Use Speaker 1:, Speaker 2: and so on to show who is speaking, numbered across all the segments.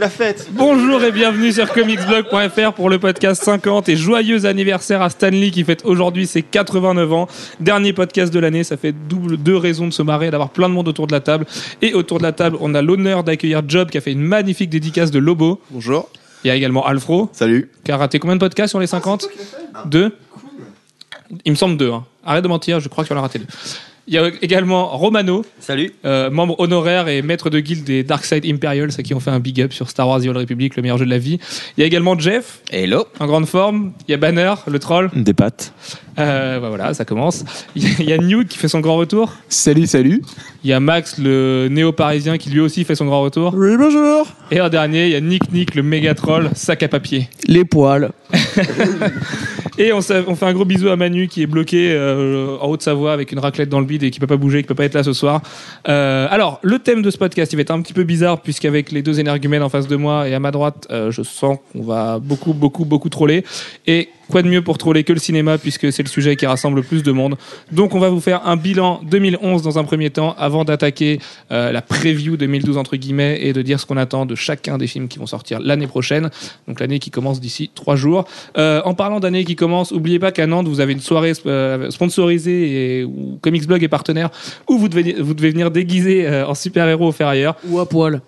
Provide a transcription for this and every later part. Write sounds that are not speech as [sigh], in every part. Speaker 1: la fête.
Speaker 2: Bonjour et bienvenue sur comicsblog.fr pour le podcast 50 et joyeux anniversaire à Stanley qui fête aujourd'hui ses 89 ans. Dernier podcast de l'année, ça fait double deux raisons de se marrer, d'avoir plein de monde autour de la table. Et autour de la table, on a l'honneur d'accueillir Job qui a fait une magnifique dédicace de Lobo.
Speaker 1: Bonjour.
Speaker 2: Il y a également Alfro
Speaker 1: Salut.
Speaker 2: qui a raté combien de podcasts sur les 50 Deux Il me semble deux. hein. Arrête de mentir, je crois qu'il en a raté deux. Il y a également Romano,
Speaker 3: Salut.
Speaker 2: euh, membre honoraire et maître de guilde des Darkside Imperials, à qui ont fait un big up sur Star Wars The Old Republic, le meilleur jeu de la vie. Il y a également Jeff,
Speaker 3: Hello.
Speaker 2: en grande forme. Il y a Banner, le troll.
Speaker 4: Des pattes.
Speaker 2: Euh, bah voilà, ça commence. Il y a- il y a New qui fait son grand retour.
Speaker 4: Salut, salut.
Speaker 2: Il y a Max, le néo-parisien, qui lui aussi fait son grand retour.
Speaker 4: Oui, bonjour.
Speaker 2: Et en dernier, il y a Nick Nick, le méga troll, sac à papier.
Speaker 4: Les poils.
Speaker 2: Et on, s'a- on fait un gros bisou à Manu qui est bloqué euh, en Haute-Savoie avec une raclette dans le bide et qui peut pas bouger, qui peut pas être là ce soir. Euh, alors, le thème de ce podcast, il va être un petit peu bizarre puisqu'avec les deux énergumènes en face de moi et à ma droite, euh, je sens qu'on va beaucoup, beaucoup, beaucoup troller. Et quoi de mieux pour troller que le cinéma puisque c'est le sujet qui rassemble le plus de monde. Donc, on va vous faire un bilan 2011 dans un premier temps avant d'attaquer euh, la preview 2012 entre guillemets et de dire ce qu'on attend de chacun des films qui vont sortir l'année prochaine. Donc, l'année qui commence d'ici trois jours. Euh, en parlant d'année qui commence, oubliez pas qu'à Nantes, vous avez une soirée euh, sponsorisée et où Comics Blog est partenaire où vous devez, vous devez venir déguisé euh, en super-héros au fer ailleurs.
Speaker 4: Ou à poil.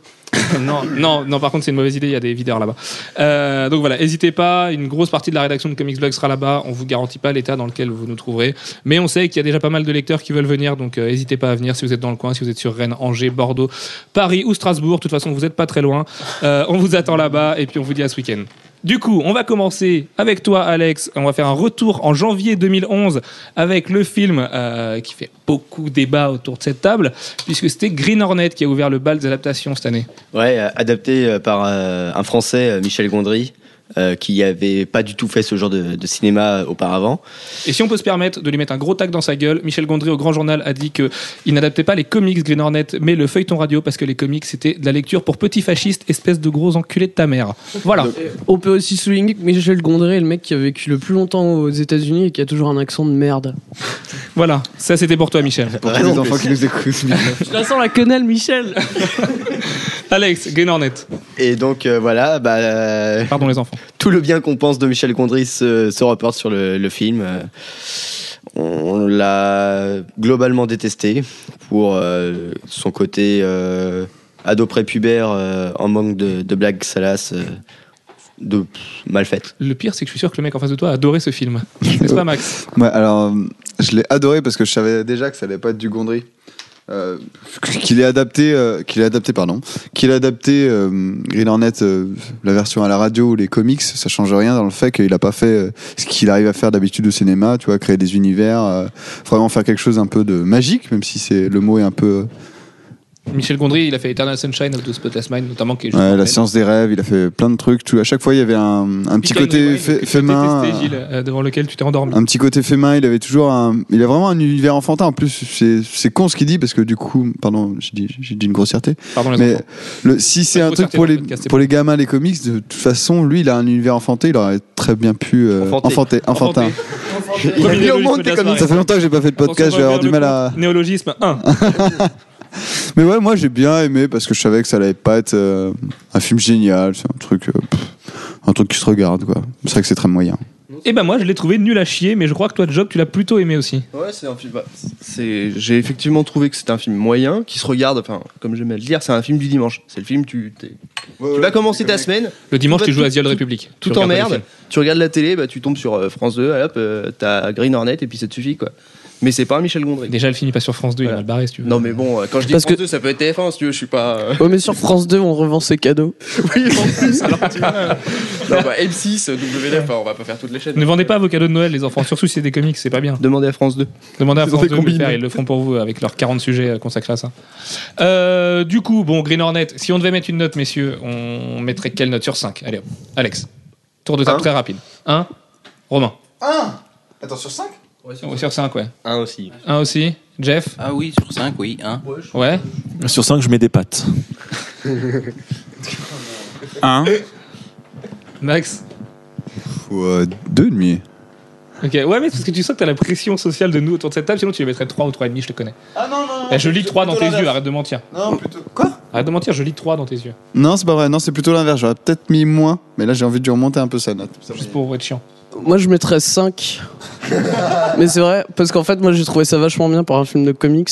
Speaker 2: non, non, non, par contre, c'est une mauvaise idée, il y a des videurs là-bas. Euh, donc voilà, n'hésitez pas, une grosse partie de la rédaction de Comics Blog sera là-bas. On vous garantit pas l'état dans lequel vous nous trouverez, mais on sait qu'il y a déjà pas mal de lecteurs qui veulent venir, donc euh, n'hésitez pas à venir si vous êtes dans le coin, si vous êtes sur Rennes, Angers, Bordeaux, Paris ou Strasbourg. De toute façon, vous n'êtes pas très loin. Euh, on vous attend là-bas et puis on vous dit à ce week-end. Du coup, on va commencer avec toi, Alex. On va faire un retour en janvier 2011 avec le film euh, qui fait beaucoup débat autour de cette table, puisque c'était Green Hornet qui a ouvert le bal des adaptations cette année.
Speaker 3: Ouais, euh, adapté euh, par euh, un Français, euh, Michel Gondry, euh, qui avait pas du tout fait ce genre de, de cinéma euh, auparavant.
Speaker 2: Et si on peut se permettre de lui mettre un gros tac dans sa gueule, Michel Gondry au Grand Journal a dit que il n'adaptait pas les comics Green Hornet, mais le feuilleton radio parce que les comics c'était de la lecture pour petits fascistes, espèce de gros enculé de ta mère. Voilà.
Speaker 5: On peut aussi souligner que Michel Gondry est le mec qui a vécu le plus longtemps aux États-Unis et qui a toujours un accent de merde.
Speaker 2: Voilà. Ça c'était pour toi Michel.
Speaker 1: Pour tous les enfants qui nous écoutent.
Speaker 5: Je la sens la quenelle, Michel
Speaker 2: Alex, Green Hornet.
Speaker 3: Et donc euh, voilà, bah, euh,
Speaker 2: Pardon les enfants.
Speaker 3: tout le bien qu'on pense de Michel Gondry se, se reporte sur le, le film. Euh, on l'a globalement détesté pour euh, son côté euh, ado prépubère euh, en manque de, de blagues salaces, euh, de pff, mal faites.
Speaker 2: Le pire c'est que je suis sûr que le mec en face de toi a adoré ce film. N'est-ce pas Max
Speaker 6: Ouais, alors, euh, je l'ai adoré parce que je savais déjà que ça allait pas être du Gondry. Euh, qu'il est adapté, euh, qu'il est adapté, pardon, qu'il est adapté euh, Green Hornet, euh, la version à la radio ou les comics, ça change rien dans le fait qu'il a pas fait euh, ce qu'il arrive à faire d'habitude au cinéma, tu vois, créer des univers, euh, vraiment faire quelque chose un peu de magique, même si c'est le mot est un peu
Speaker 2: Michel Gondry, il a fait Eternal Sunshine of the Spotless Mind notamment qui est juste
Speaker 6: ouais,
Speaker 2: en
Speaker 6: la
Speaker 2: tête.
Speaker 6: science des rêves, il a fait plein de trucs, tout, à chaque fois il y avait un, un petit
Speaker 2: Pecan
Speaker 6: côté
Speaker 2: Rewind, que
Speaker 6: fait,
Speaker 2: tu
Speaker 6: fait main.
Speaker 2: détestais,
Speaker 6: euh,
Speaker 2: Gilles, euh, devant lequel tu t'es endormi.
Speaker 6: un petit côté fait main, il avait toujours un, il a vraiment un univers enfantin. En plus, c'est- c'est con ce qu'il dit parce que du coup, pardon, j'ai dit, j'ai dit une grossièreté.
Speaker 2: Pardon les
Speaker 6: Mais
Speaker 2: enfants.
Speaker 6: le, si c'est
Speaker 2: Pas
Speaker 6: un
Speaker 2: de
Speaker 6: truc pour
Speaker 2: grossièreté
Speaker 6: les
Speaker 2: dans le podcast, c'est
Speaker 6: pour les gamins, les comics, de toute façon, lui, il a un univers enfanté. Il aurait très bien pu euh,
Speaker 3: Enfanté.
Speaker 6: enfanter, enfantin.
Speaker 2: Enfanté. Premier
Speaker 3: mis au
Speaker 2: néologisme
Speaker 3: monde
Speaker 2: de la
Speaker 3: des comics.
Speaker 2: soirée.
Speaker 6: Ça fait longtemps que j'ai pas fait de podcast, je vais avoir du mal à.
Speaker 2: Néologisme 1.
Speaker 6: Mais ouais, moi j'ai bien aimé parce que je savais que ça allait pas être euh, un film génial, c'est un truc, euh, pff, un truc qui se regarde quoi. C'est vrai que c'est très moyen.
Speaker 2: Et ben moi je l'ai trouvé nul à chier, mais je crois que toi Job tu l'as plutôt aimé aussi.
Speaker 7: Ouais, c'est un film. bah, c'est, j'ai effectivement trouvé que c'était un film moyen qui se regarde. Enfin, comme j'aime à le dire, c'est un film du dimanche. C'est le film tu, t'es- tu vas commencer ta semaine,
Speaker 2: Le dimanche
Speaker 7: Tout-
Speaker 2: tu joues à The Old
Speaker 7: tout-
Speaker 2: Republic. Tu
Speaker 7: tout en
Speaker 2: regardes pas
Speaker 7: merde.
Speaker 2: les
Speaker 7: Tu regardes la télé, bah tu tombes sur euh, France 2, hop, euh, t'as Green Hornet et puis ça te suffit quoi. Mais c'est pas un Michel
Speaker 2: films.
Speaker 7: Gondry.
Speaker 2: Déjà le film il passe sur France 2, il est
Speaker 7: Voilà.
Speaker 2: mal barré si tu veux.
Speaker 7: Non mais bon, euh, quand je dis
Speaker 5: Parce
Speaker 7: France
Speaker 5: que-
Speaker 7: 2, ça peut être TF1 si tu veux. Je suis pas. euh,
Speaker 5: Ouais, mais sur France 2, on revend ses cadeaux.
Speaker 7: [laughs] oui, en
Speaker 2: [laughs]
Speaker 7: plus. Alors tu vois, euh, non, bah, M6, WDF, enfin, hein, on va pas faire toutes les chaînes.
Speaker 2: Ne vendez pas vos cadeaux de Noël les enfants, surtout si c'est des comics, c'est pas bien.
Speaker 7: Demandez à France 2.
Speaker 2: Demandez à
Speaker 7: Ils ont
Speaker 2: France
Speaker 7: fait
Speaker 2: 2 de le
Speaker 7: combiner.
Speaker 2: faire, ils le feront pour vous avec leurs 40 sujets euh, consacrés à ça. Euh, du coup, bon, Green Hornet, si on devait mettre une note, messieurs, on mettrait quelle note sur 5 Allez, hop. Alex, tour de table
Speaker 3: Un.
Speaker 2: très rapide. 1, Romain,
Speaker 6: Un. Attends sur 5
Speaker 2: Oh, sur 5, ouais.
Speaker 3: Un aussi.
Speaker 2: 1 aussi, Jeff,
Speaker 8: Ah oui, sur 5, oui. Hein.
Speaker 2: ouais.
Speaker 4: Sur 5, je mets des pattes.
Speaker 8: 1.
Speaker 2: Max,
Speaker 6: ou euh, deux et demi.
Speaker 2: Ok, ouais, mais parce que tu sens que t'as la pression sociale de nous autour de cette table, sinon tu les mettrais 3 ou 3,5, Eh, je te connais.
Speaker 1: Ah non, non,
Speaker 2: La jolie 3 dans tes yeux, arrête de mentir.
Speaker 1: Non, plutôt. Quoi
Speaker 2: Arrête de mentir, je lis 3 dans tes yeux.
Speaker 6: Non, c'est pas vrai. Non, c'est plutôt l'inverse. J'aurais peut-être mis moins, mais là j'ai envie de lui remonter un peu sa note.
Speaker 2: Juste pour être chiant.
Speaker 5: Moi, je mettrais
Speaker 1: [laughs]
Speaker 5: 5. mais c'est vrai, parce qu'en fait, moi, j'ai trouvé ça vachement bien pour un film de comics.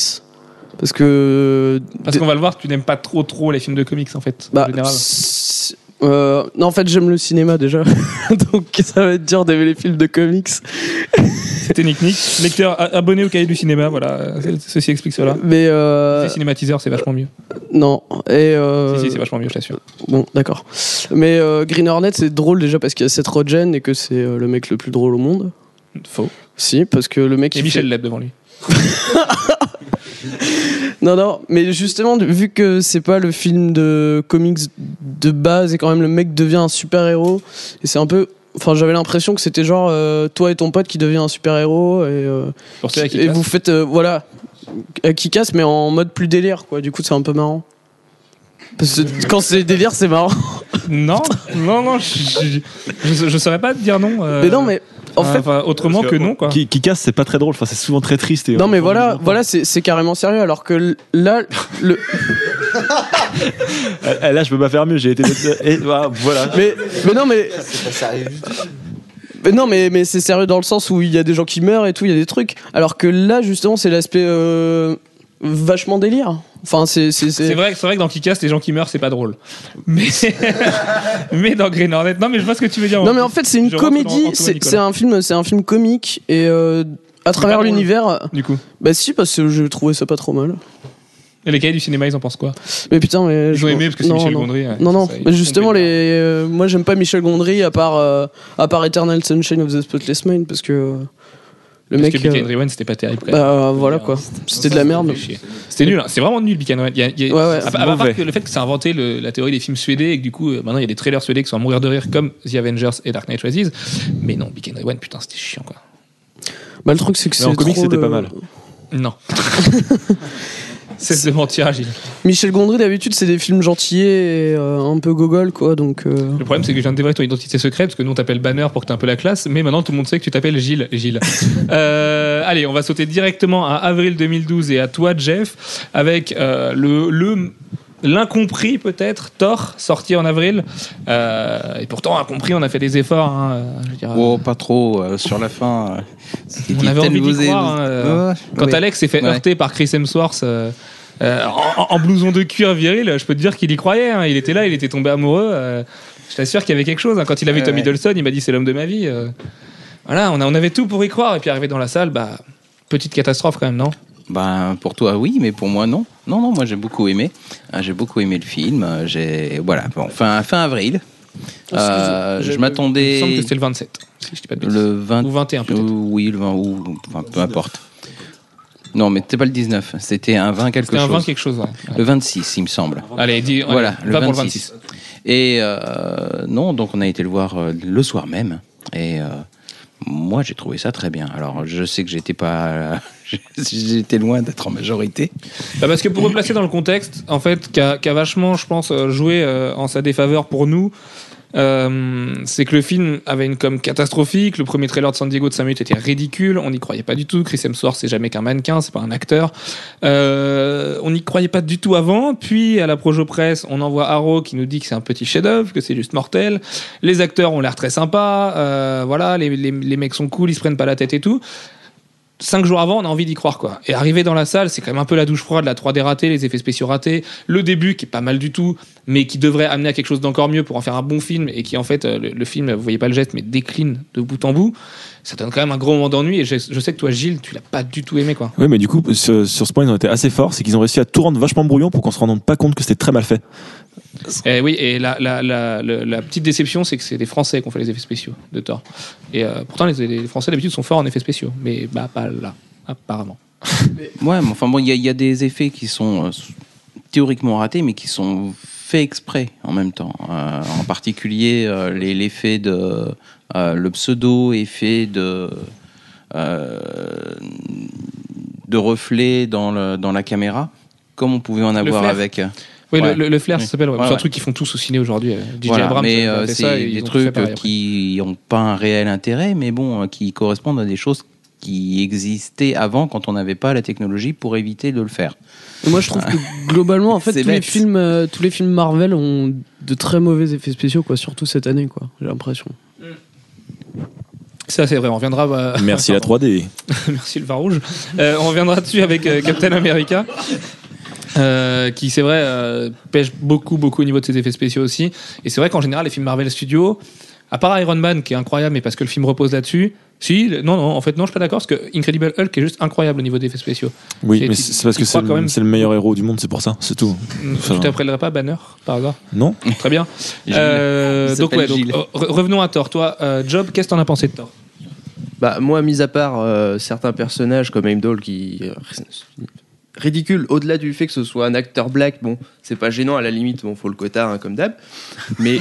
Speaker 5: Parce que.
Speaker 2: Parce qu'on va le voir, tu n'aimes pas trop trop les films de comics en fait, en
Speaker 5: Bah,
Speaker 2: général.
Speaker 5: s- euh, non, en fait, j'aime le cinéma déjà. [laughs] Donc, ça va être dur d'aimer les films de comics.
Speaker 2: C'était Nick Nick. Lecteur, a- abonné au cahier du cinéma, voilà. Euh, Ceci explique cela.
Speaker 5: Mais. euh,
Speaker 2: C'est cinématiseur, c'est vachement mieux.
Speaker 5: non. Et. euh,
Speaker 2: Si, si, c'est vachement mieux, je t'assure.
Speaker 5: Bon, d'accord. Mais euh, Green Hornet, c'est drôle déjà parce qu'il y a Seth Rogen et que c'est euh, le mec le plus drôle au monde.
Speaker 2: Faux.
Speaker 5: Si, parce que le mec.
Speaker 2: Et
Speaker 5: il
Speaker 2: Michel Leb devant lui.
Speaker 5: fait- Non, non, mais justement, vu que c'est pas le film de comics de base et quand même le mec devient un super héros, et c'est un peu. Enfin, j'avais l'impression que c'était genre euh, toi et ton pote qui devient un super héros et, euh,
Speaker 2: Pour ceux à qui
Speaker 5: et
Speaker 2: casse.
Speaker 5: vous faites. euh, voilà. À qui casse, mais en mode plus délire, quoi. Du coup, c'est un peu marrant. Parce que quand c'est délire, c'est marrant.
Speaker 2: Non, non, non, je, je, je- je saurais pas te dire non. euh,
Speaker 5: Mais non, mais en
Speaker 2: enfin,
Speaker 5: fait.
Speaker 2: bah, autrement que non, quoi.
Speaker 4: Qui, qui casse, c'est pas très drôle. Enfin, c'est souvent très triste. Et
Speaker 5: Non mais voilà, voilà c'est c'est carrément sérieux alors que l- là le
Speaker 4: [laughs] Eh, eh, Là, je peux pas faire mieux. J'ai été. et, voilà, voilà.
Speaker 5: [laughs] mais mais non mais mais non mais mais c'est sérieux dans le sens où il y a des gens qui meurent et tout, il y a des trucs alors que là justement c'est l'aspect euh, vachement délire. Enfin c'est c'est
Speaker 2: C'est
Speaker 5: c'est
Speaker 2: vrai, c'est vrai que dans Kikas, les gens qui meurent, c'est pas drôle. Mais, [laughs] mais dans Green Hornet, non, mais je vois ce que tu veux dire.
Speaker 5: Non mais en fait c'est une
Speaker 2: Je rentre dans
Speaker 5: comédie,
Speaker 2: Antoine
Speaker 5: c'est
Speaker 2: Nicolas.
Speaker 5: c'est un film c'est un film comique et euh, à travers
Speaker 2: drôle.
Speaker 5: l'univers
Speaker 2: Du coup,
Speaker 5: bah si parce que je trouvais ça pas trop mal.
Speaker 2: et les cahiers du cinéma, ils en pensent quoi
Speaker 5: Mais putain mais
Speaker 2: Ils
Speaker 5: je-
Speaker 2: ont aimé parce que c'est
Speaker 5: non,
Speaker 2: Michel
Speaker 5: non.
Speaker 2: Gondry. ouais.
Speaker 5: Non, non,
Speaker 2: Ça,
Speaker 5: mais
Speaker 2: ils sont
Speaker 5: justement, les,
Speaker 2: complètement-
Speaker 5: euh, moi j'aime pas Michel Gondry à part, euh, à part Eternal Sunshine of the Spotless Mind parce que euh, le
Speaker 2: Parce
Speaker 5: mec.
Speaker 2: que Beacon
Speaker 5: euh,
Speaker 2: Driven, c'était pas terrible. quand même.
Speaker 5: bah voilà quoi, c'était de la merde.
Speaker 2: C'était nul, hein. c'est vraiment nul, Beacon Driven. Il y a- il y a-
Speaker 5: Ouais, ouais.
Speaker 2: à, part- à part que le fait que ça a inventé le- la théorie des films suédés et que du coup, euh, maintenant, il y a des trailers suédés qui sont à mourir de rire comme The Avengers et Dark Knight Rises. Mais non, Beacon Driven, putain, c'était chiant, quoi.
Speaker 5: Bah le truc c'est que
Speaker 4: Mais
Speaker 5: c'est.
Speaker 4: en comics,
Speaker 5: trop
Speaker 4: c'était
Speaker 5: le-
Speaker 4: pas mal.
Speaker 2: Non. [laughs] c'est de mentir, Gilles.
Speaker 5: Michel Gondry d'habitude c'est des films gentillés et euh, un peu gogol quoi donc. euh,
Speaker 2: Le problème, c'est que je viens de dévoiler ton identité secrète, parce que nous, on t'appelle Banner pour que t'aies un peu la classe, mais maintenant, tout le monde sait que tu t'appelles Gilles. Gilles. Euh, allez, on va sauter directement à avril 2012 et à toi, Jeff, avec euh, le. le- L'incompris peut-être, Thor, sorti en avril. Euh, et pourtant, incompris, on a fait des efforts. hein, euh, je veux dire,
Speaker 8: [laughs] Oh, pas trop, euh, sur la fin. euh, c'était
Speaker 2: On avait envie
Speaker 8: tellement
Speaker 2: d'y
Speaker 8: osé-
Speaker 2: croire, hein, euh,
Speaker 8: Ouais,
Speaker 2: Quand
Speaker 8: ouais.
Speaker 2: Alex s'est fait
Speaker 8: Ouais.
Speaker 2: heurter par Chris Hemsworth euh, euh, en, en blouson de cuir viril, je peux te dire qu'il y croyait. hein. Il était là, il était tombé amoureux. euh, je t'assure qu'il y avait quelque chose. hein. Quand il a vu
Speaker 8: Ouais,
Speaker 2: Tom
Speaker 8: ouais.
Speaker 2: Hiddleston, il m'a dit c'est l'homme de ma vie. euh. Voilà, on, a- on avait tout pour y croire. Et puis arrivé dans la salle, bah, petite catastrophe quand même, non
Speaker 8: Ben, pour toi, oui, mais pour moi, non. Non, non, moi, j'ai beaucoup aimé. Euh, J'ai beaucoup aimé le film. Euh, J'ai. Voilà, bon, fin, fin avril. Euh, je
Speaker 2: Il me semble que
Speaker 8: m'attendais.
Speaker 2: c'était le 27, si je dis pas de bêtises.
Speaker 8: Le 20
Speaker 2: Ou 21 peut-être.
Speaker 8: Oui, le 20 ou enfin, peu importe. Non, mais c'était pas le 19, c'était un 20 quelque
Speaker 2: C'était
Speaker 8: chose.
Speaker 2: un 20 quelque chose. ouais.
Speaker 8: Le 26, il me semble.
Speaker 2: Allez, dis, allez,
Speaker 8: Voilà,
Speaker 2: va
Speaker 8: le 26.
Speaker 2: pour le 26.
Speaker 8: Et euh, non, donc on a été le voir euh, le soir même. Et euh, moi, j'ai trouvé ça très bien. Alors, je sais que j'étais pas, [laughs] j'étais loin d'être en majorité.
Speaker 2: Bah, parce que pour replacer dans le contexte, en fait, qu'a qu'a vachement, je pense, euh, joué euh, en sa défaveur pour nous, euh, c'est que le film avait une com catastrophique. Le premier trailer de San Diego de 5 minutes était ridicule. On n'y croyait pas du tout. Chris Hemsworth, c'est jamais qu'un mannequin, c'est pas un acteur. Euh, on n'y croyait pas du tout avant. Puis à la Projo Press, on envoie Arrow qui nous dit que c'est un petit chef-d'œuvre, que c'est juste mortel. Les acteurs ont l'air très sympas. euh, voilà, les, les- les mecs sont cool, ils se prennent pas la tête et tout. Cinq jours avant, on a envie d'y croire quoi. Et arrivé dans la salle, c'est quand même un peu la douche froide, la 3D ratée, les effets spéciaux ratés, le début qui est pas mal du tout, mais qui devrait amener à quelque chose d'encore mieux pour en faire un bon film et qui en fait euh, le, le film, vous voyez pas le geste, mais décline de bout en bout. Ça donne quand même un gros moment d'ennui et je, je sais que toi Gilles, tu l'as pas du tout aimé quoi.
Speaker 4: Oui, mais du coup, sur, sur ce point, ils ont été assez forts. C'est qu'ils ont réussi à tout rendre vachement brouillon pour qu'on se rende pas compte que c'était très mal fait.
Speaker 2: Eh oui, et la, la, la, la- la petite déception, c'est que c'est les Français qui ont fait les effets spéciaux de Thor. Et euh, pourtant, les, les Français d'habitude sont forts en effets spéciaux, mais bah pas là, apparemment.
Speaker 8: Ouais, mais enfin bon, il y, a- il y a des effets qui sont euh, théoriquement ratés, mais qui sont faits exprès en même temps. Euh, en particulier, euh, les- l'effet de. euh, le pseudo-effet de. euh, de reflet dans, le, dans la caméra, comme on pouvait en avoir
Speaker 2: flair.
Speaker 8: avec. euh,
Speaker 2: Oui, le-
Speaker 8: Ouais.
Speaker 2: le, le flair, ça s'appelle. ouais.
Speaker 8: Ouais,
Speaker 2: c'est un
Speaker 8: ouais.
Speaker 2: truc qu'ils font tous au ciné aujourd'hui. euh, DJ
Speaker 8: Voilà,
Speaker 2: Abrams,
Speaker 8: mais
Speaker 2: ça,
Speaker 8: euh,
Speaker 2: ça fait
Speaker 8: c'est
Speaker 2: ça, et ils
Speaker 8: des
Speaker 2: ont tout fait
Speaker 8: trucs euh,
Speaker 2: pareil après.
Speaker 8: qui n'ont pas un réel intérêt, mais bon, euh, qui correspondent à des choses qui existait avant quand on n'avait pas la technologie pour éviter de le faire.
Speaker 5: Et Moi, je trouve que
Speaker 8: [laughs]
Speaker 5: globalement, en fait,
Speaker 8: C'est
Speaker 5: tous les,
Speaker 8: bête.
Speaker 5: films, euh, tous les films Marvel ont de très mauvais effets spéciaux, quoi, surtout cette année, quoi. J'ai l'impression.
Speaker 2: Ça, c'est vrai, on reviendra. bah,
Speaker 4: [laughs] Merci la 3D.
Speaker 2: [laughs] Merci le vin rouge. Euh, on reviendra dessus avec euh, Captain America. euh, qui c'est vrai euh, pêche beaucoup beaucoup au niveau de ses effets spéciaux aussi et c'est vrai qu'en général les films Marvel Studios à part Iron Man qui est incroyable mais parce que le film repose là-dessus si le- non non en fait non je suis pas d'accord parce que Incredible Hulk est juste incroyable au niveau des effets spéciaux
Speaker 4: Oui,
Speaker 2: Et
Speaker 4: mais
Speaker 2: tu-
Speaker 4: c'est parce
Speaker 2: tu
Speaker 4: que
Speaker 2: crois
Speaker 4: c'est
Speaker 2: quand
Speaker 4: le,
Speaker 2: même-
Speaker 4: c'est le meilleur héros du monde, c'est pour ça, c'est tout. Ça
Speaker 2: tu
Speaker 4: va.
Speaker 2: t'appellerais pas Banner par hasard
Speaker 4: Non
Speaker 2: très bien
Speaker 8: Gilles.
Speaker 2: Euh,
Speaker 8: Il
Speaker 2: donc
Speaker 8: s'appelle
Speaker 2: ouais donc,
Speaker 8: Gilles.
Speaker 2: euh, re- revenons à Thor toi euh, Job qu'est-ce que t'en as pensé de Thor
Speaker 7: Bah, moi, mis à part euh, certains personnages comme Heimdall qui. euh, ridicule, au-delà du fait que ce soit un acteur black, bon, c'est pas gênant à la limite, bon, faut le quota hein, comme d'hab.
Speaker 2: [laughs]
Speaker 7: Mais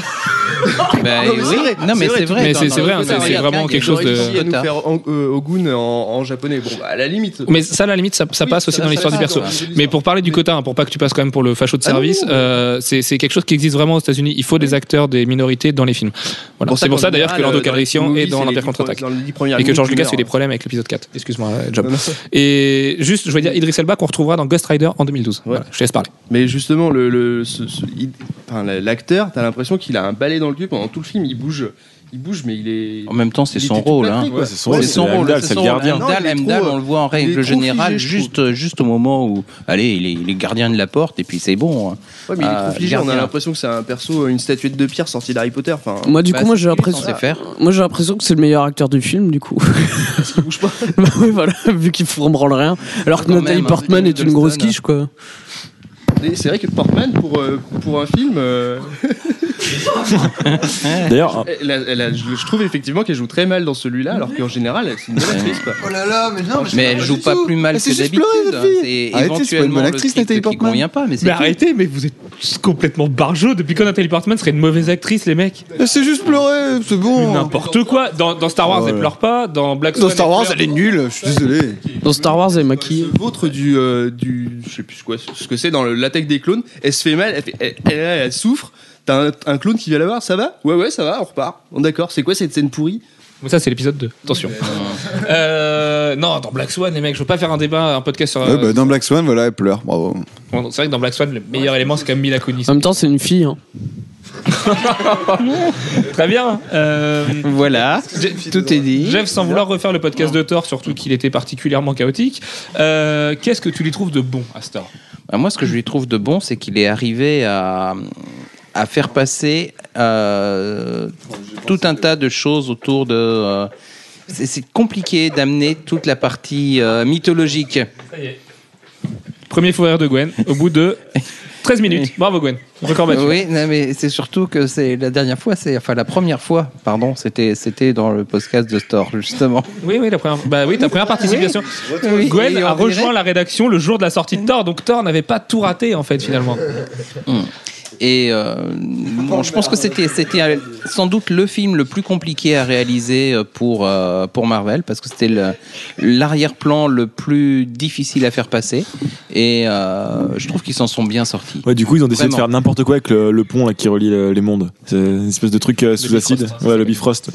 Speaker 8: Bah,
Speaker 7: Ah, Non, mais c'est
Speaker 8: oui.
Speaker 7: vrai,
Speaker 8: Non, mais c'est vrai.
Speaker 2: Mais
Speaker 8: dans-
Speaker 2: c'est-
Speaker 8: dans
Speaker 2: c'est
Speaker 8: le
Speaker 2: vrai, hein,
Speaker 8: côté,
Speaker 2: c'est- c'est
Speaker 8: regarde,
Speaker 2: vraiment
Speaker 8: il y a
Speaker 2: quelque
Speaker 8: Joe
Speaker 2: chose de-
Speaker 7: réussi à
Speaker 8: Hill,
Speaker 7: nous
Speaker 8: t'as-
Speaker 7: faire Ang- euh, Ogun en, en japonais. Bon, bah, à la limite.
Speaker 2: mais ça à la limite ça, ça
Speaker 7: Oui,
Speaker 2: passe aussi
Speaker 7: ça-
Speaker 2: dans
Speaker 7: ça
Speaker 2: l'histoire du
Speaker 7: passe
Speaker 2: perso
Speaker 7: dans l'histoire.
Speaker 2: Mais pour parler du quota, hein, pour pas que tu passes quand même pour le facho de
Speaker 7: Ah non,
Speaker 2: service,
Speaker 7: non, non.
Speaker 2: euh, c'est c'est quelque chose qui existe vraiment aux États-Unis. Il faut des acteurs des minorités dans les films. Voilà.
Speaker 7: Pour
Speaker 2: C'est pour
Speaker 7: qu'en
Speaker 2: ça d'ailleurs que
Speaker 7: général,
Speaker 2: Lando
Speaker 7: euh, dans les
Speaker 2: Calrissian
Speaker 7: movies,
Speaker 2: est dans
Speaker 7: c'est les
Speaker 2: l'Empire
Speaker 7: dix
Speaker 2: contre-attaque
Speaker 7: pre- dans les
Speaker 2: et
Speaker 7: premières
Speaker 2: que
Speaker 7: minutes,
Speaker 2: George
Speaker 7: tu
Speaker 2: Lucas
Speaker 7: meurs,
Speaker 2: fait des
Speaker 7: hein.
Speaker 2: problèmes avec l'épisode 4. Excuse-moi, euh, Job.
Speaker 7: Non, non.
Speaker 2: Et juste, je veux dire Idris Elba qu'on retrouvera dans Ghost Rider en 2012. Voilà, je te laisse parler.
Speaker 7: Mais justement, le, le- ce- ce- il- enfin, la- l'acteur, t'as l'impression qu'il a un balai dans le cul pendant tout le film. Il bouge, il bouge, mais il est.
Speaker 8: En même temps, c'est
Speaker 7: il
Speaker 8: son
Speaker 7: était tout
Speaker 8: rôle.
Speaker 7: plâtré,
Speaker 8: hein.
Speaker 7: quoi.
Speaker 4: c'est son
Speaker 7: Ouais,
Speaker 4: rôle,
Speaker 8: C'est son
Speaker 4: Heimdall,
Speaker 8: rôle,
Speaker 4: c'est le
Speaker 8: son
Speaker 4: gardien.
Speaker 8: rôle. Heimdall,
Speaker 7: Non, il est
Speaker 8: Heimdall,
Speaker 7: trop,
Speaker 8: on le voit en
Speaker 7: il est
Speaker 8: règle
Speaker 7: trop
Speaker 8: générale,
Speaker 7: figé, je
Speaker 8: juste, euh, juste au moment où, allez, il est, il est gardien de la porte et puis c'est bon.
Speaker 7: Ouais, mais il est
Speaker 8: Ah,
Speaker 7: trop figé. On a
Speaker 8: gardien.
Speaker 7: l'impression que c'est un perso, une statuette de pierre sortie d'Harry Potter. Enfin,
Speaker 5: Moi, du
Speaker 8: Bah,
Speaker 5: coup, moi,
Speaker 8: c'est
Speaker 5: j'ai
Speaker 8: ce qu'il est
Speaker 5: l'impression.
Speaker 8: censé
Speaker 5: [laughs]
Speaker 8: faire.
Speaker 5: Moi, j'ai l'impression que c'est le meilleur acteur du film, du coup. [laughs] bah oui, voilà, [laughs] vu qu'il ne branle rien. Alors que
Speaker 8: Quand
Speaker 5: Nathalie
Speaker 8: même, hein,
Speaker 5: Portman est
Speaker 8: John
Speaker 5: une grosse
Speaker 8: Stone.
Speaker 5: quiche, quoi.
Speaker 7: Et c'est vrai que Portman, pour, euh, pour un film, euh,
Speaker 4: [laughs] D'ailleurs,
Speaker 7: [laughs] elle a- elle a- je, je trouve effectivement qu'elle joue très mal dans celui-là, alors qu'en général, c'est une bonne actrice. Quoi.
Speaker 6: Oh là là, mais non,
Speaker 8: Mais elle joue pas plus mal que d'habitude. hein,
Speaker 6: Ah,
Speaker 8: C'est
Speaker 6: Arrêtez, c'est pas une
Speaker 8: éventuellement
Speaker 6: bonne
Speaker 8: le
Speaker 6: actrice,
Speaker 8: script
Speaker 6: Nathalie
Speaker 8: qui
Speaker 6: Portman.
Speaker 8: convient pas, mais c'est
Speaker 2: Mais
Speaker 8: tout.
Speaker 2: arrêtez, mais vous êtes complètement barjot. Depuis quand Nathalie Portman serait une mauvaise actrice, les mecs
Speaker 6: C'est juste pleurer, c'est bon.
Speaker 2: N'importe quoi. Dans, dans Star Wars,
Speaker 6: Oh,
Speaker 2: elle
Speaker 6: ouais.
Speaker 2: pleure pas. Dans Black
Speaker 6: Dans
Speaker 2: Swan,
Speaker 6: Star
Speaker 2: elle
Speaker 6: Wars,
Speaker 2: pleure.
Speaker 6: elle est nulle, je suis désolé.
Speaker 5: Dans Star Wars, elle est
Speaker 7: Qui
Speaker 5: maquillée.
Speaker 7: vautre du, euh, du. Je sais plus quoi, ce que c'est dans le- l'attaque des clones. Elle se fait mal, elle, fait- elle, elle- elle souffre. T'as un, un clone qui vient la voir, ça va Ouais, ouais, ça va, on repart. Bon, D'accord, c'est quoi cette scène pourrie
Speaker 2: Mais ça, c'est l'épisode 2. Attention.
Speaker 8: [laughs]
Speaker 2: Euh, non, dans Black Swan, les mecs, je veux pas faire un débat, un podcast sur.
Speaker 6: Ouais, bah, dans Black Swan, voilà, elle pleure, bravo.
Speaker 2: Bon, C'est vrai que dans Black Swan, le meilleur élément, c'est quand même Mila Kunis.
Speaker 5: En même temps, c'est une fille. hein.
Speaker 2: [laughs] Très bien. euh,
Speaker 8: Voilà, tout est dit.
Speaker 2: Jeff, sans vouloir refaire le podcast de Thor,
Speaker 6: Mm.
Speaker 2: surtout qu'il était particulièrement chaotique, euh, qu'est-ce que tu lui trouves de bon à ce Thor
Speaker 8: Bah, Moi, ce que je lui trouve de bon, c'est qu'il est arrivé à, à faire passer euh, tout un tas de choses autour de. euh, c'est- c'est compliqué d'amener toute la partie euh, mythologique.
Speaker 2: Premier fou rire de Gwen, au bout de 13 minutes. Bravo Gwen, record battu.
Speaker 8: Oui, non, mais c'est surtout que c'est la dernière fois, c'est enfin la première fois, pardon, c'était c'était dans le podcast de Store justement.
Speaker 2: Oui, oui, la première, bah oui, ta première participation.
Speaker 8: Oui,
Speaker 2: Gwen
Speaker 8: et
Speaker 2: a
Speaker 8: on dirait-
Speaker 2: rejoint la rédaction le jour de la sortie de Thor, donc Thor n'avait pas tout raté en fait finalement.
Speaker 8: Et euh, bon, je pense que c'était c'était euh, sans doute le film le plus compliqué à réaliser pour euh, pour Marvel parce que c'était le- l'arrière-plan le plus difficile à faire passer et euh, je trouve qu'ils s'en sont bien sortis.
Speaker 4: ouais, du coup, ils ont décidé de
Speaker 8: Vraiment.
Speaker 4: faire n'importe quoi avec le, le pont là, qui relie le- les mondes. C'est une espèce de truc euh, sous acide.
Speaker 2: Bifrost.
Speaker 4: Ouais, le Bifrost.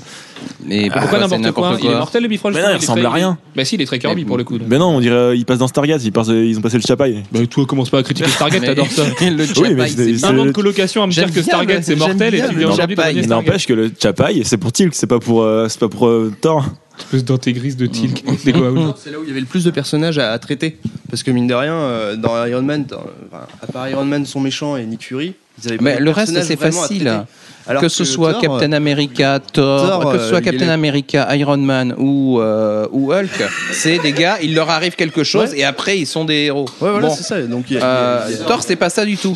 Speaker 8: Mais
Speaker 4: Ah,
Speaker 2: Pourquoi
Speaker 8: Ah, bah, c'est
Speaker 2: n'importe quoi, Il est mortel le Bifrost.
Speaker 4: Mais non, il
Speaker 2: est
Speaker 4: ressemble
Speaker 2: très-
Speaker 4: à rien.
Speaker 2: Bah si, il est très Kirby pour le coup.
Speaker 4: Ben non, on dirait euh, ils passent dans Stargate, ils, passent- ils ont passé le Chapai.
Speaker 2: Bah toi, commence pas à
Speaker 8: [laughs]
Speaker 2: critiquer Stargate,
Speaker 8: Mais-
Speaker 2: t'adores ça.
Speaker 8: le
Speaker 4: Oui, mais
Speaker 8: Chapai, c'est
Speaker 4: c'est-
Speaker 2: Un an de colocation à me
Speaker 8: J'aime
Speaker 2: dire que
Speaker 8: bien
Speaker 2: Stargate
Speaker 8: le-
Speaker 2: c'est mortel
Speaker 8: j'aime
Speaker 2: et tu
Speaker 8: bien
Speaker 2: viens
Speaker 8: le
Speaker 2: aujourd'hui de
Speaker 8: Japai.
Speaker 2: devenir
Speaker 4: Il
Speaker 2: Stargate.
Speaker 4: n'empêche que le Chapai, c'est pour Tilk, c'est pas pour, euh, c'est pas pour euh, Thor.
Speaker 2: Espèce d'intégriste
Speaker 8: [laughs]
Speaker 2: de Tilk. C'est quoi
Speaker 7: Non, C'est là où il y avait le plus de personnages à, à traiter. Parce que mine de rien, euh, dans Iron Man, dans- enfin, à part Iron Man, son méchant et Nick Fury, ils avaient pas
Speaker 8: Mais
Speaker 7: de
Speaker 8: le reste,
Speaker 7: personnages
Speaker 8: c'est
Speaker 7: vraiment à
Speaker 8: facile. hein.
Speaker 7: traiter. Alors
Speaker 8: que ce soit
Speaker 7: Thor, euh,
Speaker 8: Captain America, Thor,
Speaker 7: Thor,
Speaker 8: que ce soit
Speaker 7: euh, il
Speaker 8: Captain
Speaker 7: est-
Speaker 8: America, Iron Man ou, euh, ou Hulk, c'est des gars, il leur arrive quelque chose et après ils sont des héros.
Speaker 7: Ouais, voilà,
Speaker 8: Bon,
Speaker 7: c'est ça. Donc, il y a-
Speaker 8: euh,
Speaker 7: il y a-
Speaker 8: Thor, c'est pas ça du tout.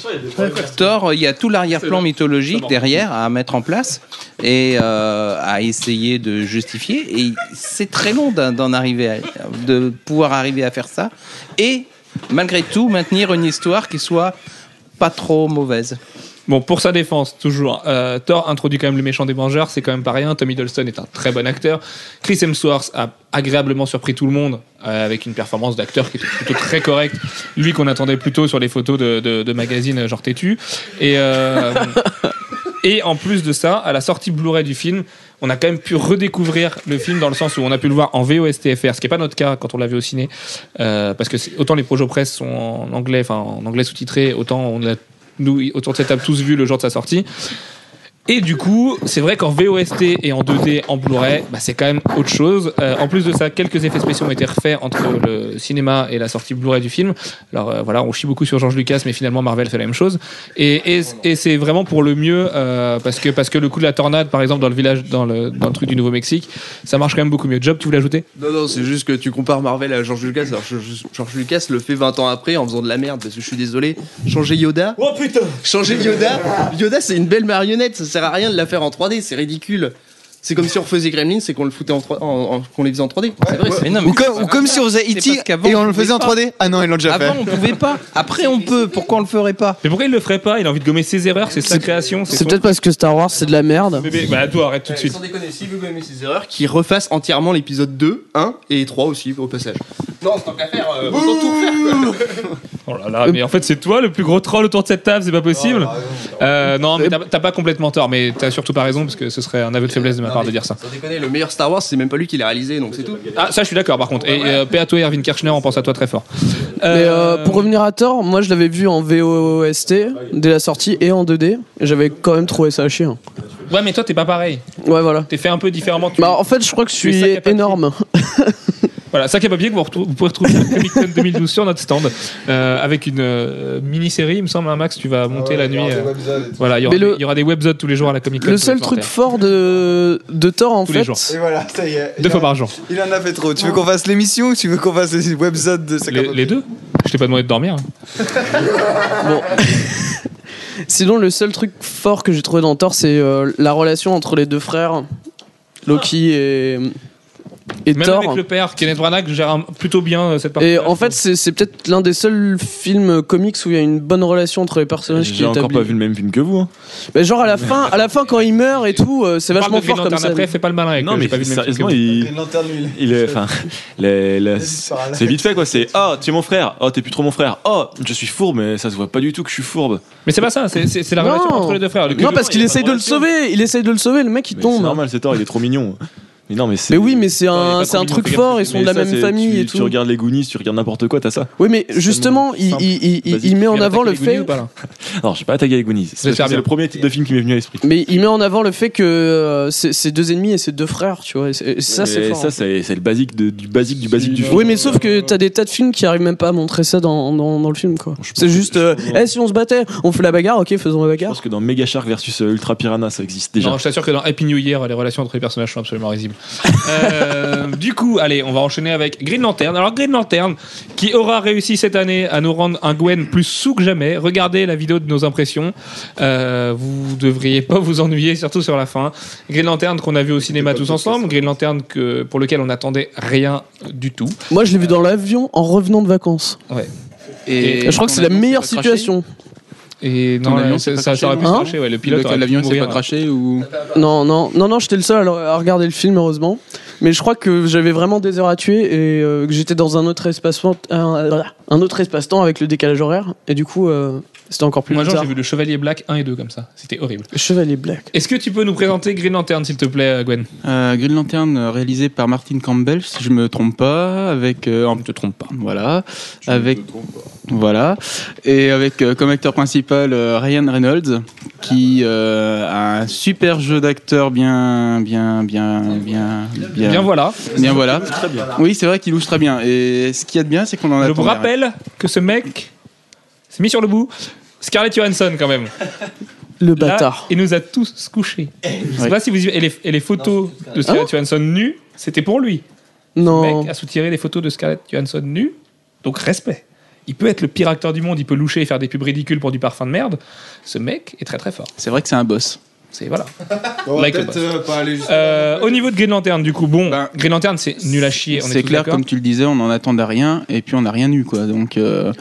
Speaker 8: Thor, il y a tout l'arrière-plan mythologique derrière à mettre en place et euh, à essayer de justifier. Et c'est très long d'en d'en arriver, à- de pouvoir arriver à faire ça et malgré tout maintenir une histoire qui soit pas
Speaker 2: [laughs]
Speaker 8: trop mauvaise.
Speaker 2: Bon, pour sa défense, toujours, euh, Thor introduit quand même le méchant des Vengeurs, c'est quand même pas rien. Tom Hiddleston est un très bon acteur. Chris Hemsworth a agréablement surpris tout le monde euh, avec une performance d'acteur qui était plutôt très correcte.
Speaker 8: [laughs]
Speaker 2: Lui qu'on attendait plutôt sur les photos de, de, de magazines euh, genre têtu. Et. euh, Et en plus de ça, à la sortie Blu-ray du film, on a quand même pu redécouvrir le film dans le sens où on a pu le voir en VOSTFR, ce qui n'est pas notre cas quand on l'a vu au ciné, euh, parce que c'est- autant les projets presse sont en anglais, enfin en anglais sous-titré, autant on a nous autour de cette table tous vu le jour de sa sortie. Et du coup, c'est vrai qu'en VOST et en 2D en Blu-ray, bah, c'est quand même autre chose. Euh, en plus de ça, quelques effets spéciaux ont été refaits entre le cinéma et la sortie Blu-ray du film. Alors euh, voilà, on chie beaucoup sur George Lucas, mais finalement Marvel fait la même chose. Et, et- et c'est vraiment pour le mieux euh, parce que parce que le coup de la tornade, par exemple, dans le village, dans le, dans le truc du Nouveau-Mexique, ça marche quand même beaucoup mieux. Job, tu voulais ajouter
Speaker 7: Non, non, c'est juste que tu compares Marvel à George Lucas. Alors, George George Lucas le fait 20 ans après en faisant de la merde, parce que je suis désolé. Changer Yoda. Oh putain Changer Yoda. Yoda, c'est une belle marionnette, ça sert à rien de la faire en 3D, c'est ridicule. C'est comme si on refaisait Gremlins et qu'on le foutait en 3D, en- en- qu'on les faisait en 3D. C'est vrai, c'est-
Speaker 8: Mais non, mais
Speaker 6: Ou comme, ou comme si on faisait
Speaker 8: parce
Speaker 6: E.T.
Speaker 8: qu'avant,
Speaker 6: et on
Speaker 8: on
Speaker 6: le faisait en
Speaker 8: pouvait
Speaker 6: 3D. Ah non, ils l'ont déjà fait.
Speaker 8: Avant, on pouvait pas. Après, on peut. Pourquoi on le ferait pas
Speaker 2: Mais pourquoi il le ferait pas Il a envie de gommer ses erreurs, c'est sa création.
Speaker 5: C'est
Speaker 2: son-
Speaker 5: peut-être parce que Star Wars c'est de la merde.
Speaker 2: Mais- mais- Bah toi, arrête tout de suite.
Speaker 7: Sans déconner, si vous aimez ces erreurs, qui refassent entièrement l'épisode 2, 1 et 3 aussi, au passage. Non, tant qu'à faire, euh, autant tout refaire, quoi.
Speaker 2: Oh là là, mais en fait, c'est toi le plus gros troll autour de cette table, c'est pas possible
Speaker 7: Ah, bah,
Speaker 2: Euh, Non, mais t'as t'as pas complètement tort, mais t'as surtout pas raison, parce que ce serait un aveu de faiblesse de ma
Speaker 7: Non,
Speaker 2: part
Speaker 7: mais
Speaker 2: de dire ça.
Speaker 7: Sans [laughs] déconner, le meilleur Star Wars, c'est même pas lui qui l'a réalisé, donc c'est tout.
Speaker 2: Ah, ça, je suis d'accord, par contre. Et euh, paix à toi, Erwin Kirchner, on pense à toi très fort.
Speaker 5: Mais euh, pour revenir à Thor, moi je l'avais vu en VOST dès la sortie et en 2D. et J'avais quand même trouvé ça à chier.
Speaker 2: Ouais, mais toi, t'es pas pareil.
Speaker 5: Ouais, voilà.
Speaker 2: T'es fait un peu différemment. Tu-
Speaker 5: Bah, en fait, je crois que je
Speaker 2: Mais
Speaker 5: suis
Speaker 2: ça, y a pas de
Speaker 5: énorme.
Speaker 2: Voilà, sac à papier que vous, retrou- vous pouvez retrouver à Comic Con 2012 sur notre stand, euh, avec une euh, mini-série, il me semble, hein, Max, tu vas
Speaker 7: Ah
Speaker 2: monter la nuit. euh, Voilà, il y, aura
Speaker 5: Mais le-
Speaker 2: des- il y aura des webzones tous les jours à la Comic Con.
Speaker 5: Le seul truc fort de, de Thor, en
Speaker 2: Tous les
Speaker 5: fait,
Speaker 2: jours.
Speaker 6: Et voilà, ça y est.
Speaker 2: Deux
Speaker 6: Il
Speaker 2: fois
Speaker 6: en-
Speaker 2: par jour.
Speaker 6: Il en a fait trop. Tu veux qu'on fasse l'émission ou tu veux qu'on fasse les webzones de Sac à
Speaker 2: Les,
Speaker 6: Papier
Speaker 2: les deux Je t'ai pas demandé de dormir. hein.
Speaker 5: sinon, le seul truc fort que j'ai trouvé dans Thor, c'est euh, la relation entre les deux frères, Loki et, et
Speaker 2: Ah. Même
Speaker 5: Thor.
Speaker 2: avec le père, Kenneth Branagh gère un- plutôt bien euh, cette partie.
Speaker 5: Et en fait, c'est c'est peut-être l'un des seuls films comics où il y a une bonne relation entre les personnages qui
Speaker 4: J'ai
Speaker 5: est
Speaker 4: encore
Speaker 5: établie.
Speaker 4: pas vu le même film que vous. hein.
Speaker 5: Mais genre à la fin, à la fin quand il meurt et tout, euh, c'est
Speaker 2: Parle
Speaker 5: vachement
Speaker 2: de Green
Speaker 5: fort comme
Speaker 2: Lantern
Speaker 5: ça.
Speaker 2: Après, fais pas le malin avec
Speaker 4: Non,
Speaker 2: euh,
Speaker 4: mais
Speaker 2: j'ai pas vu le même film que
Speaker 4: sérieusement,
Speaker 2: vous.
Speaker 4: il.
Speaker 6: lanternes huile.
Speaker 4: il est, enfin, les- les- c'est vite fait quoi. C'est oh tu es mon frère, oh t'es plus trop mon frère, oh je suis fourbe mais ça se voit pas du tout que je suis fourbe.
Speaker 2: Mais c'est pas ça, c'est- c'est c'est la
Speaker 5: Non.
Speaker 2: relation entre les deux frères. Le
Speaker 5: Non
Speaker 2: Kyoto,
Speaker 5: parce qu'il
Speaker 2: il a
Speaker 5: essaye
Speaker 2: pas
Speaker 5: de le
Speaker 2: relation.
Speaker 5: sauver, il essaye de le sauver, le mec il
Speaker 4: Mais C'est
Speaker 5: tombe.
Speaker 4: normal, c'est tort, il est trop mignon. Mais non mais c'est.
Speaker 5: Mais oui, mais c'est
Speaker 2: Non, il est
Speaker 5: un,
Speaker 2: pas
Speaker 5: c'est un
Speaker 2: combiné,
Speaker 5: truc
Speaker 2: fais
Speaker 5: fort,
Speaker 2: gaffe,
Speaker 5: ils sont
Speaker 4: Mais
Speaker 5: de la
Speaker 4: ça,
Speaker 5: même
Speaker 4: c'est-
Speaker 5: famille
Speaker 4: tu-
Speaker 5: et tout.
Speaker 4: Tu regardes les Goonies, tu regardes n'importe quoi, t'as ça.
Speaker 5: Oui, mais
Speaker 4: tellement
Speaker 5: justement, il,
Speaker 4: simple.
Speaker 5: il- il- il-
Speaker 4: Vas-y,
Speaker 5: il met en
Speaker 2: Il a
Speaker 5: avant
Speaker 2: attaqué
Speaker 5: le
Speaker 2: les Goonies
Speaker 5: fait,
Speaker 2: ou pas, là
Speaker 4: Non, j'ai pas attaqué les Goonies.
Speaker 2: C'est
Speaker 4: C'est parce que
Speaker 2: bien.
Speaker 4: c'est le premier titre de film qui m'est venu à l'esprit.
Speaker 5: mais il met en avant le fait que euh, c'est c'est deux ennemis et c'est deux frères, tu vois. et c'est- et ça c'est
Speaker 4: Et
Speaker 5: fort. hein.
Speaker 4: Ça c'est c'est le basique de- du basique du basique du film.
Speaker 5: Oui, mais sauf que t'as des tas de films qui arrivent même pas à montrer ça dans, dans, dans le film, quoi. C'est juste, euh, Eh, si on se battait, on fait la bagarre, ok, faisons la
Speaker 4: Je
Speaker 5: bagarre.
Speaker 4: pense que dans Mega Shark versus euh, Ultra Piranha ça existe déjà.
Speaker 2: Non, je t'assure que dans Happy New Year, les relations entre les personnages sont absolument risibles. [laughs] Euh, du coup, allez, on va enchaîner avec Green Lantern. Alors, Green Lantern, qui aura réussi cette année à nous rendre un Gwen plus sous que jamais. Regardez la vidéo de nos impressions. Euh, vous devriez pas vous ennuyer, surtout sur la fin. Green Lantern qu'on a vu au cinéma tous ensemble. Green Lantern que, pour lequel on n'attendait rien du tout.
Speaker 5: Moi, je l'ai vu dans l'avion en revenant de vacances.
Speaker 2: Et
Speaker 5: je crois que
Speaker 8: ton
Speaker 5: c'est la
Speaker 8: avion s'est
Speaker 5: meilleure
Speaker 8: pas crashé
Speaker 5: situation.
Speaker 2: Et
Speaker 8: Ton
Speaker 2: non,
Speaker 8: avion
Speaker 2: là,
Speaker 8: s'est
Speaker 2: ça,
Speaker 8: pas crashé,
Speaker 2: ça aurait pu
Speaker 5: non
Speaker 2: cracher. ouais, le pilote
Speaker 8: Le-
Speaker 2: aurait pu
Speaker 8: L'avion s'est
Speaker 2: mourir.
Speaker 8: pas craché ou.
Speaker 5: Non, non, non, non, j'étais le seul à, à regarder le film, heureusement. Mais je crois que j'avais vraiment des heures à tuer et euh, que j'étais dans un autre espace-temps un, euh, un autre espace-temps avec le décalage horaire. Et du coup, euh, c'était encore plus
Speaker 2: Moi, genre,
Speaker 5: bizarre.
Speaker 2: j'ai vu le Chevalier Black 1 et 2 comme ça. C'était horrible.
Speaker 5: Chevalier Black.
Speaker 2: Est-ce que tu peux nous présenter Green Lantern, s'il te plaît, Gwen
Speaker 8: Euh, Green Lantern euh, réalisé par Martin Campbell, si je me trompe pas, avec euh, ne te trompe pas, voilà, avec voilà, et avec euh, comme acteur principal euh, Ryan Reynolds, qui euh, a un super jeu d'acteur bien, bien, bien, bien, bien,
Speaker 2: Bien voilà.
Speaker 8: bien, voilà. Oui, c'est vrai qu'il louche très bien. Et ce qu'il y a de bien, c'est qu'on en a.
Speaker 2: Je vous rappelle que ce mec s'est mis sur le bout. Scarlett Johansson, quand même.
Speaker 5: Le
Speaker 2: Là,
Speaker 5: bâtard.
Speaker 2: il nous a tous couchés.
Speaker 6: Eh,
Speaker 2: Je sais pas si vous y- et les, et les photos de Scarlett Johansson nue, c'était pour lui. Le
Speaker 5: Non.
Speaker 2: mec a soutiré des photos de Scarlett Johansson nue. Donc respect. Il peut être le pire acteur du monde, il peut loucher et faire des pubs ridicules pour du parfum de merde. Ce mec est très très fort.
Speaker 8: C'est vrai que c'est un boss.
Speaker 2: C'est voilà.
Speaker 6: [laughs] On va
Speaker 2: Like a
Speaker 6: peut-être,
Speaker 2: boss.
Speaker 6: euh, pas aller jusqu'à-
Speaker 2: Euh, au niveau de Green Lantern, du coup, bon,
Speaker 8: Ben,
Speaker 2: Green Lantern, c'est nul à chier. on est
Speaker 8: C'est
Speaker 2: tous
Speaker 8: clair,
Speaker 2: d'accord.
Speaker 8: comme tu le disais, on en attendait rien, et puis on n'a rien eu, quoi. Donc. euh,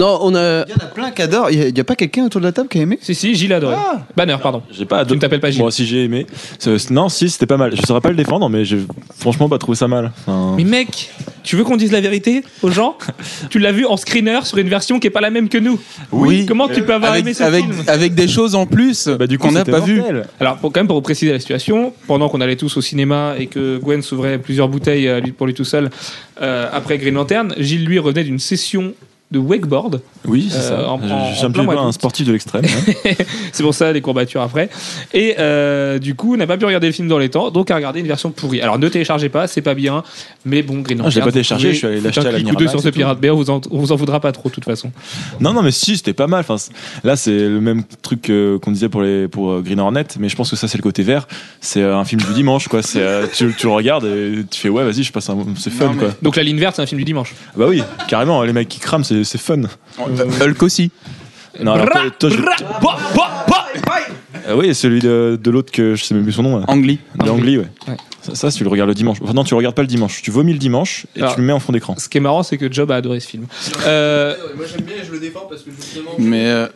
Speaker 5: Non, on a.
Speaker 6: Il y en a plein qui adorent. Il n'y a, pas quelqu'un autour de la table qui a aimé Ah.
Speaker 2: Si, si, Gilles adoré. Ah, Banner, pardon.
Speaker 4: J'ai pas
Speaker 2: Tu ne t'appelles pas Gilles.
Speaker 4: Moi si j'ai aimé. C'est- Non, si, c'était pas mal. Je saurais pas le défendre, mais j'ai franchement pas trouvé ça mal. Enfin,
Speaker 2: Mais mec, Tu veux qu'on dise la vérité aux gens
Speaker 4: [laughs]
Speaker 2: Tu l'as vu en screener sur une version qui est pas la même que nous.
Speaker 1: Oui.
Speaker 2: Comment tu peux avoir aimé
Speaker 1: Avec,
Speaker 2: ce
Speaker 1: avec,
Speaker 2: film
Speaker 1: avec des choses en plus
Speaker 4: Bah, du coup,
Speaker 1: qu'on n'a
Speaker 4: c'était
Speaker 1: pas vu.
Speaker 4: mortel.
Speaker 2: Alors, pour, quand même, pour vous préciser la situation, pendant qu'on allait tous au cinéma et que Gwen s'ouvrait plusieurs bouteilles euh, lui- pour lui tout seul euh, après Green Lantern, Gilles, lui, revenait d'une session de wakeboard.
Speaker 4: Oui, c'est
Speaker 2: Euh,
Speaker 4: ça.
Speaker 2: en-
Speaker 4: Je-
Speaker 2: en-
Speaker 4: je suis
Speaker 2: en
Speaker 4: un
Speaker 2: plein
Speaker 4: petit peu
Speaker 2: mois
Speaker 4: un
Speaker 2: d'août.
Speaker 4: sportif de l'extrême. hein.
Speaker 2: C'est pour ça les courbatures après. Et euh, du coup, on n'a pas pu regarder le film dans les temps, donc a regardé une version pourrie. Alors, ne téléchargez pas, c'est pas bien, mais bon, Green Lantern.
Speaker 4: Ah, je l'ai pas
Speaker 2: vous
Speaker 4: téléchargé,
Speaker 2: pouvez
Speaker 4: je suis allé
Speaker 2: foutre
Speaker 4: l'acheter
Speaker 2: un
Speaker 4: à la
Speaker 2: clic ou deux
Speaker 4: Miramax
Speaker 2: sur ce
Speaker 4: et tout.
Speaker 2: pirate Bay, on vous en, on vous en voudra pas trop, de toute façon.
Speaker 4: non, non, mais si, c'était pas mal. Enfin, c'est- là, c'est le même truc euh, qu'on disait pour, les, pour euh, Green Hornet, mais je pense que ça, c'est le côté vert. C'est euh, un film du dimanche, quoi. C'est, euh, tu, tu le regardes et tu fais, ouais, vas-y, je passe un. C'est fun,
Speaker 1: Non, mais-
Speaker 4: quoi.
Speaker 2: Donc, la ligne verte, c'est un film du dimanche.
Speaker 4: Bah oui, carrément, les mecs qui crament, c'est c'est fun.
Speaker 1: Euh, Hulk aussi.
Speaker 4: Non, alors, toi, toi, je-
Speaker 2: Bra-
Speaker 4: Bah, bah, bah Ah oui, et celui de, de l'autre que je sais même plus son nom, là.
Speaker 1: Angli.
Speaker 4: De Angli, ouais.
Speaker 2: Ouais.
Speaker 4: Ça, ça, tu le regardes le dimanche. Enfin, non, tu le regardes pas le dimanche. Tu vomis le dimanche et
Speaker 2: Alors-
Speaker 4: tu le mets en fond d'écran.
Speaker 2: Ce qui est marrant, c'est que Job a adoré ce film. Euh,
Speaker 7: Moi j'aime bien et je le défends parce que justement.
Speaker 2: [laughs]
Speaker 1: Mais euh,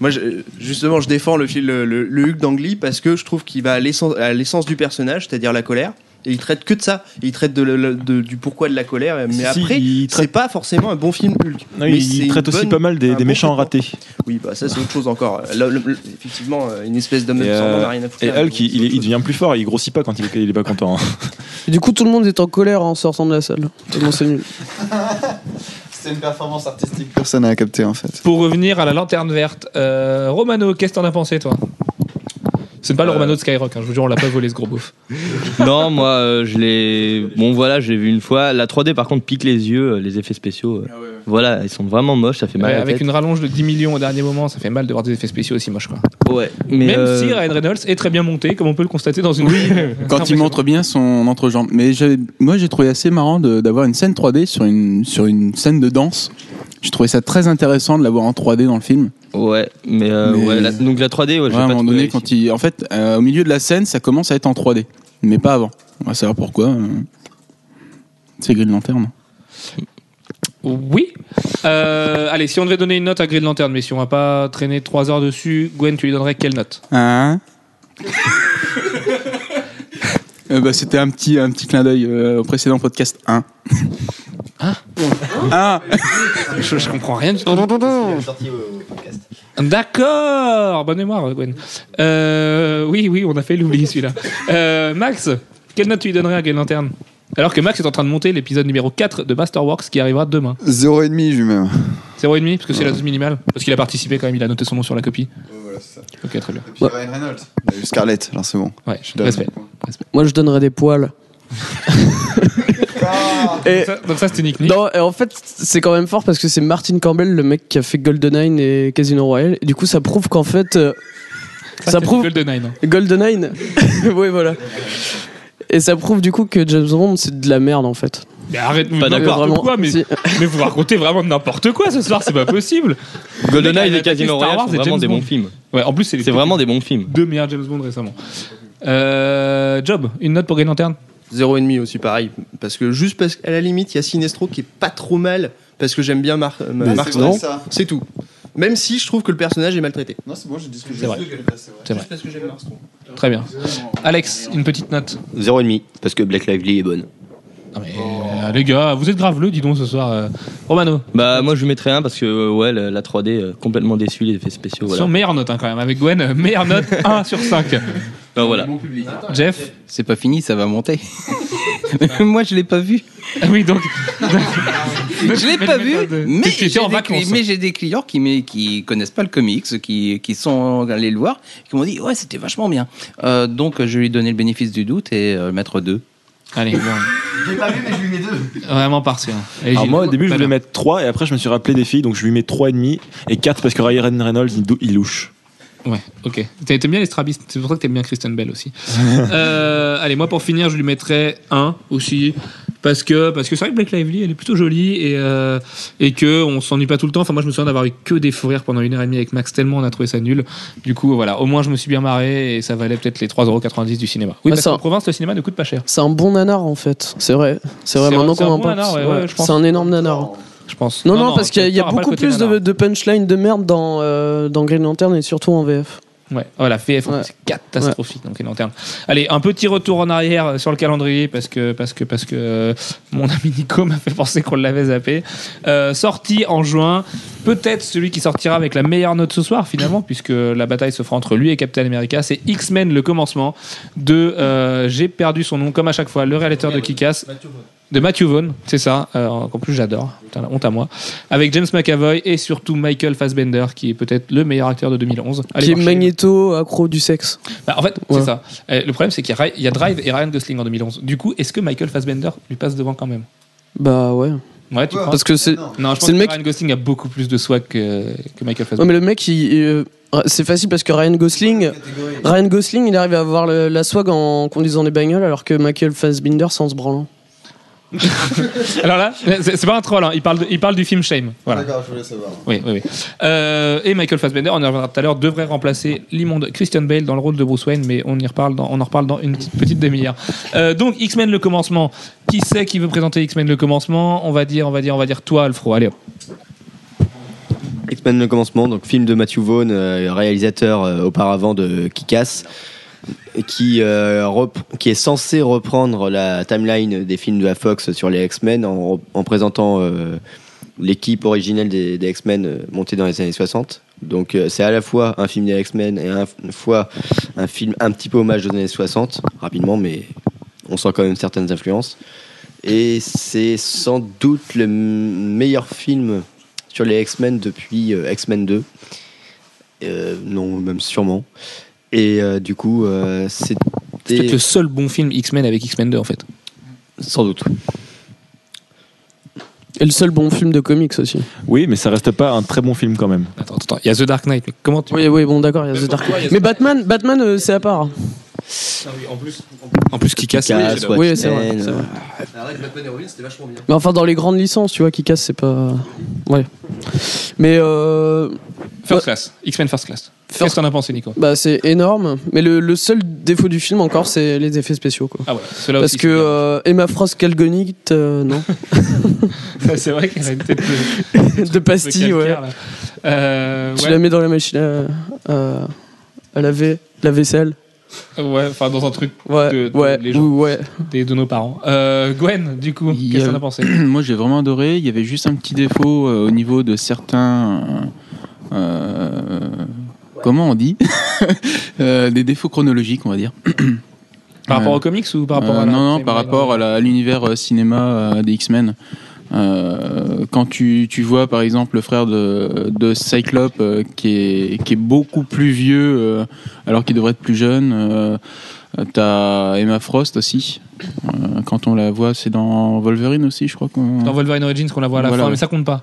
Speaker 7: Moi, je- justement, je défends le, fil- le, le, le Hulk d'Angly parce que je trouve qu'il va à l'essence à l'essence du personnage, c'est-à-dire la colère. Et il traite que de ça. Il traite de, le- le- de- du pourquoi de la colère. Mais
Speaker 4: Si, si,
Speaker 7: après,
Speaker 4: il traite-
Speaker 7: c'est pas forcément un bon film Hulk.
Speaker 4: Non,
Speaker 7: Mais
Speaker 4: il
Speaker 7: c'est
Speaker 4: traite
Speaker 7: une
Speaker 4: aussi
Speaker 7: bonne-
Speaker 4: pas mal des,
Speaker 7: un
Speaker 4: des
Speaker 7: bon
Speaker 4: méchants
Speaker 7: traitement.
Speaker 4: ratés.
Speaker 7: Oui, bah ça, c'est autre chose encore. Le- le- le- effectivement, euh, une espèce d'homme
Speaker 4: Et,
Speaker 7: absent, on en a
Speaker 4: euh,
Speaker 7: rien à foutre.
Speaker 4: Et
Speaker 7: Mais
Speaker 4: Hulk,
Speaker 7: c'est
Speaker 4: il, il-
Speaker 7: autre
Speaker 4: il
Speaker 7: chose.
Speaker 4: devient plus fort, il grossit pas quand il, il est pas content. hein.
Speaker 5: Et du coup, tout le monde est en colère en sortant de la salle. Tellement c'est nul.
Speaker 2: hein.
Speaker 6: [laughs] C'est une performance artistique. Personne n'a capté en fait.
Speaker 2: pour revenir à la lanterne verte, euh, Romano, qu'est-ce que t'en as pensé, toi c'est pas le
Speaker 9: Euh,
Speaker 2: Romano de Skyrock, hein, je vous jure, on l'a pas volé ce
Speaker 4: [laughs]
Speaker 2: gros beauf.
Speaker 9: non, moi, euh, je l'ai. Bon, voilà, j'ai vu une fois. La 3D, par contre, pique les yeux, euh, les effets spéciaux.
Speaker 3: Ah
Speaker 9: euh, Voilà, ils sont vraiment moches, ça fait mal
Speaker 2: Ouais,
Speaker 9: à la
Speaker 2: avec
Speaker 9: tête.
Speaker 2: une rallonge de 10 millions au dernier moment, ça fait mal de voir des effets spéciaux aussi moches. Quoi.
Speaker 9: Ouais, mais.
Speaker 2: Même
Speaker 9: euh,
Speaker 2: si Ryan Reynolds est très bien monté, comme on peut le constater dans une. [laughs]
Speaker 1: quand il montre bien son entrejambe. Mais j'ai- moi, j'ai trouvé assez marrant de- d'avoir une scène 3D sur une, sur une scène de danse. J'ai trouvé ça très intéressant de l'avoir en 3D dans le film.
Speaker 9: Ouais, mais. euh,
Speaker 1: Mais-
Speaker 9: ouais, la- donc la 3D, ouais, j'ai
Speaker 1: Ouais, à un
Speaker 9: pas
Speaker 1: moment
Speaker 9: trouvé
Speaker 1: donné,
Speaker 9: réussi.
Speaker 1: quand il, en fait, euh, au milieu de la scène, ça commence à être en 3D, mais pas avant. On va savoir pourquoi. euh. C'est Green Lantern.
Speaker 2: Oui. Euh, allez, si on devait donner une note à Green Lantern, mais si on va pas traîner 3 heures dessus, Gwen, tu lui donnerais quelle note
Speaker 1: Hein Euh, bah, C'était un petit, un petit clin d'œil euh, au précédent podcast 1. Ah
Speaker 2: [laughs] je, je comprends rien du tout. D'accord Bonne mémoire, Gwen. Euh, oui, oui, on a fait l'oublier celui-là. Euh, Max, quelle note tu lui donnerais à Green Lantern alors que Max est en train de monter l'épisode numéro 4 de Masterworks qui arrivera demain.
Speaker 6: 0,5 lui-même.
Speaker 2: 0,5 parce que c'est la dose minimale. Parce qu'il a participé quand même, il a noté son nom sur la copie.
Speaker 6: Voilà, c'est ça.
Speaker 2: Ok, très bien.
Speaker 6: Et puis Ryan Reynolds. Il a eu Scarlett, alors c'est bon.
Speaker 2: Ouais,
Speaker 6: donne.
Speaker 2: respect.
Speaker 5: Moi, je donnerais des poils.
Speaker 2: Ah, Donc ça- Donc ça, c'était Nick Nick.
Speaker 5: Non, et en fait, c'est quand même fort parce que c'est Martin Campbell, le mec qui a fait GoldenEye et Casino Royale. Et du coup, ça prouve qu'en fait, euh, ça,
Speaker 2: c'était
Speaker 5: prouve
Speaker 2: GoldenEye, non
Speaker 5: GoldenEye. oui, voilà. Et ça prouve du coup que James Bond, c'est de la merde en fait.
Speaker 2: Mais arrête, vous
Speaker 9: Pas
Speaker 2: n'importe
Speaker 9: d'accord.
Speaker 5: Vraiment,
Speaker 2: quoi, mais,
Speaker 5: si.
Speaker 2: mais vous racontez vraiment n'importe quoi ce soir, c'est pas possible.
Speaker 9: GoldenEye
Speaker 2: Le
Speaker 9: et
Speaker 2: mec, il a attaqué
Speaker 9: Casino
Speaker 2: Star
Speaker 9: Royale
Speaker 2: Wars
Speaker 9: sont
Speaker 2: et
Speaker 9: vraiment
Speaker 2: James
Speaker 9: des bons
Speaker 2: Bond.
Speaker 9: films.
Speaker 2: Ouais, en plus, c'est les
Speaker 9: C'est vraiment des bons films.
Speaker 2: deux meilleurs James Bond récemment. Euh, Job, une note pour Green Lantern
Speaker 7: Zéro et demi aussi, pareil. Parce que juste parce qu'à la limite, il y a Sinestro qui est pas trop mal. Parce que j'aime bien Marc, euh, Mark Strong. C'est tout. Même si je trouve que le personnage est maltraité.
Speaker 6: Non, c'est bon, j'ai dit ce que
Speaker 2: C'est vrai. C'est vrai.
Speaker 7: parce que j'aime Mark Strong.
Speaker 2: Très bien. Alex, une petite note.
Speaker 3: 0,5 parce que Black Lively est bonne.
Speaker 2: Non mais, euh, les gars, vous êtes grave le, dis donc ce soir. euh. Romano,
Speaker 9: Bah, moi, je lui mettrais un parce que, euh, ouais, la, la 3D, euh, complètement déçu, les effets spéciaux. Voilà.
Speaker 2: sur meilleure note hein, quand même, avec Gwen, euh, meilleure note
Speaker 9: [laughs]
Speaker 2: 1 sur 5.
Speaker 9: Bah, voilà.
Speaker 2: Jeff
Speaker 8: C'est pas fini, ça va monter. Moi, je l'ai pas vu.
Speaker 2: Ah Oui, donc.
Speaker 8: [laughs] Je l'ai pas vu, mais
Speaker 2: tu
Speaker 8: j'ai
Speaker 2: étais en
Speaker 8: des,
Speaker 2: vacances. hein.
Speaker 8: cli- mais j'ai des clients qui, m'a- qui connaissent pas le comics, qui, qui sont allés le voir, qui m'ont dit ouais c'était vachement bien. Euh, donc je lui ai donné le bénéfice du doute et euh, le mettre 2.
Speaker 2: Allez, bon. Je l'ai pas vu, mais je lui mets 2. Vraiment parti. Hein. Et
Speaker 4: Alors
Speaker 2: j'ai-
Speaker 4: moi, au début, je
Speaker 2: Pas
Speaker 4: voulais
Speaker 2: bien.
Speaker 4: mettre 3 et après, je me suis rappelé des filles, donc je lui mets 3,5 et 4 parce que Ryan Reynolds, il, dou- il louche.
Speaker 2: Ouais, ok. T'aimes bien les strabistes, c'est pour ça que t'aimes bien Kristen Bell aussi. [laughs] Euh, allez, moi pour finir, je lui mettrais un aussi. Parce que parce que c'est vrai que Black Lively, elle est plutôt jolie et, euh, et que on s'ennuie pas tout le temps. Enfin, moi, je me souviens d'avoir eu que des fous rires pendant une heure et demie avec Max, tellement on a trouvé ça nul. Du coup, voilà, au moins, je me suis bien marré et ça valait peut-être les 3,90€ du cinéma. Oui,
Speaker 5: Ah,
Speaker 2: parce
Speaker 5: ça-
Speaker 2: qu'en province, le cinéma ne coûte pas cher,
Speaker 5: C'est un bon nanar en fait. C'est vrai. C'est vrai,
Speaker 2: C'est un-
Speaker 5: maintenant
Speaker 2: c'est
Speaker 5: qu'on
Speaker 2: un
Speaker 5: en
Speaker 2: bon
Speaker 5: parle.
Speaker 2: nanar, ouais,
Speaker 5: c'est vrai.
Speaker 2: ouais, je pense.
Speaker 5: c'est un énorme nanar.
Speaker 2: je pense.
Speaker 5: Non, non, parce qu'il y a, il y a
Speaker 2: t'auras pas le
Speaker 5: beaucoup
Speaker 2: côté
Speaker 5: plus de,
Speaker 2: nanar.
Speaker 5: de punchlines de merde dans, euh, dans Green Lantern et surtout en VF.
Speaker 2: Ouais, oh, la FF,
Speaker 5: Ouais.
Speaker 2: c'est catastrophique, donc elle est en termes. Allez, un petit retour en arrière euh, sur le calendrier, parce que, parce que, parce que euh, mon ami Nico [laughs] m'a fait penser qu'on l'avait zappé. Euh, sorti en juin, peut-être celui qui sortira avec la meilleure note ce soir, finalement, puisque la bataille se fera entre lui et Captain America. C'est X-Men, le commencement de. euh, J'ai perdu son nom, comme à chaque fois, le réalisateur de Kikas. De Matthew Vaughn, c'est ça, euh, en plus j'adore, Putain, la honte à moi, avec James McAvoy et surtout Michael Fassbender, qui est peut-être le meilleur acteur de 2011. Allez
Speaker 5: qui est
Speaker 2: voir chez-
Speaker 5: magnéto accro du sexe.
Speaker 2: bah, en fait,
Speaker 5: Ouais.
Speaker 2: c'est ça. Euh, le problème, c'est qu'il y a Ry- il y, a Drive et Ryan Gosling en 2011. Du coup, est-ce que Michael Fassbender lui passe devant quand même
Speaker 5: Bah ouais.
Speaker 2: Ouais, tu penses
Speaker 5: Parce que c'est.
Speaker 2: Non, je pense
Speaker 5: c'est le
Speaker 2: que
Speaker 5: mec-
Speaker 2: Ryan Gosling a beaucoup plus de swag que, que Michael
Speaker 5: Non
Speaker 2: Fassbender.
Speaker 5: mais le mec, il- il, euh, c'est facile parce que Ryan Gosling, Ryan Gosling, il arrive à avoir le- la swag en conduisant des bagnoles, alors que Michael Fassbinder, c'est en se branlant.
Speaker 2: Alors là, c'est c'est pas un troll, hein. il, parle de- il parle du film Shame. Voilà.
Speaker 6: D'accord, je voulais savoir.
Speaker 2: Oui, oui, oui. Euh, et Michael Fassbender, on y reviendra tout à l'heure, devrait remplacer l'immonde Christian Bale dans le rôle de Bruce Wayne, mais on, y reparle dans- on en reparle dans une petite, petite demi-heure. Euh, donc, X-Men le commencement. Qui c'est qui veut présenter X-Men le commencement On va dire, on va dire, on va dire toi, Alfro. Allez, hop.
Speaker 3: X-Men le commencement, donc film de Matthew Vaughn, euh, réalisateur euh, auparavant de Kick-Ass, et qui, euh, rep- qui est censé reprendre la timeline des films de la Fox sur les X-Men en, en présentant euh, l'équipe originelle des, des X-Men euh, montée dans les années 60. Donc euh, c'est à la fois un film des X-Men et à la fois un film un petit peu hommage aux années 60, rapidement, mais on sent quand même certaines influences. Et c'est sans doute le m- meilleur film sur les X-Men depuis euh, X-Men 2. Euh, non, même sûrement. Et euh, du coup, euh,
Speaker 2: c'est peut-être
Speaker 3: c'était
Speaker 2: le seul bon film X-Men avec X-Men 2 en fait.
Speaker 3: sans doute.
Speaker 5: Et le seul bon film de comics aussi.
Speaker 4: Oui, mais ça reste pas un très bon film quand même.
Speaker 2: Attends, attends, il y a The Dark Knight, mais comment tu.
Speaker 5: Oui, oui, bon, d'accord, il y a The Dark. Mais Batman, Batman, euh, c'est à part.
Speaker 2: En plus, qui casse.
Speaker 3: Kick-Ass,
Speaker 5: Oui, c'est vrai,
Speaker 3: Watchmen,
Speaker 5: c'est vrai.
Speaker 3: euh,
Speaker 7: Arrête, Batman et Robin, c'était vachement bien.
Speaker 5: Mais enfin, dans les grandes licences, tu vois, qui casse, c'est pas. Ouais. Mais euh,
Speaker 2: First Class, X-Men First Class. Qu'est-ce que t'en as pensé, Nico
Speaker 5: bah, c'est énorme. Mais le, le seul défaut du film encore, c'est les effets spéciaux, quoi.
Speaker 2: Ah ouais, cela
Speaker 5: Parce
Speaker 2: aussi.
Speaker 5: que euh, Emma Frost Calgonite, euh, non,
Speaker 2: c'est bien. [laughs] c'est vrai qu'elle a une tête de,
Speaker 5: [laughs] de pastille,
Speaker 2: de
Speaker 5: ouais.
Speaker 2: calcaire, là. Euh,
Speaker 5: Tu
Speaker 2: ouais.
Speaker 5: la mets dans la machine à, à- à laver la vaisselle.
Speaker 2: Ouais, enfin dans un truc
Speaker 5: Ouais,
Speaker 2: De- de-
Speaker 5: ouais,
Speaker 2: les gens.
Speaker 5: ou- ouais.
Speaker 2: des, de nos parents. Euh, Gwen, du coup,
Speaker 1: Il y
Speaker 2: qu'est-ce que
Speaker 1: a-
Speaker 2: t'en as pensé
Speaker 1: [clears throat] Moi, j'ai vraiment adoré. Il y avait juste un petit défaut euh, au niveau de certains. euh, euh, comment on dit [laughs] Euh, Des défauts chronologiques, on va dire. [clears throat]
Speaker 2: Par rapport
Speaker 1: Euh,
Speaker 2: aux comics ou par rapport
Speaker 1: Euh,
Speaker 2: à la
Speaker 1: non, non,
Speaker 2: timeline
Speaker 1: par rapport à la- à l'univers euh, cinéma euh, des X-Men. Euh, quand tu, tu vois par exemple le frère de, de Cyclope euh, qui, est, qui est beaucoup plus vieux euh, alors qu'il devrait être plus jeune, euh, euh, t'as Emma Frost aussi. Euh, quand on la voit, c'est dans Wolverine aussi, je crois. qu'on-
Speaker 2: Dans Wolverine Origins qu'on la voit à la
Speaker 1: Voilà,
Speaker 2: fin,
Speaker 1: ouais.
Speaker 2: mais ça compte pas.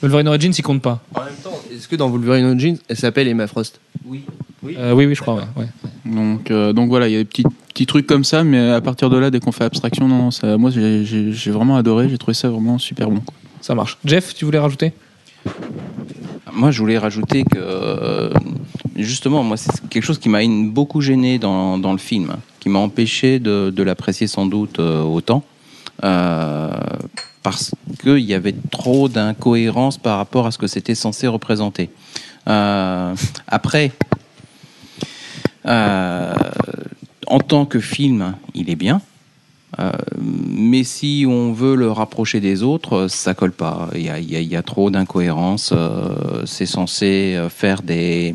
Speaker 2: Wolverine Origins, il compte pas.
Speaker 7: En même temps,
Speaker 9: Est-ce que dans Wolverine Origins,
Speaker 7: elle s'appelle Emma Frost.
Speaker 2: Euh, oui, oui, je crois. Ouais, ouais.
Speaker 1: Donc, euh, donc voilà, il y a des petits, petits trucs comme ça, mais à partir de là, dès qu'on fait abstraction, non, non, ça, moi j'ai- j'ai j'ai vraiment adoré, j'ai trouvé ça vraiment super bon. quoi.
Speaker 2: Ça marche. Jeff, tu voulais rajouter
Speaker 8: Moi, je voulais rajouter que, euh, justement, moi, c'est quelque chose qui m'a une- beaucoup gêné dans, dans le film, hein, qui m'a empêché de, de l'apprécier sans doute euh, autant, euh, parce qu'il y avait trop d'incohérences par rapport à ce que c'était censé représenter. Euh, après, euh, en tant que film, il est bien. Euh, mais si on veut le rapprocher des autres, euh, ça colle pas. Il y a, il y a- il y a trop d'incohérences. euh, c'est censé euh, faire des,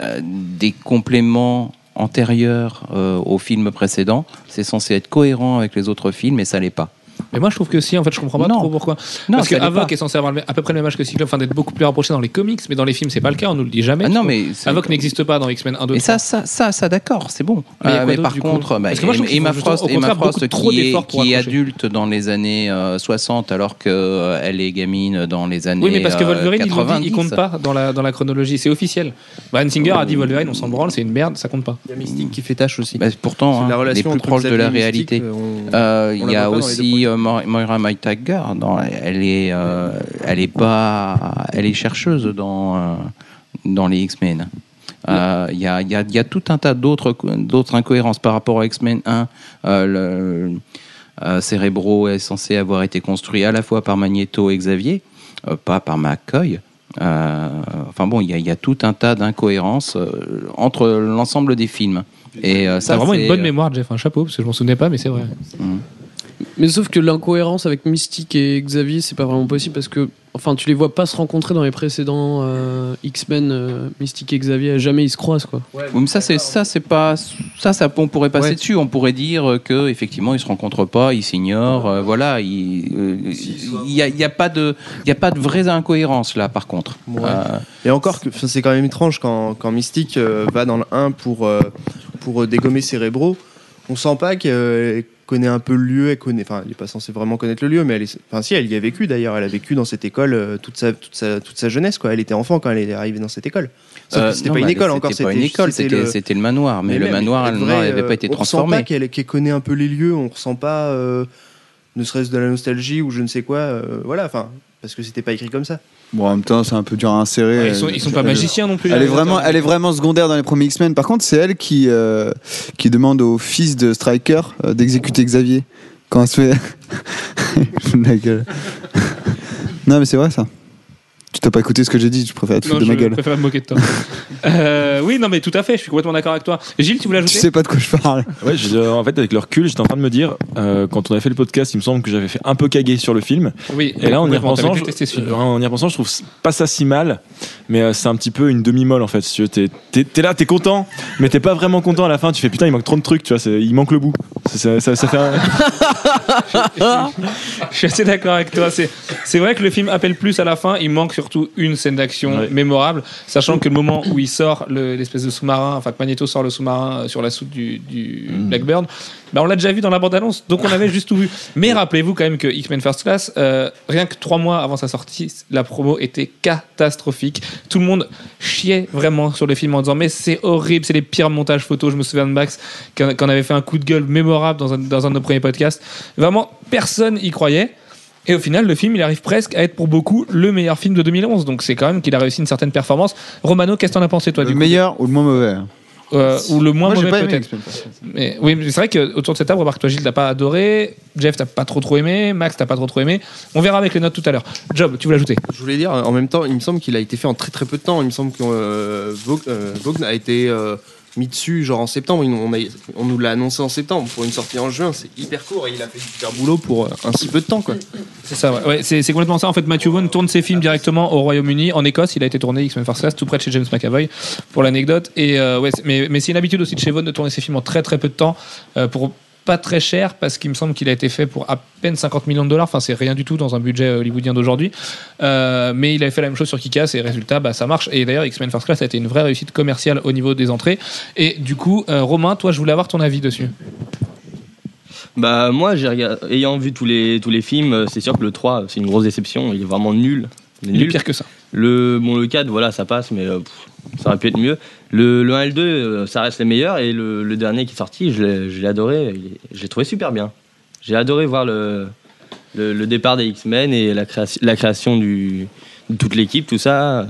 Speaker 8: euh, des compléments antérieurs euh, au film précédent. C'est censé être cohérent avec les autres films et ça l'est pas.
Speaker 2: Mais moi, je trouve que si. En fait, je comprends pas
Speaker 8: Non.
Speaker 2: trop pourquoi.
Speaker 8: Non,
Speaker 2: Parce que
Speaker 8: ça l'est
Speaker 2: Havok
Speaker 8: pas.
Speaker 2: est censé avoir le- à peu près le même âge que Cyclope, enfin d'être beaucoup plus rapproché dans les comics, mais dans les films, c'est pas le cas. On nous le dit jamais.
Speaker 8: Ah non, mais c'est-
Speaker 2: Havok n'existe pas dans X-Men 1, 2,
Speaker 8: Et ça, ça, ça, ça d'accord, c'est bon.
Speaker 2: Mais il y a
Speaker 8: Euh,
Speaker 2: quoi
Speaker 8: Mais,
Speaker 2: d'autre,
Speaker 8: par
Speaker 2: du coup
Speaker 8: contre, bah,
Speaker 2: Parce que moi, je trouve qu'ils
Speaker 8: Emma
Speaker 2: font justement,
Speaker 8: Frost,
Speaker 2: au
Speaker 8: Emma
Speaker 2: contraire,
Speaker 8: Frost
Speaker 2: beaucoup trop
Speaker 8: qui, est,
Speaker 2: d'efforts pour
Speaker 8: qui est
Speaker 2: accrocher.
Speaker 8: adulte dans les années euh, 60 alors qu'elle est gamine dans les années
Speaker 2: Oui, mais parce que
Speaker 8: euh,
Speaker 2: Wolverine, ils l'ont dit,
Speaker 8: 90.
Speaker 2: il compte pas dans la, dans la chronologie, c'est officiel. Brian Singer a dit Wolverine, on s'en branle, c'est une merde, ça compte pas.
Speaker 7: Il y a Mystique qui fait tâche aussi.
Speaker 8: Bah, pourtant,
Speaker 7: C'est
Speaker 8: hein,
Speaker 7: la relation
Speaker 8: les plus
Speaker 7: entre
Speaker 8: proches de
Speaker 7: Xavier
Speaker 8: la
Speaker 7: et Mystique,
Speaker 8: réalité.
Speaker 7: euh, on-
Speaker 8: Euh,
Speaker 7: on
Speaker 8: Il
Speaker 7: la
Speaker 8: y a
Speaker 7: voit pas dans les deux
Speaker 8: aussi euh, Mo- Moira Maitager. Dans, elle est, euh, elle est pas, elle est chercheuse dans euh, dans les X-Men. Euh, Il y, a, il y a- il y a tout un tas d'autres co- d'autres incohérences par rapport aux X-Men 1. Euh, le euh, Cerebro est censé avoir été construit à la fois par Magneto et Xavier, euh, pas par McCoy. Euh, enfin bon, il y, a- il y a tout un tas d'incohérences euh, entre l'ensemble des films. Et euh,
Speaker 2: Ça
Speaker 8: ça,
Speaker 2: a vraiment
Speaker 8: c'est-
Speaker 2: une bonne mémoire, Jeff. Un chapeau, parce que je m'en souvenais pas, mais c'est vrai.
Speaker 8: Mm.
Speaker 5: Mais sauf que l'incohérence avec Mystique et Xavier, c'est pas vraiment possible parce que, enfin, tu les vois pas se rencontrer dans les précédents euh, X-Men, euh, Mystique et Xavier, jamais ils se croisent quoi.
Speaker 8: Oui, mais ça, c'est ça, c'est pas ça, ça. On pourrait passer
Speaker 5: Ouais.
Speaker 8: dessus. On pourrait dire euh, que effectivement, ils se rencontrent pas, ils s'ignorent. euh, voilà, il n'y a, il y a pas de, il y a pas de vraies incohérences là. Par contre,
Speaker 7: Ouais.
Speaker 8: Euh,
Speaker 7: Ah. Et encore, que- enfin, c'est quand même étrange quand, quand Mystique euh, va dans le 1 pour, euh, pour euh, dégommer Cérébro. On sent pas qu'elle euh, connaît un peu le lieu. Elle connaît, enfin, elle est pas censée vraiment connaître le lieu, mais elle est, enfin, si, elle y a vécu d'ailleurs. Elle a vécu dans cette école euh, toute, sa, toute, sa, toute sa jeunesse. Quoi. Elle était enfant quand elle est arrivée dans cette école. Sauf que
Speaker 8: euh,
Speaker 7: c'était
Speaker 8: non,
Speaker 7: pas une
Speaker 8: mais
Speaker 7: école encore.
Speaker 8: C'était pas une école.
Speaker 7: c'était
Speaker 8: C'était,
Speaker 7: le-
Speaker 8: c'était le manoir, mais,
Speaker 7: mais
Speaker 8: le
Speaker 7: même,
Speaker 8: manoir, elle
Speaker 7: être vrai,
Speaker 8: n'avait
Speaker 7: euh,
Speaker 8: pas été
Speaker 7: On ressent
Speaker 8: transformé.
Speaker 7: pas qu'elle qu'elle connaît un peu les lieux, on ressent pas, euh, ne serait-ce de la nostalgie ou je ne sais quoi, euh, voilà, enfin, parce que c'était pas écrit comme ça.
Speaker 6: Bon, en même temps, c'est un peu dur à insérer.
Speaker 2: ils, sont,
Speaker 6: Euh,
Speaker 2: ils sont pas
Speaker 6: euh,
Speaker 2: magiciens non plus. hein,
Speaker 6: Elle est,
Speaker 2: les
Speaker 6: vraiment,
Speaker 2: réalisateurs.
Speaker 6: elle est vraiment secondaire dans les premiers X-Men. Par contre, c'est elle qui, euh, qui demande au fils de Striker euh, d'exécuter Xavier. Quand elle se fait. [laughs] Je fous de ma gueule. [laughs] non, mais c'est vrai ça. Tu t'as pas écouté ce que j'ai dit, tu préfères te
Speaker 2: Non,
Speaker 6: foutre de ma
Speaker 2: je
Speaker 6: gueule.
Speaker 2: préfère me moquer de toi. Euh, oui, non, mais tout à fait, je suis complètement d'accord avec toi. Gilles, tu voulais
Speaker 6: Tu
Speaker 2: ajouter
Speaker 6: sais pas de quoi je parle.
Speaker 4: [laughs] Ouais, je- euh, en fait, avec le recul, j'étais en train de me dire, euh, quand on a fait le podcast, il me semble que j'avais fait un peu caguer sur le film.
Speaker 2: Oui,
Speaker 4: Et là, en y
Speaker 2: complètement, t'avais
Speaker 4: repensant,
Speaker 2: détesté ce
Speaker 4: je,
Speaker 2: film.
Speaker 4: euh, en y repensant, je trouve pas ça si mal, mais euh, c'est un petit peu une demi-molle en fait. Si tu veux, T'es t'es- t'es là, t'es content, mais t'es pas vraiment content à la fin. Tu fais putain, il manque trop de trucs, tu vois, c'est- il manque le bout. Ça, ça- ça- ça fait
Speaker 2: [laughs]
Speaker 4: un-
Speaker 2: Je suis assez d'accord avec toi. C'est, c'est vrai que le film appelle plus à la fin. Il manque surtout une scène d'action
Speaker 4: Ouais.
Speaker 2: mémorable, sachant que le moment où il sort le- l'espèce de sous-marin, enfin que Magneto sort le sous-marin euh, sur la soute du, du Blackburn, bah, on l'a déjà vu dans la bande-annonce, donc on avait juste tout vu. Mais rappelez-vous quand même que X-Men First Class, euh, rien que trois mois avant sa sortie, la promo était catastrophique. Tout le monde chiait vraiment sur le film en disant mais c'est horrible, c'est les pires montages photos. Je me souviens de Max qui en qui en avait fait un coup de gueule mémorable dans un, dans un de nos premiers podcasts. Vraiment, personne y croyait. Et au final, le film, il arrive presque à être pour beaucoup le meilleur film de 2011. Donc c'est quand même qu'il a réussi une certaine performance. Romano, qu'est-ce que t'en as pensé, toi,
Speaker 6: Le
Speaker 2: du coup
Speaker 6: meilleur ou le moins mauvais
Speaker 2: Euh, Ou le moins
Speaker 6: Moi,
Speaker 2: mauvais,
Speaker 6: j'ai pas aimé
Speaker 2: peut-être
Speaker 6: X-Men. par contre.
Speaker 2: mais, Oui, mais c'est vrai qu'autour de cette table, remarque, toi, Gilles, t'as pas adoré. Jeff, t'as pas trop trop aimé. Max, t'as pas trop trop aimé. On verra avec les notes tout à l'heure. Job, tu voulais ajouter
Speaker 7: Je voulais dire, en même temps, il me semble qu'il a été fait en très très peu de temps. Il me semble que euh, Vogue, euh, Vogue a été euh, mis dessus genre en septembre. Il nous- On, a- on nous l'a annoncé en septembre pour une sortie en juin. C'est hyper court et il a fait du super boulot pour euh, un si peu de temps quoi.
Speaker 2: C'est ça, ouais. Ouais, c'est c'est complètement ça. En fait, Matthew Vaughn tourne ses films directement au Royaume-Uni. En Écosse, il a été tourné X-Men First Class, tout près de chez James McAvoy, pour l'anecdote. Et euh, ouais, c'est- mais, mais c'est une habitude aussi de chez Vaughn de tourner ses films en très très peu de temps euh, pour pas très cher parce qu'il me semble qu'il a été fait pour à peine 50 millions de dollars. Enfin, c'est rien du tout dans un budget hollywoodien d'aujourd'hui. Euh, mais il avait fait la même chose sur Kick-Ass et résultat, bah, ça marche. Et d'ailleurs, X-Men First Class a été une vraie réussite commerciale au niveau des entrées. Et du coup, euh, Romain, toi, je voulais avoir ton avis dessus.
Speaker 9: Bah moi, j'ai regard- ayant vu tous les, tous les films, euh, c'est sûr que le 3, c'est une grosse déception, il est vraiment nul. Il est
Speaker 2: Il est
Speaker 9: nul.
Speaker 2: pire que ça.
Speaker 9: Le, bon, le 4, voilà, ça passe, mais euh, pff, ça aurait pu être mieux. Le, le 1 et le 2, euh, ça reste les meilleurs, et le, le dernier qui est sorti, je l'ai je l'ai adoré, il est- je l'ai trouvé super bien. J'ai adoré voir le, le, le départ des X-Men et la, création- la création du, de toute l'équipe, tout ça.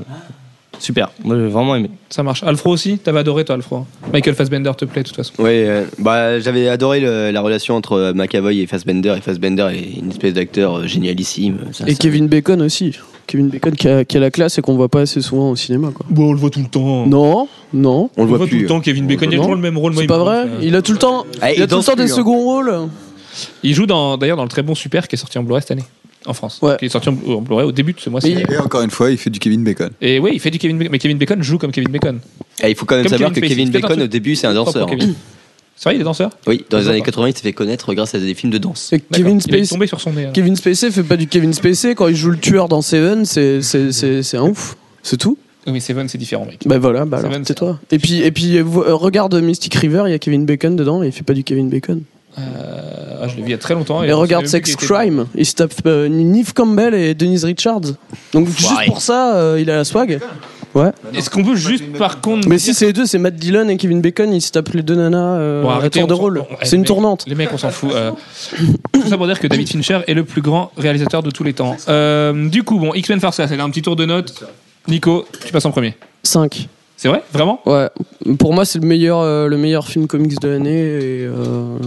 Speaker 9: Super, moi j'ai vraiment aimé.
Speaker 2: Ça marche. Alfro aussi, t'avais adoré toi, Alfro. Michael Fassbender te plaît de toute façon.
Speaker 3: Ouais, euh, bah, j'avais adoré le- la relation entre euh, McAvoy et Fassbender. Et Fassbender est une espèce d'acteur euh, génialissime. Ça,
Speaker 5: Et
Speaker 3: ça-
Speaker 5: Kevin Bacon aussi. Kevin Bacon qui a, qui a la classe et qu'on voit pas assez souvent au cinéma quoi.
Speaker 2: Bon, on le voit tout le temps.
Speaker 5: Non, non.
Speaker 3: On le voit
Speaker 2: voit tout
Speaker 3: plus. hein. euh.
Speaker 2: le temps Kevin Bacon, il a
Speaker 5: Non.
Speaker 2: toujours le même rôle. moi,
Speaker 5: C'est
Speaker 2: il
Speaker 5: pas
Speaker 2: me
Speaker 5: vrai
Speaker 2: gonfle.
Speaker 5: Il a tout le temps,
Speaker 3: Ah,
Speaker 5: il a tout le
Speaker 3: il danse
Speaker 5: temps des
Speaker 3: plus, hein.
Speaker 5: seconds rôles.
Speaker 2: Il joue dans- d'ailleurs dans le très bon Super qui est sorti en Blu-ray cette année en France.
Speaker 5: Ouais.
Speaker 2: Qui est sorti en, en Blu-ray au début de ce mois-ci.
Speaker 6: Et encore une fois, il fait du Kevin Bacon.
Speaker 2: Et oui, il fait du Kevin Bacon, mais Kevin Bacon joue comme Kevin Bacon.
Speaker 3: Et Ah, il faut quand même
Speaker 2: Comme
Speaker 3: savoir
Speaker 2: Kevin
Speaker 3: que
Speaker 2: Spacey,
Speaker 3: Kevin
Speaker 2: c'est peut-être
Speaker 3: Bacon
Speaker 2: un
Speaker 3: au début c'est un
Speaker 2: Propre
Speaker 3: danseur.
Speaker 2: Kevin. C'est vrai, il est danseur
Speaker 3: Oui, dans les
Speaker 2: D'accord.
Speaker 3: années 80 il s'est fait connaître grâce à des films de danse.
Speaker 5: Et
Speaker 2: D'accord.
Speaker 5: Kevin
Speaker 2: Il est
Speaker 5: Spacey,
Speaker 2: tombé sur son nez. hein.
Speaker 5: Kevin Spacey fait pas du Kevin Spacey quand il joue le tueur dans Seven, c'est c'est- c'est- c'est un ouf. C'est tout
Speaker 2: Oui, mais Seven, c'est différent, mec.
Speaker 5: Bah voilà, bah
Speaker 2: Seven,
Speaker 5: alors
Speaker 2: c'est-
Speaker 5: tais-toi. Et puis, et puis euh, vo- euh, regarde Mystic River, il y a Kevin Bacon dedans, et il fait pas du Kevin Bacon.
Speaker 2: Euh, ah, je l'ai vu il y a très longtemps.
Speaker 5: Et,
Speaker 2: je
Speaker 5: regarde
Speaker 2: savais même plus
Speaker 5: Sex
Speaker 2: qu'il était-
Speaker 5: Crime, il se tape euh, Neve Campbell et Denise Richards. Donc juste pour ça, euh, il a la swag.
Speaker 2: Est-ce qu'on peut juste, par contre.
Speaker 5: Mais
Speaker 2: dire-
Speaker 5: si c'est les deux, c'est Matt Dillon et Kevin Bacon, ils se tapent les deux nanas euh,
Speaker 2: Bon,
Speaker 5: à
Speaker 2: arrêtez,
Speaker 5: tour de
Speaker 2: on s'en-
Speaker 5: rôle.
Speaker 2: on-
Speaker 5: C'est une
Speaker 2: mais-
Speaker 5: tournante.
Speaker 2: Les mecs, on s'en fout. euh. tout ça pour dire que David Fincher est le plus grand réalisateur de tous les temps. Euh, du coup, bon, X-Men Farsa, c'est là un petit tour de notes. Nico, tu passes en premier.
Speaker 5: 5.
Speaker 2: C'est vrai Vraiment
Speaker 5: Ouais, pour moi c'est le meilleur, euh, le meilleur film comics de l'année et, euh,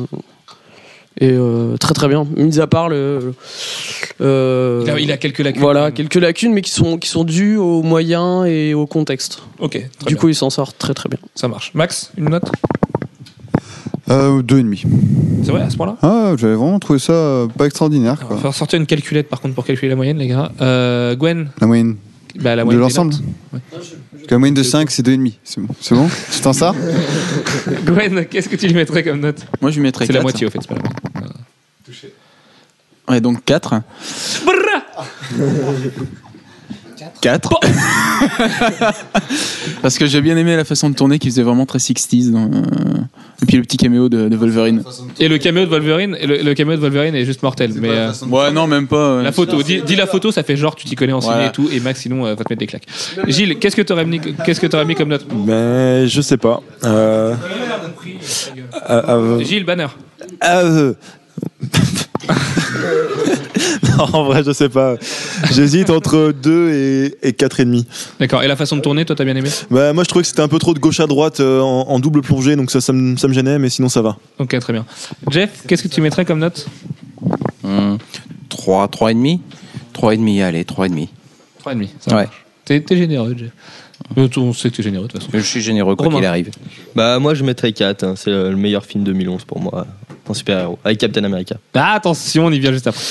Speaker 5: et euh, très très bien. Mis à part le, euh,
Speaker 2: Il a, il a quelques lacunes.
Speaker 5: voilà, quelques lacunes, mais qui sont, qui sont dues aux moyens et au contexte.
Speaker 2: Ok, très bien.
Speaker 5: du coup, il s'en sort très très bien.
Speaker 2: ça marche. Max, une note
Speaker 6: Euh, deux et demi.
Speaker 2: C'est vrai à ce point-là
Speaker 6: Ah, j'avais vraiment trouvé ça euh, pas extraordinaire,
Speaker 2: Il
Speaker 6: quoi.
Speaker 2: va falloir sortir une calculette par contre pour calculer la moyenne, les gars. Euh, Gwen,
Speaker 6: La moyenne
Speaker 2: bah, la
Speaker 6: de
Speaker 2: moyenne. des
Speaker 6: l'ensemble
Speaker 2: notes.
Speaker 6: Parce que La moyenne de 5, c'est 2,5. C'est bon C'est bon Tu t'en sors
Speaker 2: [laughs] Gwen, qu'est-ce que tu lui mettrais comme note
Speaker 1: Moi, je lui mettrais
Speaker 2: C'est la
Speaker 1: 4.
Speaker 2: moitié au fait, c'est pas la moitié.
Speaker 1: Ouais, donc 4.
Speaker 2: [laughs]
Speaker 1: 4. Parce que j'ai bien aimé la façon de tourner qui faisait vraiment très 60s. dans, euh, Et puis le petit caméo de, de Wolverine.
Speaker 2: Et le caméo de Wolverine, et le, le caméo de Wolverine est juste mortel. Mais euh,
Speaker 1: Ouais, non, même pas.
Speaker 2: la photo, dis, dis la photo, ça fait genre tu t'y connais en ciné
Speaker 1: Voilà.
Speaker 2: et tout, et Max sinon euh, va te mettre des claques. Gilles, qu'est-ce que t'aurais mis, qu'est-ce que t'aurais mis comme note
Speaker 4: Ben, je sais pas. Euh, euh, euh,
Speaker 2: Gilles Banner.
Speaker 4: Euh, [laughs] non, en vrai, je sais pas. J'hésite entre 2 et, et 4,5.
Speaker 2: D'accord. Et la façon de tourner, toi t'as bien aimé
Speaker 4: Bah, moi, je trouvais que c'était un peu trop de gauche à droite euh, en, en double plongée, donc ça, ça, me, ça me gênait, mais sinon, ça va.
Speaker 2: Ok, très bien. Jeff, qu'est-ce que tu mettrais comme note
Speaker 8: Mmh. 3, 3,5 3,5, allez, 3,5.
Speaker 2: 3,5. ça
Speaker 8: Ouais.
Speaker 2: marche. T'es t'es généreux, Jeff. Euh, On sait que t'es généreux de toute façon.
Speaker 8: Je suis généreux quoi
Speaker 2: Romain.
Speaker 8: qu'il arrive.
Speaker 9: Bah, moi, je mettrais 4. hein. C'est le le meilleur film 2011 pour moi, en super-héros, avec Captain America.
Speaker 2: Ah, attention, on y vient juste après.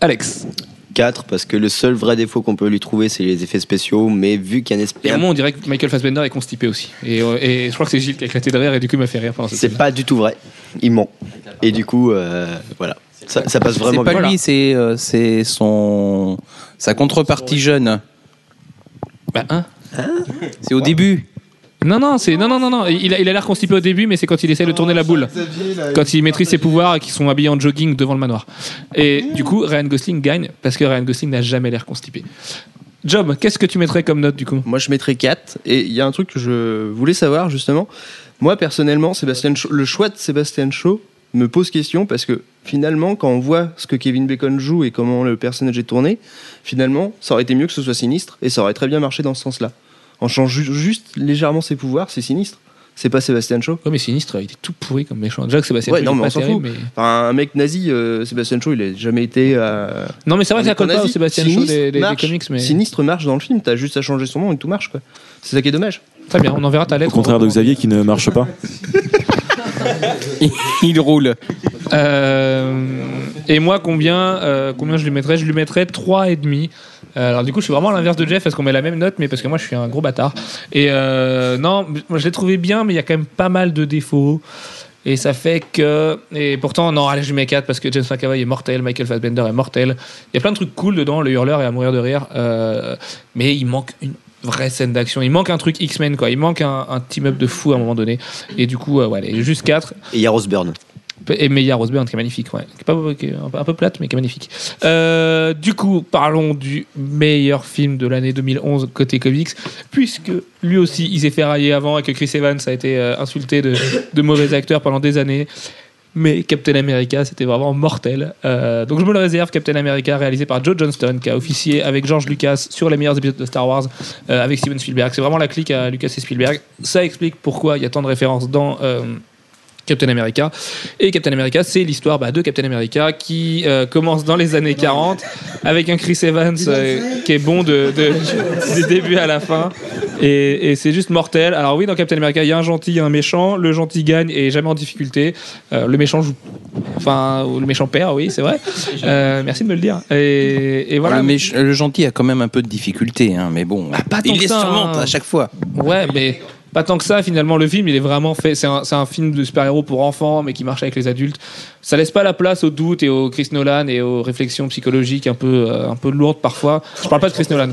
Speaker 2: Alex.
Speaker 3: 4, parce que le seul vrai défaut qu'on peut lui trouver, c'est les effets spéciaux, mais vu qu'il y a un
Speaker 2: Et
Speaker 3: espèce-
Speaker 2: à un moment, on dirait que Michael Fassbender est constipé aussi. Et, euh, et je crois que c'est Gilles qui a éclaté de rire et du coup, il m'a fait rire pendant cette
Speaker 3: C'est pas du tout vrai. Il ment. Et du coup, euh, voilà. Ça, ça passe
Speaker 8: C'est
Speaker 3: vraiment
Speaker 8: pas
Speaker 3: bien.
Speaker 8: lui, c'est euh, c'est son sa contrepartie jeune.
Speaker 2: Bah, hein
Speaker 8: C'est au début.
Speaker 2: Non, non, c'est non, non, non, non. Il a il a l'air constipé au début, mais c'est quand il essaie de tourner la boule. Quand il maîtrise ses pouvoirs et qu'ils sont habillés en jogging devant le manoir. Et du coup, Ryan Gosling gagne parce que Ryan Gosling n'a jamais l'air constipé. Job, qu'est-ce que tu mettrais comme note du coup
Speaker 7: Moi, je mettrais 4. Et il y a un truc que je voulais savoir, justement. Moi, personnellement, Sébastien Shaw- le choix de Sébastien Shaw me pose question parce que finalement, quand on voit ce que Kevin Bacon joue et comment le personnage est tourné, finalement, ça aurait été mieux que ce soit sinistre et ça aurait très bien marché dans ce sens-là. En changeant ju- juste légèrement ses pouvoirs, c'est sinistre. C'est pas Sébastien Shaw.
Speaker 2: Ouais, mais Sinistre, il est tout pourri comme méchant. Déjà que Sébastien
Speaker 7: Ouais,
Speaker 2: Coe,
Speaker 7: non,
Speaker 2: il est
Speaker 7: mais
Speaker 2: pas
Speaker 7: on s'en
Speaker 2: terrible, mais-
Speaker 7: Enfin, un mec nazi, euh, Sébastien Shaw, il a jamais été. euh,
Speaker 2: Non, mais c'est vrai que
Speaker 7: On
Speaker 2: ça
Speaker 7: est qu'en
Speaker 2: colle pas au
Speaker 7: Asie.
Speaker 2: Sébastien Shaw
Speaker 7: Sinistre
Speaker 2: des, des- des
Speaker 7: marche.
Speaker 2: comics, mais.
Speaker 7: Sinistre marche dans le film, t'as juste à changer son nom et tout marche quoi. C'est ça qui est dommage.
Speaker 2: Très bien, on enverra ta
Speaker 4: Au
Speaker 2: lettre.
Speaker 4: contraire de Xavier qui ne marche pas.
Speaker 8: Il roule.
Speaker 2: Euh, et moi, combien, euh, combien je lui mettrais Je lui mettrais 3,5. Euh, alors, du coup, je suis vraiment à l'inverse de Jeff parce qu'on met la même note, mais parce que moi, je suis un gros bâtard. Et euh, non, moi, je l'ai trouvé bien, mais il y a quand même pas mal de défauts. Et ça fait que. Et pourtant, non, allez, je lui mets 4 parce que James McAvoy est mortel, Michael Fassbender est mortel. Il y a plein de trucs cool dedans, le hurleur est à mourir de rire. Euh, mais il manque une vraie scène d'action. Il manque un truc X-Men, quoi. Il manque un, un team-up de fou à un moment donné. Et du coup, euh, ouais, allez, juste 4.
Speaker 3: Et il y a Rose Byrne.
Speaker 2: Et Meia Rosberg, qui est magnifique, ouais. Qui est pas- qui est un peu- un peu plate, mais qui est magnifique. Euh, du coup, parlons du meilleur film de l'année 2011 côté comics, puisque lui aussi, il s'est fait railler avant et que Chris Evans a été euh, insulté de, de mauvais acteurs pendant des années. Mais Captain America, c'était vraiment mortel. Euh, donc je me le réserve, Captain America, réalisé par Joe Johnston, qui a officié avec George Lucas sur les meilleurs épisodes de Star Wars, euh, avec Steven Spielberg. C'est vraiment la clique à Lucas et Spielberg. Ça explique pourquoi il y a tant de références dans euh, Captain America. Et Captain America, c'est l'histoire bah, de Captain America qui euh, commence dans les années 40 avec un Chris Evans euh, qui est bon de, de- du début à la fin. Et, et c'est juste mortel. Alors oui, dans Captain America, il y a un gentil, il y a un méchant. Le gentil gagne et est jamais en difficulté. Euh, le méchant joue... Enfin, ou le méchant perd, oui, c'est vrai. Euh, merci de me le dire. Et, et voilà. Ah,
Speaker 8: Le, méch- Ah, le gentil a quand même un peu de difficulté, hein, mais bon.
Speaker 2: pas tant
Speaker 8: il
Speaker 2: que
Speaker 8: les
Speaker 2: ça,
Speaker 8: surmonte
Speaker 2: hein.
Speaker 8: à chaque fois.
Speaker 2: Ouais, mais pas tant que ça, finalement, le film, il est vraiment fait. C'est un, c'est un film de super-héros pour enfants, mais qui marche avec les adultes. Ça laisse pas la place aux doutes et aux Chris Nolan et aux réflexions psychologiques un peu, euh, un peu lourdes parfois. Je parle pas de Chris Nolan.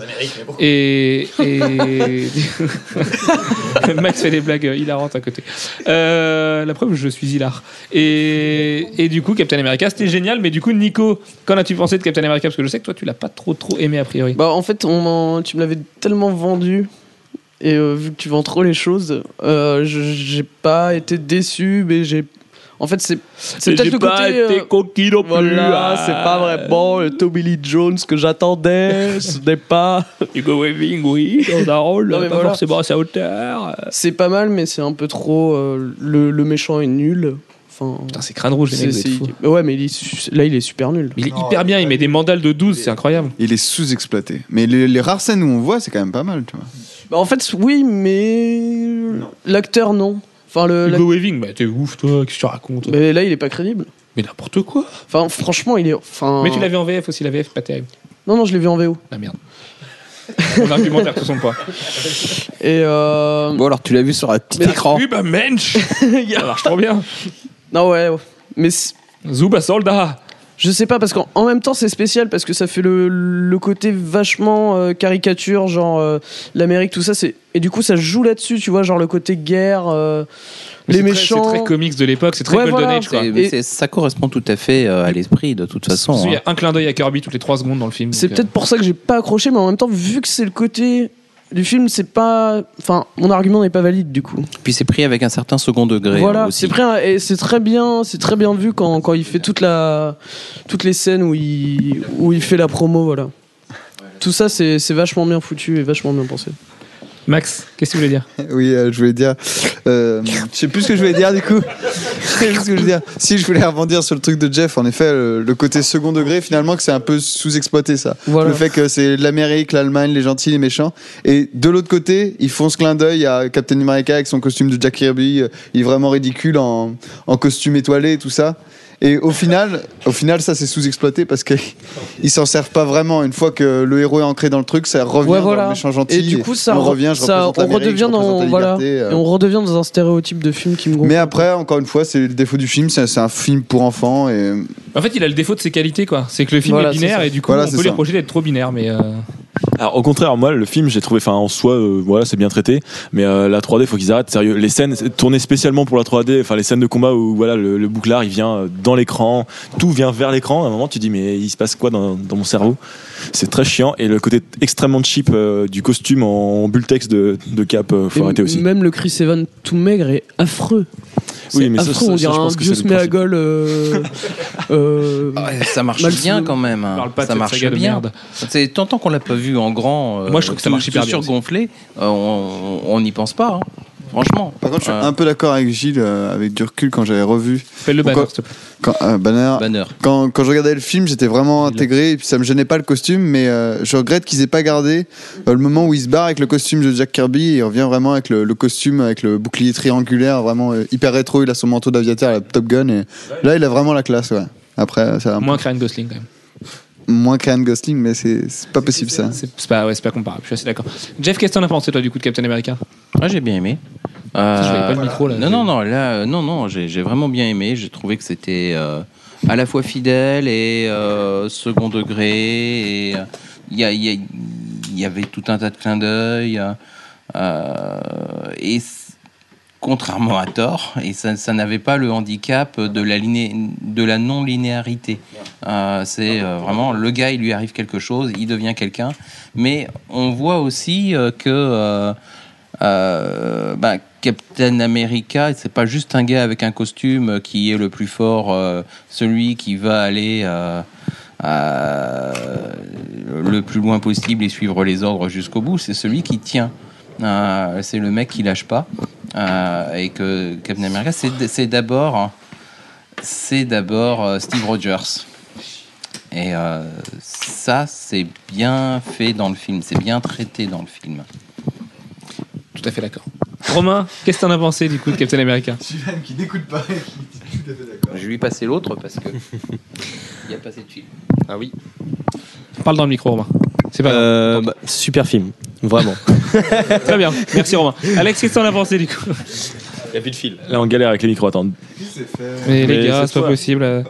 Speaker 2: Et. [laughs] et- Max fait des blagues euh, hilarantes à côté. Euh, la preuve, je suis hilar. Et, et du coup, Captain America, c'était génial, mais du coup, Nico, qu'en as-tu pensé de Captain America Parce que je sais que toi, tu l'as pas trop, trop aimé a priori.
Speaker 5: Bah en fait, on en- tu me l'avais tellement vendu et euh, vu que tu vends trop les choses, euh, je- j'ai pas été déçu, mais j'ai en fait c'est c'est peut-être le côté euh,
Speaker 2: coquille non plus.
Speaker 5: voilà,
Speaker 2: ah.
Speaker 5: c'est pas vraiment le Tommy Lee Jones que j'attendais, ce n'est pas
Speaker 2: [laughs] Hugo Weaving, oui, [laughs] dans un rôle,
Speaker 5: Non, mais
Speaker 2: pas
Speaker 5: voilà.
Speaker 2: forcément à sa hauteur.
Speaker 5: c'est pas mal mais c'est un peu trop euh, le, le méchant est nul. Enfin,
Speaker 2: Putain, c'est crâne rouge, les mecs,
Speaker 5: c'est-
Speaker 2: vous êtes
Speaker 5: c'est-
Speaker 2: fous.
Speaker 5: Ouais, mais il est su- là, il est super nul.
Speaker 2: Mais il est hyper bien, il met des mandales de 12, c'est incroyable.
Speaker 6: Il est sous-exploité. Mais les, les rares scènes où on voit, c'est quand même pas mal, tu vois.
Speaker 5: Bah, en fait, oui, mais l'acteur non. Enfin, le. l'ac-
Speaker 2: Hugo Weaving, bah t'es ouf, toi, qu'est-ce que tu racontes
Speaker 5: Mais là, il est pas crédible.
Speaker 2: Mais n'importe quoi
Speaker 5: Enfin, franchement, il est. Enfin.
Speaker 2: Mais tu l'avais en VF aussi, la VF, pas terrible.
Speaker 5: Non, non, je l'ai vu en VO.
Speaker 2: La merde. Mon argumentaire se son pas.
Speaker 5: [laughs] Et euh...
Speaker 8: Bon, alors tu l'as vu sur un petit
Speaker 5: Mais-
Speaker 8: écran.
Speaker 2: Zuba bah, Mensch
Speaker 5: [laughs] il y
Speaker 2: Ça
Speaker 5: a-
Speaker 2: marche trop bien
Speaker 5: non, ouais, ouais. mais c'est-
Speaker 2: Zuba Soldat
Speaker 5: je sais pas parce qu'en en même temps c'est spécial parce que ça fait le, le côté vachement euh, caricature genre euh, l'Amérique tout ça c'est et du coup ça joue là-dessus tu vois genre le côté guerre euh,
Speaker 2: Mais
Speaker 5: les
Speaker 2: c'est très-
Speaker 5: méchants
Speaker 2: C'est très comics de l'époque, c'est très
Speaker 5: Ouais,
Speaker 2: Golden
Speaker 5: voilà,
Speaker 2: Age quoi.
Speaker 8: C'est-
Speaker 5: Et-
Speaker 8: c'est- Ça correspond tout à fait euh, à l'esprit de toute façon.
Speaker 2: Il y
Speaker 8: hein.
Speaker 2: a un clin d'œil à Kirby toutes les 3 secondes dans le film.
Speaker 5: C'est
Speaker 2: donc, euh,
Speaker 5: peut-être pour ça que j'ai pas accroché, mais en même temps, vu que c'est le côté du film, c'est pas. Enfin, mon argument n'est pas valide du coup.
Speaker 8: Puis c'est pris avec un certain second degré. hein,
Speaker 5: voilà,
Speaker 8: aussi.
Speaker 5: c'est prêt et c'est très bien, c'est très bien vu quand, quand il fait toute la, toutes les scènes où il, où il fait la promo, voilà. Tout ça, c'est c'est vachement bien foutu et vachement bien pensé.
Speaker 2: euh. Max, qu'est-ce que tu voulais dire
Speaker 6: [laughs] Oui, euh, je voulais dire. euh, je sais plus ce que je voulais dire du coup. [laughs] Je sais plus ce que je voulais dire. Si je voulais rebondir sur le truc de Jeff, en effet, le, le côté second degré, finalement, que c'est un peu sous-exploité ça.
Speaker 5: Voilà.
Speaker 6: Le fait que c'est l'Amérique, l'Allemagne, les gentils, les méchants. Et de l'autre côté, ils font ce clin d'œil à Captain America avec son costume de Jack Kirby. euh, Il est vraiment ridicule en, en costume étoilé et tout ça. Et au final, au final, ça c'est sous-exploité parce que [laughs] ils s'en servent pas vraiment. Une fois que le héros est ancré dans le truc, ça revient
Speaker 5: Ouais,
Speaker 6: dans
Speaker 5: voilà.
Speaker 6: le méchant gentil.
Speaker 5: Et du coup, ça,
Speaker 6: on revient, je
Speaker 5: ça-
Speaker 6: représente
Speaker 5: on
Speaker 6: l'Amérique, je
Speaker 5: redevient dans,
Speaker 6: représente la
Speaker 5: voilà,
Speaker 6: liberté, euh.
Speaker 5: et on redevient dans un stéréotype de film qui me gonfle.
Speaker 6: Mais après, encore une fois, c'est le défaut du film, c'est c'est un film pour enfants. Et...
Speaker 2: En fait, il a le défaut de ses qualités quoi. C'est que le film
Speaker 5: Voilà,
Speaker 2: est
Speaker 5: c'est
Speaker 2: binaire
Speaker 5: ça.
Speaker 2: et du coup,
Speaker 6: Voilà,
Speaker 2: on
Speaker 6: c'est
Speaker 2: peut lui
Speaker 6: ça.
Speaker 2: reprocher d'être trop binaire, mais. euh,
Speaker 4: Alors, au contraire, moi, le film, j'ai trouvé, enfin, en soi, euh, voilà, c'est bien traité, mais euh, la 3D, faut qu'ils arrêtent, sérieux. Les scènes c'est tournées spécialement pour la 3D, enfin, les scènes de combat où, voilà, le, le bouclard, il vient euh, dans l'écran, tout vient vers l'écran. À un moment, tu dis, mais il se passe quoi dans, dans mon cerveau C'est très chiant. Et le côté extrêmement cheap euh, du costume en bulletex de, de cap, euh, faut
Speaker 5: Et
Speaker 4: arrêter aussi.
Speaker 5: Même le Chris Evans tout maigre est affreux.
Speaker 4: Oui,
Speaker 5: C'est
Speaker 4: mais ça,
Speaker 5: affreux,
Speaker 4: ça,
Speaker 5: on
Speaker 4: ça,
Speaker 5: dirait
Speaker 4: je
Speaker 5: un
Speaker 4: pense que
Speaker 5: dieu
Speaker 4: c'est
Speaker 5: se
Speaker 4: le
Speaker 5: met à
Speaker 4: principe.
Speaker 5: gueule. euh, euh,
Speaker 8: Ouais, Ah, ça marche
Speaker 5: Mal
Speaker 8: bien
Speaker 5: sous-
Speaker 8: quand même. hein.
Speaker 2: parle pas de
Speaker 8: ça
Speaker 2: cette
Speaker 8: marche
Speaker 2: saga de
Speaker 8: bien.
Speaker 2: merde.
Speaker 8: C'est tant tant qu'on l'a pas vu en grand. euh,
Speaker 2: Moi, je trouve que ça
Speaker 8: tout-
Speaker 2: marche hyper
Speaker 8: tout
Speaker 2: bien aussi.
Speaker 8: surgonflé. euh, on on n'y pense pas. hein. Franchement.
Speaker 6: Par contre, je suis
Speaker 8: Euh,
Speaker 6: un peu d'accord avec Gilles, euh, avec du recul, quand j'avais revu.
Speaker 2: Fais-le banner,
Speaker 6: Pourquoi
Speaker 2: s'il te plaît.
Speaker 6: Quand, euh, Banner,
Speaker 8: Banner.
Speaker 6: quand, quand je regardais le film, j'étais vraiment intégré, et puis ça me gênait pas le costume, mais euh, je regrette qu'ils aient pas gardé euh, le moment où il se barre avec le costume de Jack Kirby, et il revient vraiment avec le, le costume, avec le bouclier triangulaire, vraiment euh, hyper rétro, il a son manteau d'aviateur, la Top Gun, et là, il a vraiment la classe, ouais. Après, ça va
Speaker 2: Moins Ryan Gosling quand même.
Speaker 6: moins Ryan Gosling, mais c'est c'est pas possible ça.
Speaker 2: C'est c'est pas, ouais, c'est pas comparable, je suis assez d'accord. Jeff, qu'est-ce que t'en as pensé toi du coup de Captain America
Speaker 8: Ouais, j'ai bien aimé.
Speaker 2: je l'avais pas le micro, là.
Speaker 8: Euh, Non, non, non, là, euh, non, non, j'ai j'ai vraiment bien aimé. J'ai trouvé que c'était euh, à la fois fidèle et euh, second degré. et, euh, Il y, a- il y a- il y avait tout un tas de clins d'œil. euh, euh, et c- contrairement à tort, et ça, ça n'avait pas le handicap de la, liné- de la non-linéarité. Euh, C'est euh, vraiment le gars, il lui arrive quelque chose, il devient quelqu'un. Mais on voit aussi euh, que. euh, euh, ben, Captain America, c'est pas juste un gars avec un costume qui est le plus fort, euh, celui qui va aller euh, à- le plus loin possible et suivre les ordres jusqu'au bout, c'est celui qui tient. Euh, c'est le mec qui lâche pas. Euh, et que Captain America, c'est c'est d'abord hein, c'est d'abord euh, Steve Rogers. Et euh, ça, c'est bien fait dans le film, c'est bien traité dans le film.
Speaker 2: Tout à fait d'accord. Romain, qu'est-ce que t'en as pensé du coup de Captain America
Speaker 6: qui n'écoute pas [laughs]
Speaker 8: Je vais lui passer l'autre parce
Speaker 2: [laughs]
Speaker 8: que. Il y a pas assez de fil.
Speaker 9: Ah oui.
Speaker 2: Parle dans le micro, Romain. C'est pas grave.
Speaker 9: Euh, bah, super film,
Speaker 2: [laughs]
Speaker 9: vraiment.
Speaker 2: Très bien, merci Romain. Alex, qu'est-ce que t'en as pensé du coup
Speaker 9: Il n'y a plus de fil.
Speaker 4: Là, on galère avec les micros, attends.
Speaker 2: Mais les
Speaker 4: Mais
Speaker 2: gars,
Speaker 4: c'est
Speaker 2: c'est pas
Speaker 4: toi.
Speaker 2: possible. euh.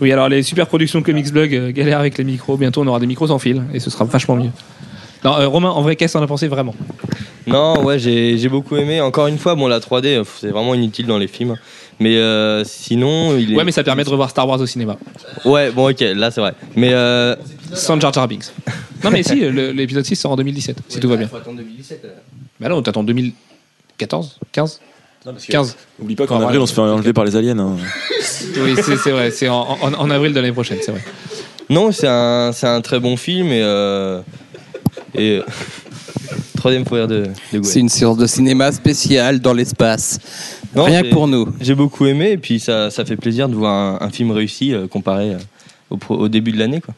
Speaker 2: Oui, alors les super productions Comics Blog euh, galèrent avec les micros. Bientôt, on aura des micros sans fil et ce sera vachement mieux. Non, euh, Romain, en vrai, qu'est-ce que t'en as pensé vraiment
Speaker 9: Non, ouais, j'ai j'ai beaucoup aimé. Encore une fois, bon, la 3D, euh, c'est vraiment inutile dans les films. Mais euh, sinon, il est.
Speaker 2: Ouais, mais ça permet de revoir Star Wars au cinéma.
Speaker 9: Ouais, bon, ok, là, c'est vrai. Mais euh,
Speaker 2: Sans Jar Jar Binks. Non, mais si, le- l'épisode 6 sort en 2017, si tout va bien. Bah non, t'attends 2014 15 15
Speaker 4: Oublie pas
Speaker 2: Ah,
Speaker 4: qu'en
Speaker 2: voilà.
Speaker 4: avril, on se fait enlever par les aliens. hein.
Speaker 2: Oui, c'est c'est vrai, c'est en, en- en avril de l'année prochaine, c'est vrai.
Speaker 9: non, c'est un, c'est un très bon film. Et. euh, et [laughs] Troisième fou rire de, de Gwen.
Speaker 8: C'est une séance de cinéma spéciale dans l'espace.
Speaker 9: Non,
Speaker 8: Rien que
Speaker 9: c'est-
Speaker 8: pour nous.
Speaker 9: J'ai beaucoup aimé et puis ça, ça fait plaisir de voir un, un film réussi euh, comparé euh, au, pro- au début de l'année quoi.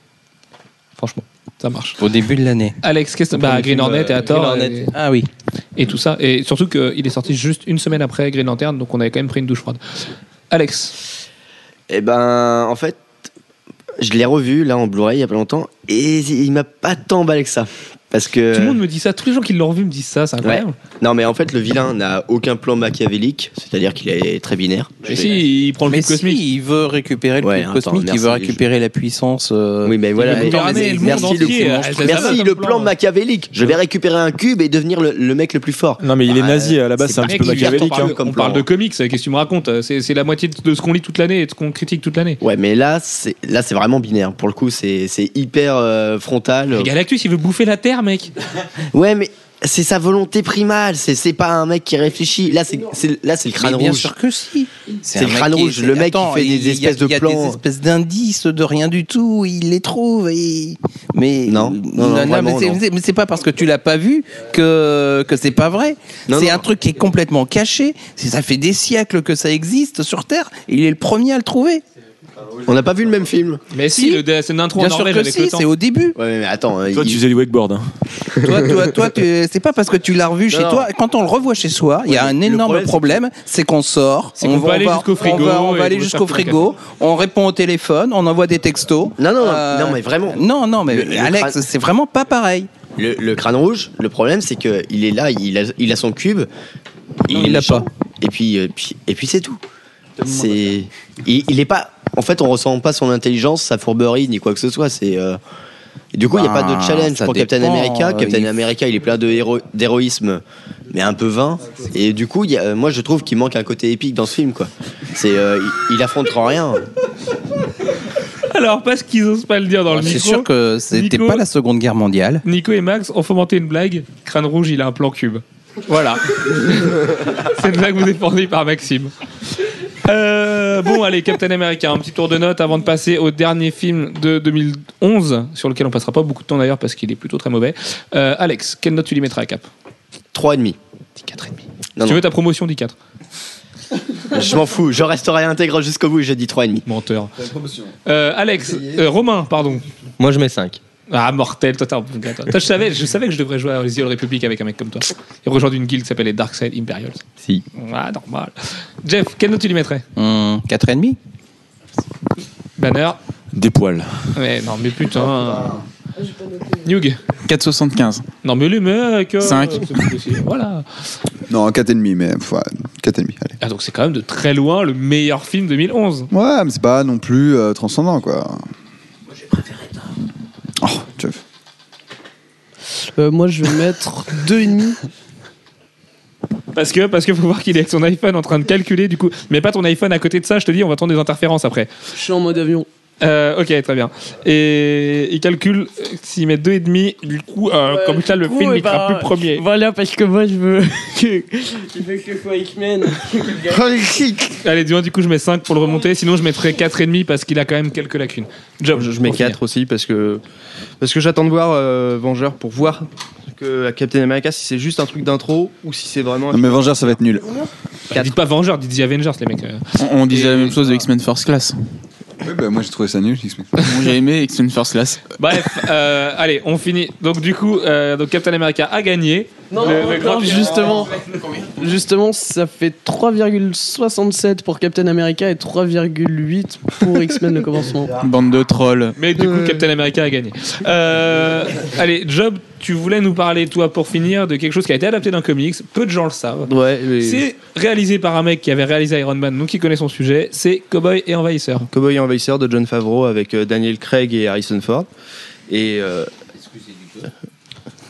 Speaker 9: Franchement.
Speaker 2: Ça marche.
Speaker 8: Au début de l'année.
Speaker 2: Alex, qu'est-ce que
Speaker 9: Bah,
Speaker 2: bah, Green
Speaker 9: film,
Speaker 2: Hornet
Speaker 9: euh,
Speaker 2: et à tort,
Speaker 9: Green
Speaker 2: et,
Speaker 8: Ah oui.
Speaker 2: et tout ça. Et surtout qu'il est sorti juste une semaine après Green Lantern, donc on avait quand même pris une douche froide. Alex,
Speaker 3: Eh ben, en fait, je l'ai revu là en Blu-ray il y a pas longtemps et il m'a pas tant emballé que ça. Parce que.
Speaker 2: tout le monde me dit ça, tous les gens qui l'ont revu me disent ça, c'est incroyable.
Speaker 3: Non, mais en fait, le vilain n'a aucun plan machiavélique, c'est-à-dire qu'il est très binaire.
Speaker 2: Mais si, il prend le
Speaker 8: Mais
Speaker 2: cube cosmique.
Speaker 8: si, il veut récupérer le
Speaker 3: Ouais,
Speaker 8: cube
Speaker 3: attends,
Speaker 8: cosmique,
Speaker 3: merci,
Speaker 8: il veut récupérer la puissance. euh,
Speaker 3: Oui, mais voilà.
Speaker 2: veut
Speaker 3: et-
Speaker 2: gouverner le monde
Speaker 3: Merci le,
Speaker 8: hein.
Speaker 2: entier,
Speaker 3: plan-
Speaker 2: ah, ça, ça va,
Speaker 3: merci
Speaker 2: comme
Speaker 3: le
Speaker 2: plan,
Speaker 3: plan
Speaker 2: ouais.
Speaker 3: machiavélique. Je vais récupérer un cube et devenir le, le mec le plus fort.
Speaker 4: Non, mais il est
Speaker 3: Bah,
Speaker 4: nazi à la base,
Speaker 3: c'est
Speaker 4: c'est un
Speaker 3: pas
Speaker 4: petit
Speaker 2: Mec,
Speaker 4: peu
Speaker 2: il vient de
Speaker 4: machiavélique.
Speaker 2: parler-
Speaker 4: hein.
Speaker 3: hein, comme
Speaker 2: on parle
Speaker 3: plan.
Speaker 2: de comics, qu'est-ce que tu me racontes C'est c'est la moitié de ce qu'on lit toute l'année et de ce qu'on critique toute l'année.
Speaker 3: Ouais, mais là, c'est là, c'est vraiment binaire. Pour le coup, c'est c'est hyper euh, frontal.
Speaker 2: Et Galactus, il veut bouffer la Terre, mec.
Speaker 3: [laughs] Ouais, mais c'est sa volonté primale. C'est c'est pas un mec qui réfléchit. Là, c'est c'est- là, c'est le crâne
Speaker 8: mais bien
Speaker 3: rouge.
Speaker 8: sûr que si.
Speaker 3: C'est
Speaker 8: un
Speaker 3: le
Speaker 8: mec
Speaker 3: crâne
Speaker 8: qui-
Speaker 3: rouge,
Speaker 8: c'est-
Speaker 3: le mec qui fait des
Speaker 8: il y a-
Speaker 3: espèces de
Speaker 8: Il y a
Speaker 3: plans.
Speaker 8: des espèces d'indices de rien du tout, il les trouve. Et... Mais
Speaker 3: Non, non, non,
Speaker 8: mais
Speaker 3: vraiment,
Speaker 8: c'est-
Speaker 3: non.
Speaker 8: mais c'est pas parce que tu l'as pas vu que que c'est pas vrai.
Speaker 3: Non,
Speaker 8: C'est
Speaker 3: non.
Speaker 8: un truc qui est complètement caché. C'est- Ça fait des siècles que ça existe sur Terre. et il est le premier à le trouver.
Speaker 3: On n'a pas vu le même film.
Speaker 2: Mais si,
Speaker 8: Si.
Speaker 2: le- c'est une intro en
Speaker 8: Bien sûr
Speaker 2: Norvège
Speaker 8: que
Speaker 2: avec le
Speaker 8: si,
Speaker 2: temps.
Speaker 8: c'est au début.
Speaker 3: Ouais, mais attends. euh,
Speaker 4: Toi,
Speaker 3: il-
Speaker 4: tu faisais du wakeboard. hein.
Speaker 8: toi, toi, toi, tu- c'est pas parce que tu l'as revu chez
Speaker 3: non.
Speaker 8: toi. Quand on le revoit chez soi, il y a
Speaker 3: Ouais,
Speaker 8: un
Speaker 3: mais le
Speaker 8: énorme
Speaker 3: problème, c'est
Speaker 8: problème, c'est qu'on sort,
Speaker 2: C'est qu'on peut aller jusqu'au frigo
Speaker 8: on va, on
Speaker 2: et
Speaker 8: va aller
Speaker 2: qu'on
Speaker 8: jusqu'au
Speaker 2: cherche tout le
Speaker 8: frigo, on répond au téléphone, on envoie des textos.
Speaker 3: Non, non,
Speaker 8: Euh,
Speaker 3: non, mais vraiment.
Speaker 8: Non, non, mais
Speaker 3: Le- le
Speaker 8: Alex,
Speaker 3: crâne-
Speaker 8: c'est vraiment pas pareil.
Speaker 3: Le, le crâne rouge, le problème c'est que il est là, il a, il a son cube,
Speaker 8: Non,
Speaker 3: est
Speaker 8: il l'a
Speaker 3: méchant.
Speaker 8: pas.
Speaker 3: Et puis, euh, puis- et puis c'est tout. C'est, il, il est pas. En fait, on ressent pas son intelligence, sa fourberie ni quoi que ce soit. C'est euh, et du coup, il n'y a pas de
Speaker 8: Ben,
Speaker 3: challenge
Speaker 8: ça
Speaker 3: pour Captain
Speaker 8: dépend,
Speaker 3: America.
Speaker 8: euh,
Speaker 3: Captain
Speaker 8: il-
Speaker 3: America, il est plein de héro- d'héroïsme, mais un peu vain. Et du coup, il y a- moi, je trouve qu'il manque un côté épique dans ce film, quoi. C'est, euh, il, il affrontera rien.
Speaker 2: [laughs] Alors, parce qu'ils osent pas le dire dans le
Speaker 8: C'est
Speaker 2: micro,
Speaker 8: sûr que c'était
Speaker 2: Nico-
Speaker 8: pas la Seconde Guerre mondiale.
Speaker 2: Nico et Max ont fomenté une blague. Crâne rouge, il a un plan cube.
Speaker 3: [laughs]
Speaker 2: Voilà. c'est une blague vous est fournie par Maxime. Euh, bon, allez, Captain America, un petit tour de notes avant de passer au dernier film de 2011, sur lequel on passera pas beaucoup de temps d'ailleurs parce qu'il est plutôt très mauvais. Euh, Alex, quelle note tu lui mettras à Cap
Speaker 3: Trois et demi.
Speaker 2: 4,5.
Speaker 3: Non,
Speaker 2: Tu
Speaker 3: non.
Speaker 2: veux ta promotion, 10,4
Speaker 3: Je m'en fous. Je resterai intègre jusqu'au bout. et Je dis trois et demi.
Speaker 2: Menteur. Euh, Alex, euh, Romain, pardon.
Speaker 9: Moi je mets 5.
Speaker 2: Ah, mortel, toi, t'es un bon gars, toi. Toi, je, savais, je savais que je devrais jouer à The Old Republic avec un mec comme toi. Et rejoindre une guilde qui s'appelle les Dark Side Imperials.
Speaker 9: Si.
Speaker 2: Ah, normal. Jeff, quelle note tu lui mettrais
Speaker 8: Hum, Quatre et demi.
Speaker 2: Banner
Speaker 4: Des poils.
Speaker 2: Mais non, mais putain.
Speaker 5: Ah,
Speaker 2: Nug
Speaker 1: 4,75.
Speaker 2: Non, mais lui, mec euh,
Speaker 1: Cinq.
Speaker 2: c'est pas possible. Voilà.
Speaker 6: Non, 4,5, mais. pff, ouais, 4,5, allez.
Speaker 2: Ah, donc c'est quand même de très loin le meilleur film 2011.
Speaker 6: Ouais, mais c'est pas non plus euh, transcendant, quoi. Moi, j'ai préféré Oh, Jeff.
Speaker 5: Euh, moi, je vais mettre 2,5.
Speaker 2: Parce que, parce que faut voir qu'il est avec son iPhone en train de calculer, du coup. Mais pas ton iPhone à côté de ça, je te dis, on va entendre des interférences après.
Speaker 5: Je suis en mode avion.
Speaker 2: Euh, ok, très bien. Et il calcule euh, s'il met deux et demi, du coup, euh,
Speaker 5: Ouais,
Speaker 2: comme ça, le
Speaker 5: du coup,
Speaker 2: film
Speaker 5: eh
Speaker 2: il sera
Speaker 5: ben,
Speaker 2: plus
Speaker 5: [laughs]
Speaker 2: premier.
Speaker 5: Voilà, parce que moi, je veux que, je veux que
Speaker 2: [laughs]
Speaker 5: soit X-Men. Oh,
Speaker 2: Allez, dis-moi, du coup, je mets 5 pour le remonter. Sinon, je mettrais quatre et demi parce qu'il a quand même quelques lacunes. Job,
Speaker 7: Je, je mets
Speaker 2: pour finir.
Speaker 7: 4 aussi parce que, parce que j'attends de voir euh, Vengeur pour voir que à Captain America si c'est juste un truc d'intro ou si c'est vraiment. un
Speaker 6: Non, mais Vengeur, ça va être nul.
Speaker 2: Bah, Dites pas Vengeurs, dites The Avengers, les mecs. euh.
Speaker 1: On, on disait la
Speaker 7: Et-
Speaker 1: même chose de X-Men First Class.
Speaker 6: Oui, bah, moi, j'ai trouvé ça nul, X-Men.
Speaker 1: Bon, J'ai aimé X-Men First Class.
Speaker 2: Bref, [laughs] euh, allez, on finit. Donc, du coup, euh, donc Captain America a gagné.
Speaker 5: Non,
Speaker 2: Le-
Speaker 5: non,
Speaker 2: le
Speaker 5: non,
Speaker 2: grand-
Speaker 5: justement, justement, ça fait 3,67 pour Captain America et 3,8 pour X-Men le commencement.
Speaker 1: Bande de trolls.
Speaker 2: Mais du coup, Captain America a gagné. Euh, allez, Job, tu voulais nous parler, toi, pour finir, de quelque chose qui a été adapté d'un comics. Peu de gens le savent.
Speaker 7: truc- Ouais, mais-
Speaker 2: C'est réalisé par un mec qui avait réalisé Iron Man, donc qui connaît son sujet. C'est Cowboy et Envahisseur.
Speaker 7: Cowboy et Envahisseur de John Favreau avec euh, Daniel Craig et Harrison Ford. Et euh,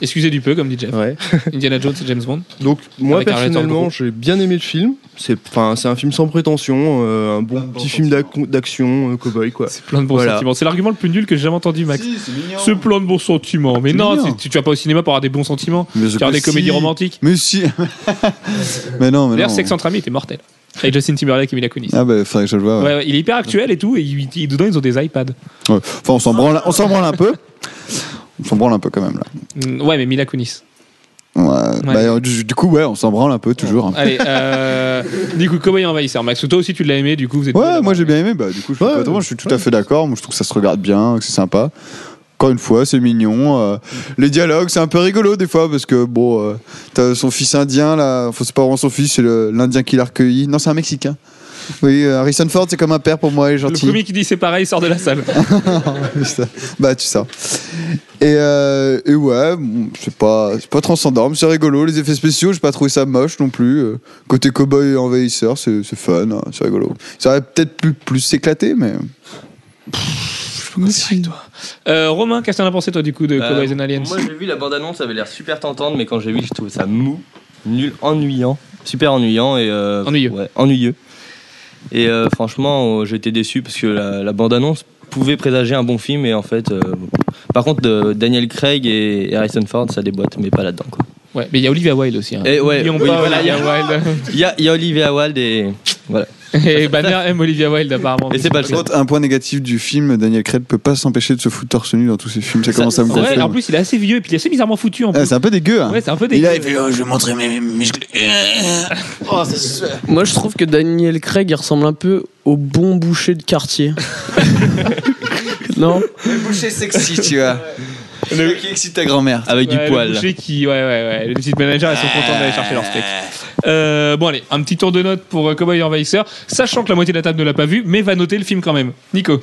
Speaker 2: Excusez du peu, comme dit Jeff.
Speaker 7: ouais.
Speaker 2: Indiana Jones et James Bond.
Speaker 7: Donc moi
Speaker 2: Avec un réalisateur
Speaker 7: personnellement,
Speaker 2: gros.
Speaker 7: j'ai bien aimé le film. C'est enfin c'est un film sans prétention, euh, un bon petit film d'ac- d'action euh, cowboy quoi.
Speaker 2: C'est plein de bons
Speaker 7: Voilà.
Speaker 2: sentiments. C'est l'argument le plus nul que j'ai jamais entendu, Max.
Speaker 6: c'est mignon.
Speaker 2: Ce plan de bons sentiments. Mais
Speaker 6: C'est
Speaker 2: non,
Speaker 6: mignon.
Speaker 2: c'est- tu, tu vas pas au cinéma pour avoir des bons sentiments. Tu vas avoir des comédies romantiques.
Speaker 6: Mais si. [laughs] mais non, mais non.
Speaker 2: D'ailleurs, Sex entre amis était mortel. Avec Justin Timberlake et Mila Kunis.
Speaker 6: Ah, bah, faudrait que je le vois. ouais.
Speaker 2: Ouais, ouais, il est hyper actuel et tout, et il- il- dedans ils ont des iPads.
Speaker 6: Ouais. Enfin, on s'en branle, on s'en branle un peu. On s'en branle un peu quand même, là.
Speaker 2: Mm, Ouais, mais Mila Kunis.
Speaker 6: Ouais, bah, du, du coup, ouais, on s'en branle un peu toujours. hein.
Speaker 2: Allez,
Speaker 6: [laughs]
Speaker 2: euh, du coup, Cowboy envahisseur, Max. Toi aussi, tu l'as aimé, du coup, vous êtes.
Speaker 6: Ouais, moi j'ai bien aimé. Bah, du coup, je suis,
Speaker 2: Ouais,
Speaker 6: pas trop- je suis tout à fait d'accord. Moi, je trouve que ça se regarde bien, que c'est sympa. Encore une fois, c'est mignon. euh, les dialogues, c'est un peu rigolo des fois parce que bon, euh, t'as son fils indien là. Enfin, c'est pas vraiment son fils, c'est le- l'indien qui l'a recueilli. Non, c'est un mexicain. Oui, euh, Harrison Ford, c'est comme un père pour moi, il est
Speaker 2: Le
Speaker 6: gentil.
Speaker 2: premier qui dit c'est pareil sort de la
Speaker 6: [laughs]
Speaker 2: salle.
Speaker 6: Putain. [laughs] bah tu sors. Et, euh, et ouais, bon, c'est pas, c'est pas transcendant, mais c'est rigolo. Les effets spéciaux, j'ai pas trouvé ça moche non plus. Euh, Côté cowboy et envahisseur, c'est c'est fun, hein, c'est rigolo. Ça aurait peut-être pu plus s'éclater, mais.
Speaker 2: Euh, Romain, qu'est-ce que t'en as pensé, toi, du coup, de
Speaker 9: Euh,
Speaker 2: Cowboys and Aliens
Speaker 9: Moi j'ai vu la bande annonce, ça avait l'air super tentante, mais quand j'ai vu, je trouvais ça mou, nul, ennuyant, super ennuyant et euh,
Speaker 2: Ennuyeux.
Speaker 9: ouais, ennuyeux. Et euh, franchement, euh, j'ai été déçu parce que la, la bande annonce pouvait présager un bon film et en fait, euh, par contre, euh, Daniel Craig et Harrison Ford, ça déboîte, mais pas là-dedans. quoi.
Speaker 2: Ouais, mais il y a Olivia Wilde aussi. Hein.
Speaker 9: Et ouais,
Speaker 2: N'oublions
Speaker 9: oui,
Speaker 2: pas
Speaker 9: voilà, il y
Speaker 2: Olivia
Speaker 9: a-
Speaker 2: Wilde.
Speaker 9: [laughs] Il y a, il y a Olivia Wilde et voilà.
Speaker 2: Et Banner aime Olivia Wilde, apparemment.
Speaker 9: Et c'est pas le
Speaker 6: Par contre, un point négatif du film, Daniel Craig peut pas s'empêcher de se foutre torse nu dans tous ses films. Ça commence à me
Speaker 2: Ouais,
Speaker 6: gonfler.
Speaker 2: en plus, il est assez vieux et puis il est assez bizarrement foutu en
Speaker 6: Ah,
Speaker 2: plus.
Speaker 6: c'est un peu dégueu. Hein.
Speaker 2: Ouais, c'est un peu
Speaker 6: il
Speaker 2: dégueu.
Speaker 6: a, il fait, oh, je vais montrer mes Oh, mes muscles.
Speaker 5: [laughs]
Speaker 2: Euh.
Speaker 5: Moi, je trouve que Daniel Craig, il ressemble un peu au bon boucher de [laughs] quartier. non
Speaker 6: Boucher sexy, tu vois. Le qui excite ta grand-mère.
Speaker 9: Avec
Speaker 2: Ouais,
Speaker 9: du
Speaker 2: le
Speaker 9: poil.
Speaker 2: boucher qui, ouais, ouais, ouais. Les petites managers, elles sont contentes d'aller chercher leur steak. Euh, bon, allez, un petit tour de notes pour euh, Cowboy Envahisseur, sachant que la moitié de la table ne l'a pas vu, mais va noter le film quand même.
Speaker 6: [laughs]
Speaker 2: Nico.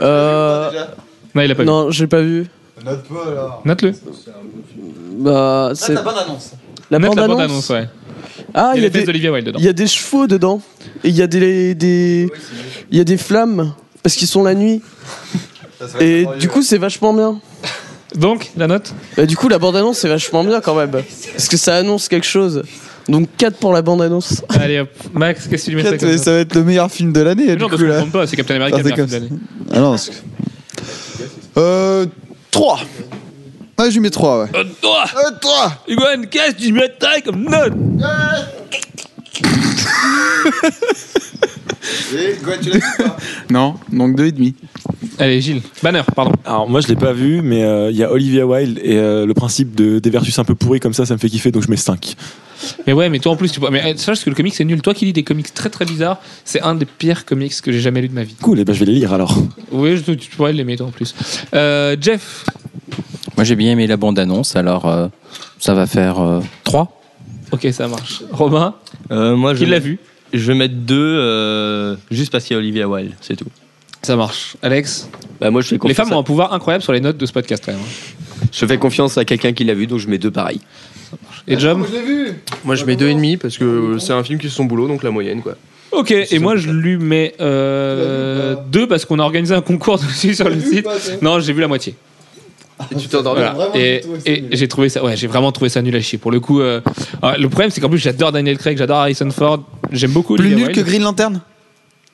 Speaker 5: Euh,
Speaker 2: Non, il l'a pas
Speaker 5: Non, j'ai pas vu.
Speaker 2: vu. Note-le.
Speaker 5: Bah,
Speaker 6: Ah,
Speaker 5: c'est la
Speaker 2: Note
Speaker 5: bande
Speaker 2: la bande
Speaker 5: annonce.
Speaker 2: annonce, ouais.
Speaker 5: Ah,
Speaker 2: Il
Speaker 5: il
Speaker 2: y a les
Speaker 5: y,
Speaker 2: fesses
Speaker 5: a des-
Speaker 2: d'Olivia Wilde dedans.
Speaker 5: il y a des chevaux dedans. Et il y a des, des- il y a des flammes parce qu'ils sont la nuit. Et du coup, c'est vachement bien.
Speaker 2: Donc, la note
Speaker 5: Bah, du coup, la bande annonce, c'est vachement bien quand même. Parce que ça annonce quelque chose. Donc 4 pour la bande annonce.
Speaker 2: Allez hop, Max, qu'est-ce que tu lui mets ça comme
Speaker 6: Ça
Speaker 2: ça
Speaker 6: va être le meilleur film de l'année.
Speaker 2: Mais
Speaker 6: du
Speaker 2: Non, parce
Speaker 6: coup,
Speaker 2: qu'on ne
Speaker 6: là.
Speaker 2: comprend pas, c'est Captain America
Speaker 6: Ah,
Speaker 2: le
Speaker 6: c'est
Speaker 2: meilleur
Speaker 6: comme
Speaker 2: film de l'année.
Speaker 6: Ah non, c'est- Euh. 3. Ah, j'ai mis 3, ouais.
Speaker 2: Euh, toi,
Speaker 6: Euh, 3
Speaker 2: Hugoane, qu'est-ce que tu mets ta comme note
Speaker 6: Euh.
Speaker 2: [laughs]
Speaker 1: Non, donc deux et demi.
Speaker 2: Allez, Gilles. Banner, pardon.
Speaker 4: Alors moi je l'ai pas vu, mais euh, il y a Olivia Wilde et euh, le principe de, des vertus un peu pourris comme ça, ça me fait kiffer, donc je mets 5.
Speaker 2: Mais ouais, mais toi en plus, tu vois. Mais euh, sache que le comics, c'est nul. Toi qui lis des comics très très bizarres, c'est un des pires comics que j'ai jamais lu de ma vie.
Speaker 4: Cool, et ben je vais les lire alors.
Speaker 2: Oui, je- tu pourrais l'aimer toi en plus. Euh, Jeff,
Speaker 8: Moi, j'ai bien aimé la bande-annonce, alors euh, ça va faire euh, 3.
Speaker 2: ok, ça marche. Romain,
Speaker 9: Euh, moi, je,
Speaker 2: qui l'a vu
Speaker 9: je vais mettre deux, euh, juste parce qu'il y a Olivia Wilde, c'est tout.
Speaker 2: Ça marche. Alex
Speaker 3: Bah, moi, je fais
Speaker 2: Les
Speaker 3: confiance.
Speaker 2: femmes
Speaker 3: à-
Speaker 2: ont un pouvoir incroyable sur les notes de ce podcast quand même. hein.
Speaker 3: Je fais confiance à quelqu'un qui l'a vu, donc je mets deux pareils.
Speaker 2: Et Jom
Speaker 7: Moi, je mets deux et demi parce que c'est un film qui fait son boulot, donc la moyenne, quoi.
Speaker 2: Ok, et moi je lui mets euh, deux parce qu'on a organisé un concours [laughs] dessus sur le site. Non, j'ai vu la moitié.
Speaker 7: Et tu t'es endormi
Speaker 2: Voilà. Et, et j'ai trouvé ça, ouais, j'ai vraiment trouvé ça nul à chier. Pour le coup, euh, ah, le problème c'est qu'en plus j'adore Daniel Craig, j'adore Harrison Ford, j'aime beaucoup.
Speaker 6: Plus
Speaker 2: Olivia
Speaker 6: nul
Speaker 2: Wilde.
Speaker 6: que Green Lantern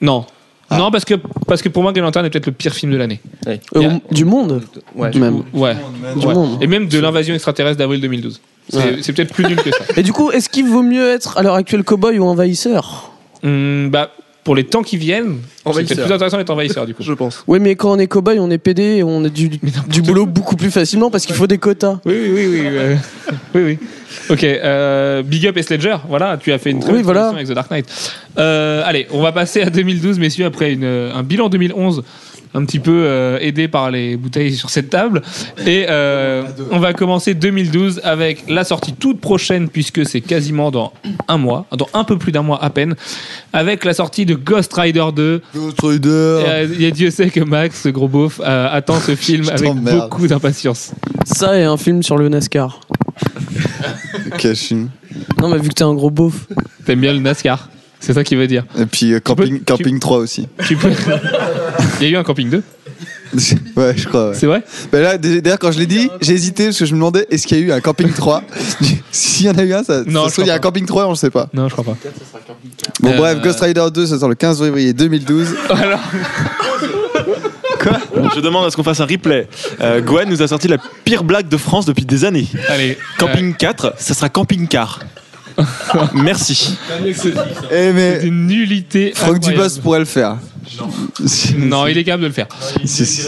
Speaker 6: Ah.
Speaker 2: Non. Non, parce que, parce que pour moi, Green Lantern est peut-être le pire film de l'année.
Speaker 5: Euh,
Speaker 2: Yeah.
Speaker 5: Du monde.
Speaker 7: Ouais.
Speaker 5: Même.
Speaker 2: Ouais.
Speaker 5: Du
Speaker 2: Ouais.
Speaker 5: monde.
Speaker 2: Et même de l'invasion extraterrestre d'avril 2012. C'est
Speaker 5: Ouais.
Speaker 2: c'est peut-être plus nul que ça.
Speaker 5: Et du coup, est-ce qu'il vaut mieux être à l'heure actuelle cow-boy ou envahisseur
Speaker 2: Hum, bah, pour les temps qui viennent, c'est
Speaker 7: Envahisseur.
Speaker 2: peut-être plus intéressant d'être envahisseur du coup.
Speaker 7: Je pense.
Speaker 5: Oui, mais quand on est cow-boy, on est PD et on a du, du boulot beaucoup plus facilement parce qu'il faut des quotas.
Speaker 2: Oui, oui, oui. Oui, euh, [laughs] oui, oui. Ok, euh, Big Up et Sledger, voilà, tu as fait une très
Speaker 5: Oui,
Speaker 2: bonne
Speaker 5: voilà.
Speaker 2: avec The Dark Knight. Euh, allez, on va passer à 2012, messieurs, après une, euh, un bilan 2011 un petit peu euh, aidé par les bouteilles sur cette table. Et euh, on va commencer 2012 avec la sortie toute prochaine, puisque c'est quasiment dans un mois, dans un peu plus d'un mois à peine, avec la sortie de Ghost Rider 2.
Speaker 6: Ghost Rider
Speaker 2: Euh, Il y a Dieu sait que Max, ce gros beauf, euh, attend ce film
Speaker 6: [laughs] Je
Speaker 2: avec
Speaker 6: t'emmerde.
Speaker 2: beaucoup d'impatience.
Speaker 5: Ça et un film sur le NASCAR.
Speaker 6: Cashin.
Speaker 5: Non, mais vu que t'es un gros beauf.
Speaker 2: T'aimes bien le NASCAR c'est ça qu'il veut dire.
Speaker 6: Et puis euh, Camping,
Speaker 2: peux-
Speaker 6: camping 3 aussi.
Speaker 2: Tu peux. Il y a eu un camping 2,
Speaker 3: [laughs]
Speaker 6: ouais, je crois. ouais.
Speaker 2: c'est vrai
Speaker 6: Bah là, dé- d'ailleurs, quand je l'ai dit, j'ai hésité parce que je me demandais est-ce qu'il y a eu un Camping 3 [laughs] S'il y en a eu un,
Speaker 2: Non,
Speaker 6: ça, ça se
Speaker 2: je
Speaker 6: trouve, il y
Speaker 2: crois pas.
Speaker 6: a un Camping 3 on le sait pas.
Speaker 2: Non, je crois pas.
Speaker 6: Bon,
Speaker 2: Euh,
Speaker 6: bref, Ghost Rider 2, ça sort le 15
Speaker 2: [laughs]
Speaker 6: février 2012.
Speaker 2: Alors,
Speaker 4: Quoi Je demande à ce qu'on fasse un replay. Euh, Gwen nous a sorti la pire blague de France depuis des années.
Speaker 2: allez.
Speaker 4: Camping 4, ça sera camping car. Merci.
Speaker 6: Eh,
Speaker 2: euh, c'est
Speaker 6: mais
Speaker 2: une nullité.
Speaker 6: Eh, Franck
Speaker 2: incroyable.
Speaker 6: Dubos pourrait le faire. Si-
Speaker 2: Non, il est capable de le faire.
Speaker 6: si- si-